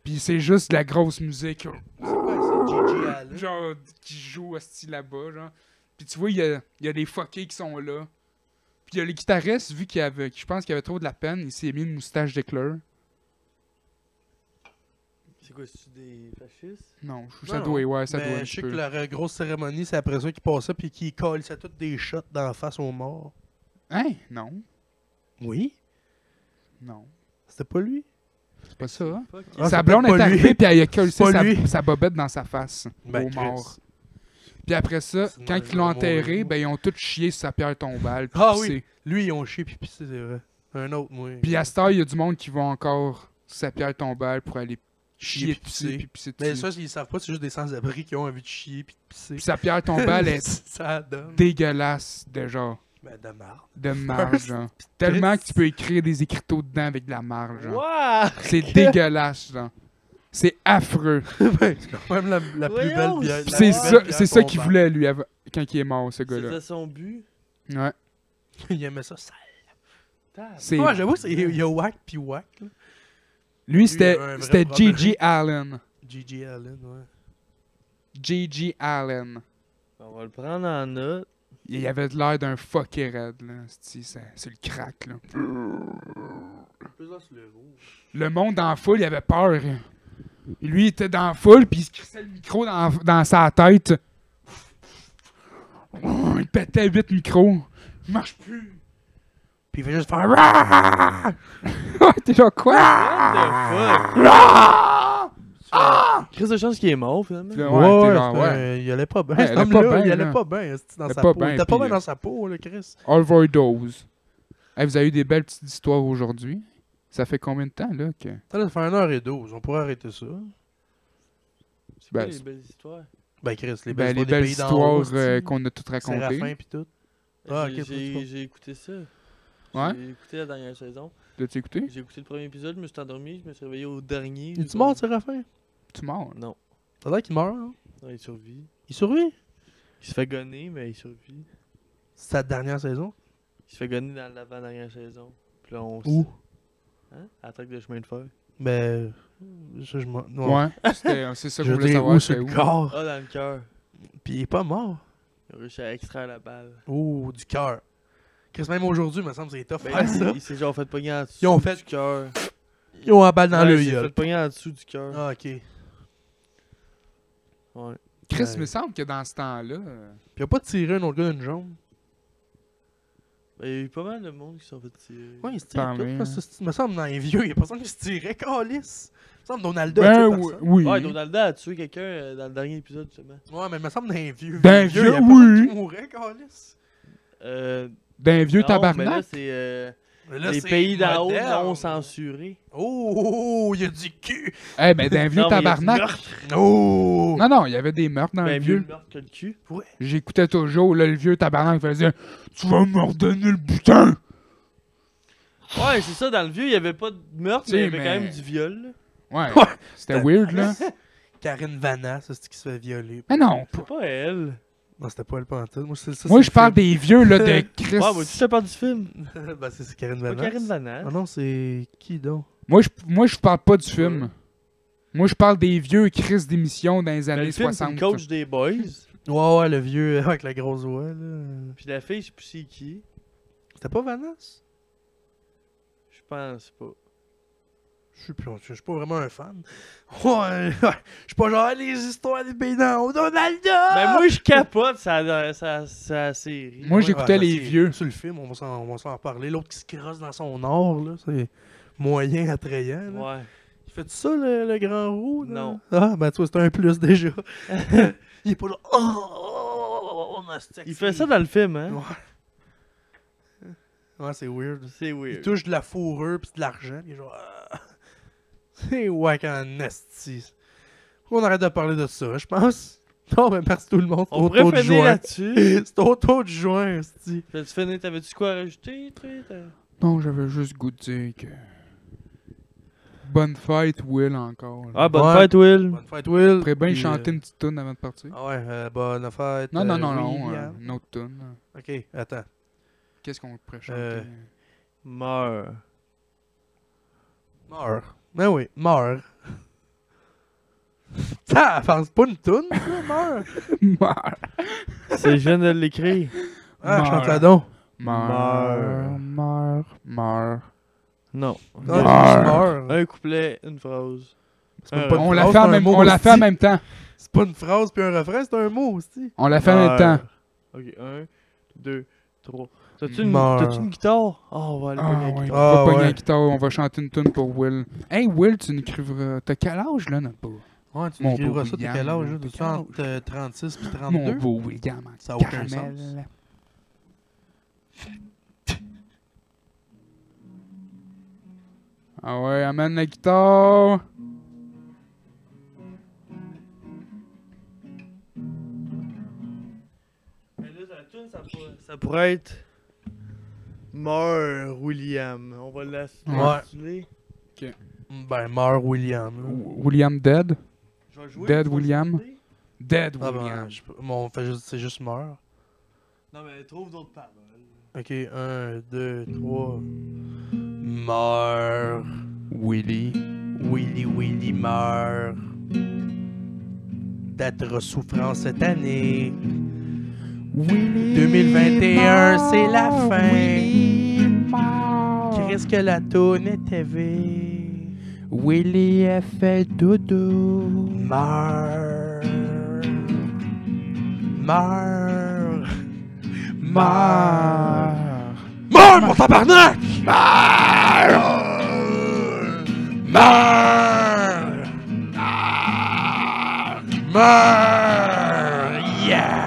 A: Puis c'est juste de la grosse musique.
C: C'est quoi, c'est Gigi Allen?
A: genre qui joue style là-bas, genre. Puis tu vois, il y a, il y a les fuckés qui sont là. Puis il y a le guitariste, vu qu'il avait, je pense qu'il avait trop de la peine, il s'est mis une moustache d'éclair.
B: C'est quoi, c'est des fascistes
A: Non, je-
C: Non,
A: ça
C: non.
A: doit, ouais, ça
C: Mais
A: doit un
C: je sais
A: peu.
C: que leur euh, grosse cérémonie, c'est après ça qu'ils passaient puis qu'ils collaient toutes des shots d'en face aux morts.
A: Hein? Non,
C: Oui?
A: non,
C: C'était pas lui?
A: c'est pas ça. hein.
B: Fuck
C: Ah,
A: sa
C: c'est
A: blonde
C: peut-être
A: est
C: pas lui.
A: arrivée, puis elle a collé
C: C'est pas
A: sa,
C: lui.
A: sa bobette dans sa face, au
C: Chris.
A: mort. Puis après ça,
C: Sinon,
A: quand
C: je
A: ils l'ont
C: vais
A: enterré,
C: mourir.
A: ben ils ont tout chié sur sa pierre tombale. puis
C: Ah
A: pissé.
C: oui. Lui, ils ont chié puis pissé, c'est vrai. Un autre, moi.
A: Puis à cette heure, il y a du monde qui va encore sur sa pierre tombale pour aller chier,
C: puis
A: pisser,
C: pisser.
A: puis pisser
C: Mais
A: dessus.
C: ça, ils savent pas, c'est juste des sans-abri qui ont envie de chier puis de pisser.
A: Puis sa pierre tombale est
C: ça donne.
A: dégueulasse de genre
C: Mais de marre.
A: Ben, de marge genre. tellement que tu peux écrire des écriteaux dedans avec de la marge genre.
B: Wouah!
A: c'est dégueulasse genre c'est affreux
C: C'est quand même la, la plus belle
B: Voyons,
C: bière.
A: Puis
C: la
A: c'est
C: plus
A: ça
C: belle bière
A: c'est ça
C: qu'on
A: qu'il
C: vend.
A: voulait lui avant- quand il est mort ce gars là
B: C'était son but.
A: ouais
C: il aimait ça sale.
A: c'est
C: Ouais, j'avoue, c'est- il y a Wack puis Wack. là.
A: lui
C: il a un
A: c'était
C: vrai
A: c'était
C: problème.
A: G.G. Allen
C: Gigi Allen, ouais.
A: G.G. Allen
B: On va le prendre en note.
A: il avait l'air d'un fucké raide là c'est c'est- c'est le crack là
C: Plus sur le rouge.
A: le monde dans la foule, il avait peur. Lui, il était dans la foule, puis il se crissait le micro dans, dans sa tête. Oh, Il pétait vite micros. Il marche plus.
C: Puis il fait juste faire. Raaah!
A: T'es genre quoi?
B: What the fuck?
A: Ah!
B: Ah! Chris de chance qu'il est mort finalement.
A: Puis là,
C: Ouais, ouais,
A: t'es genre,
C: c'était-
A: ouais.
C: il allait pas bien.
A: Ouais,
C: cet
A: il allait pas
C: homme-là,
A: bien,
C: il
A: là.
C: allait pas bien.
A: Il
C: c'était dans sa
A: allait pas
C: peau.
A: bien,
C: Il était pas
A: puis,
C: bien
A: euh,
C: dans sa peau, le Chris.
A: Overdose. Hey, vous avez eu des belles petites histoires aujourd'hui. Ça fait combien de temps, là? Que...
C: Ça doit faire 1h12. On pourrait arrêter ça.
B: C'est
A: Ben,
B: quoi les
A: c'est-
B: belles histoires?
C: Ben, Chris,
A: Ben,
C: les belles,
A: les
C: histoires des
A: belles
C: pays d'en haut,
A: histoires euh,
C: c'est-tu?
A: qu'on a toutes
C: Séraphin
A: racontées.
C: pis tout. Ah, ok,
B: J'ai-
C: faut que tu
B: J'ai
C: parles.
B: j'ai écouté ça.
A: Ouais?
B: J'ai écouté la dernière saison.
A: L'as-tu écouté?
B: J'ai écouté le premier épisode, je me suis endormi, je me suis réveillé au dernier.
C: Il
B: j'ai
C: est
B: pas-
C: mort, Séraphin?
A: Tu mords.
B: Non,
C: T'as l'air qu'il meurt, hein?
B: non, il survit.
C: Il survit?
B: Il se fait gonner, mais il survit.
C: C'est sa dernière saison?
B: Il se fait gonner dans l'avant-dernière saison. Puis là, on. s-
C: Où?
B: Hein? Attaque de chemin de fer.
C: Ben. Ça, je m'en. non.
A: Ouais. c'était- euh, C'est ça que je
C: Je veux
A: voulais
C: dire,
A: savoir.
C: où sur
A: c'était
C: le
A: où.
B: Ah,
C: corps?
B: dans le cœur.
C: Puis il est pas mort.
B: Il a réussi à extraire la balle.
C: Oh, du cœur. Chris, même aujourd'hui, me semble, c'est tough.
B: Ben,
C: faire
B: il-
C: Ah, ça.
B: il s'est genre fait pogner en dessous
C: Ils ont fait-
B: du cœur.
C: Ils ont la balle dans
B: Ouais,
C: le
B: Il s'est
C: gueule.
B: fait pogner en dessous du cœur.
C: Ah, ok. Puis Ah.
B: Ouais.
A: Chris,
C: Ouais.
A: il me semble que dans ce temps-là. euh,
C: il a pas tiré un autre gars d'une jambe.
B: Ben, il y a eu pas mal de monde qui se sont fait tirer.
C: Ouais, il se
A: Tant
C: tire tout.
A: mieux,
C: là,
A: hein.
C: ça, c'est- me semble, dans les vieux, il y a personne qui se tirait, calice. Il me semble, Donaldo.
A: Ben
C: tu sais,
A: oui.
C: personne.
A: oui.
B: Ouais, Donaldo a tué quelqu'un euh, dans le dernier épisode, justement.
C: Ouais, mais il me semble, dans les vieux.
A: Dans les
C: les
A: vieux,
C: il y a personne
A: oui.
C: qui mourait, calice.
B: Euh,
A: D'un vieux
B: non,
A: tabarnak.
B: Mais là, c'est euh,
C: Mais là,
B: les
C: c'est
B: pays d'en haut
C: moderne.
B: non censurés.
C: Oh, oh, oh, il y a du cul.
A: Eh ben d'un vieux
B: Non, mais il y a du
A: tabarnak.
B: meurtre.
C: Oh.
A: Non, non, il y avait des meurtres dans
B: Ben,
A: le
B: mieux
A: vieux.
B: le meurtre que le cul.
A: J'écoutais toujours, là, le vieux tabarnak faisait Tu vas m'ordonner le butin
B: Ouais, c'est ça, dans le vieux, il y avait pas de meurtre,
A: Tu
B: mais il y
A: sais,
B: avait
A: mais-
B: quand même du viol. là.
A: Ouais.
C: Ouais.
A: C'était weird, là.
C: Karine Vanna, ça, c'est qui se fait violer.
A: Mais non.
B: C'est pas elle.
C: Non, c'était pas le pantoute. Moi, c'est- ça,
A: Moi,
C: c'est
A: je
C: le
A: parle des vieux, là, de Chris.
B: Ouais, moi, tu te parles du film.
C: film. ben, c'est c'est Karine
B: Pas
C: Vanna.
B: Karine Vanas.
C: Ah non, c'est qui donc
A: Moi, je, moi, je parle pas du film. Moi, je parle des vieux Chris d'émission dans les
B: Ben,
A: années
B: le film, c'est
A: 60.
B: le coach des boys.
C: Ouais, ouais, le vieux avec la grosse voix, là.
B: Puis la fille, je sais plus c'est qui.
C: C'était pas Vanas
B: Je pense pas.
C: Je suis plus, je suis pas vraiment un fan. Ouais, je suis pas genre les histoires des pays d'en haut, Donaldo
B: Ben, moi, je capote sa, sa, sa série.
A: Moi, j'écoutais
C: Ouais,
A: les
C: c'est-
A: vieux.
C: Sur le film, on va s'en on va s'en reparler. L'autre qui se crosse dans son or, là, c'est moyen attrayant. là.
B: Ouais.
C: Il Fais-tu ça, le, le grand roux? là?
B: Non.
C: Ah, ben, tu vois, c'est un plus déjà. il est pas là. Oh, oh, oh, oh, oh,
B: Il fait ça dans le film, hein?
C: Ouais. Ouais, c'est weird.
B: C'est
C: Il
B: weird.
C: touche de la fourrure pis de l'argent, pis genre. ah. C'est wack en esti. On arrête de parler de ça, je pense. Non, mais merci tout le monde.
B: On
C: c'est au taux
B: pourrait
C: de
B: finir
C: juin.
B: là-dessus.
C: C'est au taux de juin, esti.
B: Fais-tu finir, t'avais-tu quoi à rajouter, toi? t'as-
A: Non, j'avais juste le goût de dire que. Bonne fête, Will, encore. là.
B: Ah, bonne
C: Ouais.
B: fête, Will.
C: Bonne fête, Will.
A: Après bien
C: Puis,
A: chanter
C: euh,
A: une petite tune avant de partir.
C: Ah ouais, euh, bonne fête.
A: non,
C: euh,
A: non, non, non,
C: William.
A: euh, une autre tune. là.
C: Ok, attends.
A: Qu'est-ce qu'on pourrait chanter
C: Euh,
B: Meurs.
C: Meurs. Ben oui, meurs. Ça, pense pas une toune, ça, meurs.
A: Meurs,
B: C'est, je viens de l'écrire.
C: Ah,
A: Meurs.
C: chante la donc.
A: meurs, meurs, meurs.
B: Non.
C: Non,
A: Meurs.
C: meurs.
B: Un couplet, une phrase.
C: C'est même
B: Euh,
C: pas une
A: On la
C: phrase,
A: fait en
C: c'est un
A: même-
C: mot
A: on la fait en
C: aussi.
A: même temps.
C: C'est pas une phrase puis un refrain, c'est un mot aussi.
A: On la fait en même temps.
B: Ok, un, deux, trois. T'as-tu une,
C: Meurs.
B: t'as-tu une guitare? Ah, on va aller
A: Ah
B: pogner la
A: ouais, on
B: guitare.
A: va
C: Ah
A: pogner
C: ouais.
A: la guitare, on va chanter une tune pour Will. Hey Will, tu n'écrivras. T'as quel âge là, notre beau?
C: Ouais, tu
A: Mon
C: écriras
A: beau
C: ça, t'as
A: William,
C: quel âge? là?
A: t'as
C: T'as
A: quel âge?
C: 30, euh, 36 puis
A: Mon
C: 32?
A: beau William, en
C: Ça a aucun
A: caramel.
C: sens.
A: Ah ouais, amène la guitare.
B: Mais là, la tune, ça pourrait, ça pourrait être. Meurs, William. On va la
C: Ouais.
B: l'intituler.
C: Ben, meurs William. là.
A: W- William Dead.
B: Je vais jouer,
A: Dead
B: tu vas
A: William.
B: l'intituler?
A: Dead
C: Ah
A: William.
C: ben, je, bon, on fait juste, c'est juste meurs.
B: Non, mais trouve d'autres paroles.
C: Ok, 1, 2, 3. Meurs.
A: Willy.
C: Willy Willy meurt d'atroces souffrances cette année.
A: Willy.
C: 2021, c'est la
A: mort,
C: fin.
A: Willy mort.
C: Qu'est-ce que la toune était V.
A: Willy a fait dodo.
C: Meurs. Meurs. Meurs.
A: Mort.
C: Meurs, mon tabarnak! Meurs! Meurs! Meurs! Yeah!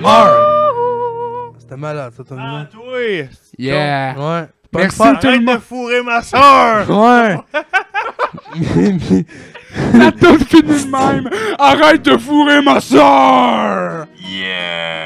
C: Meurs! C'était malade, ça, ton
B: Ah,
C: humain.
B: toi!
A: Yeah.
C: Ouais.
A: Merci
C: Bonne
A: tout le
B: Arrête de
A: monde.
B: fourrer ma
A: Ah,
B: soeur!
C: fête. Ouais.
A: La toune finit de même. Arrête de fourrer ma soeur.
C: yeah!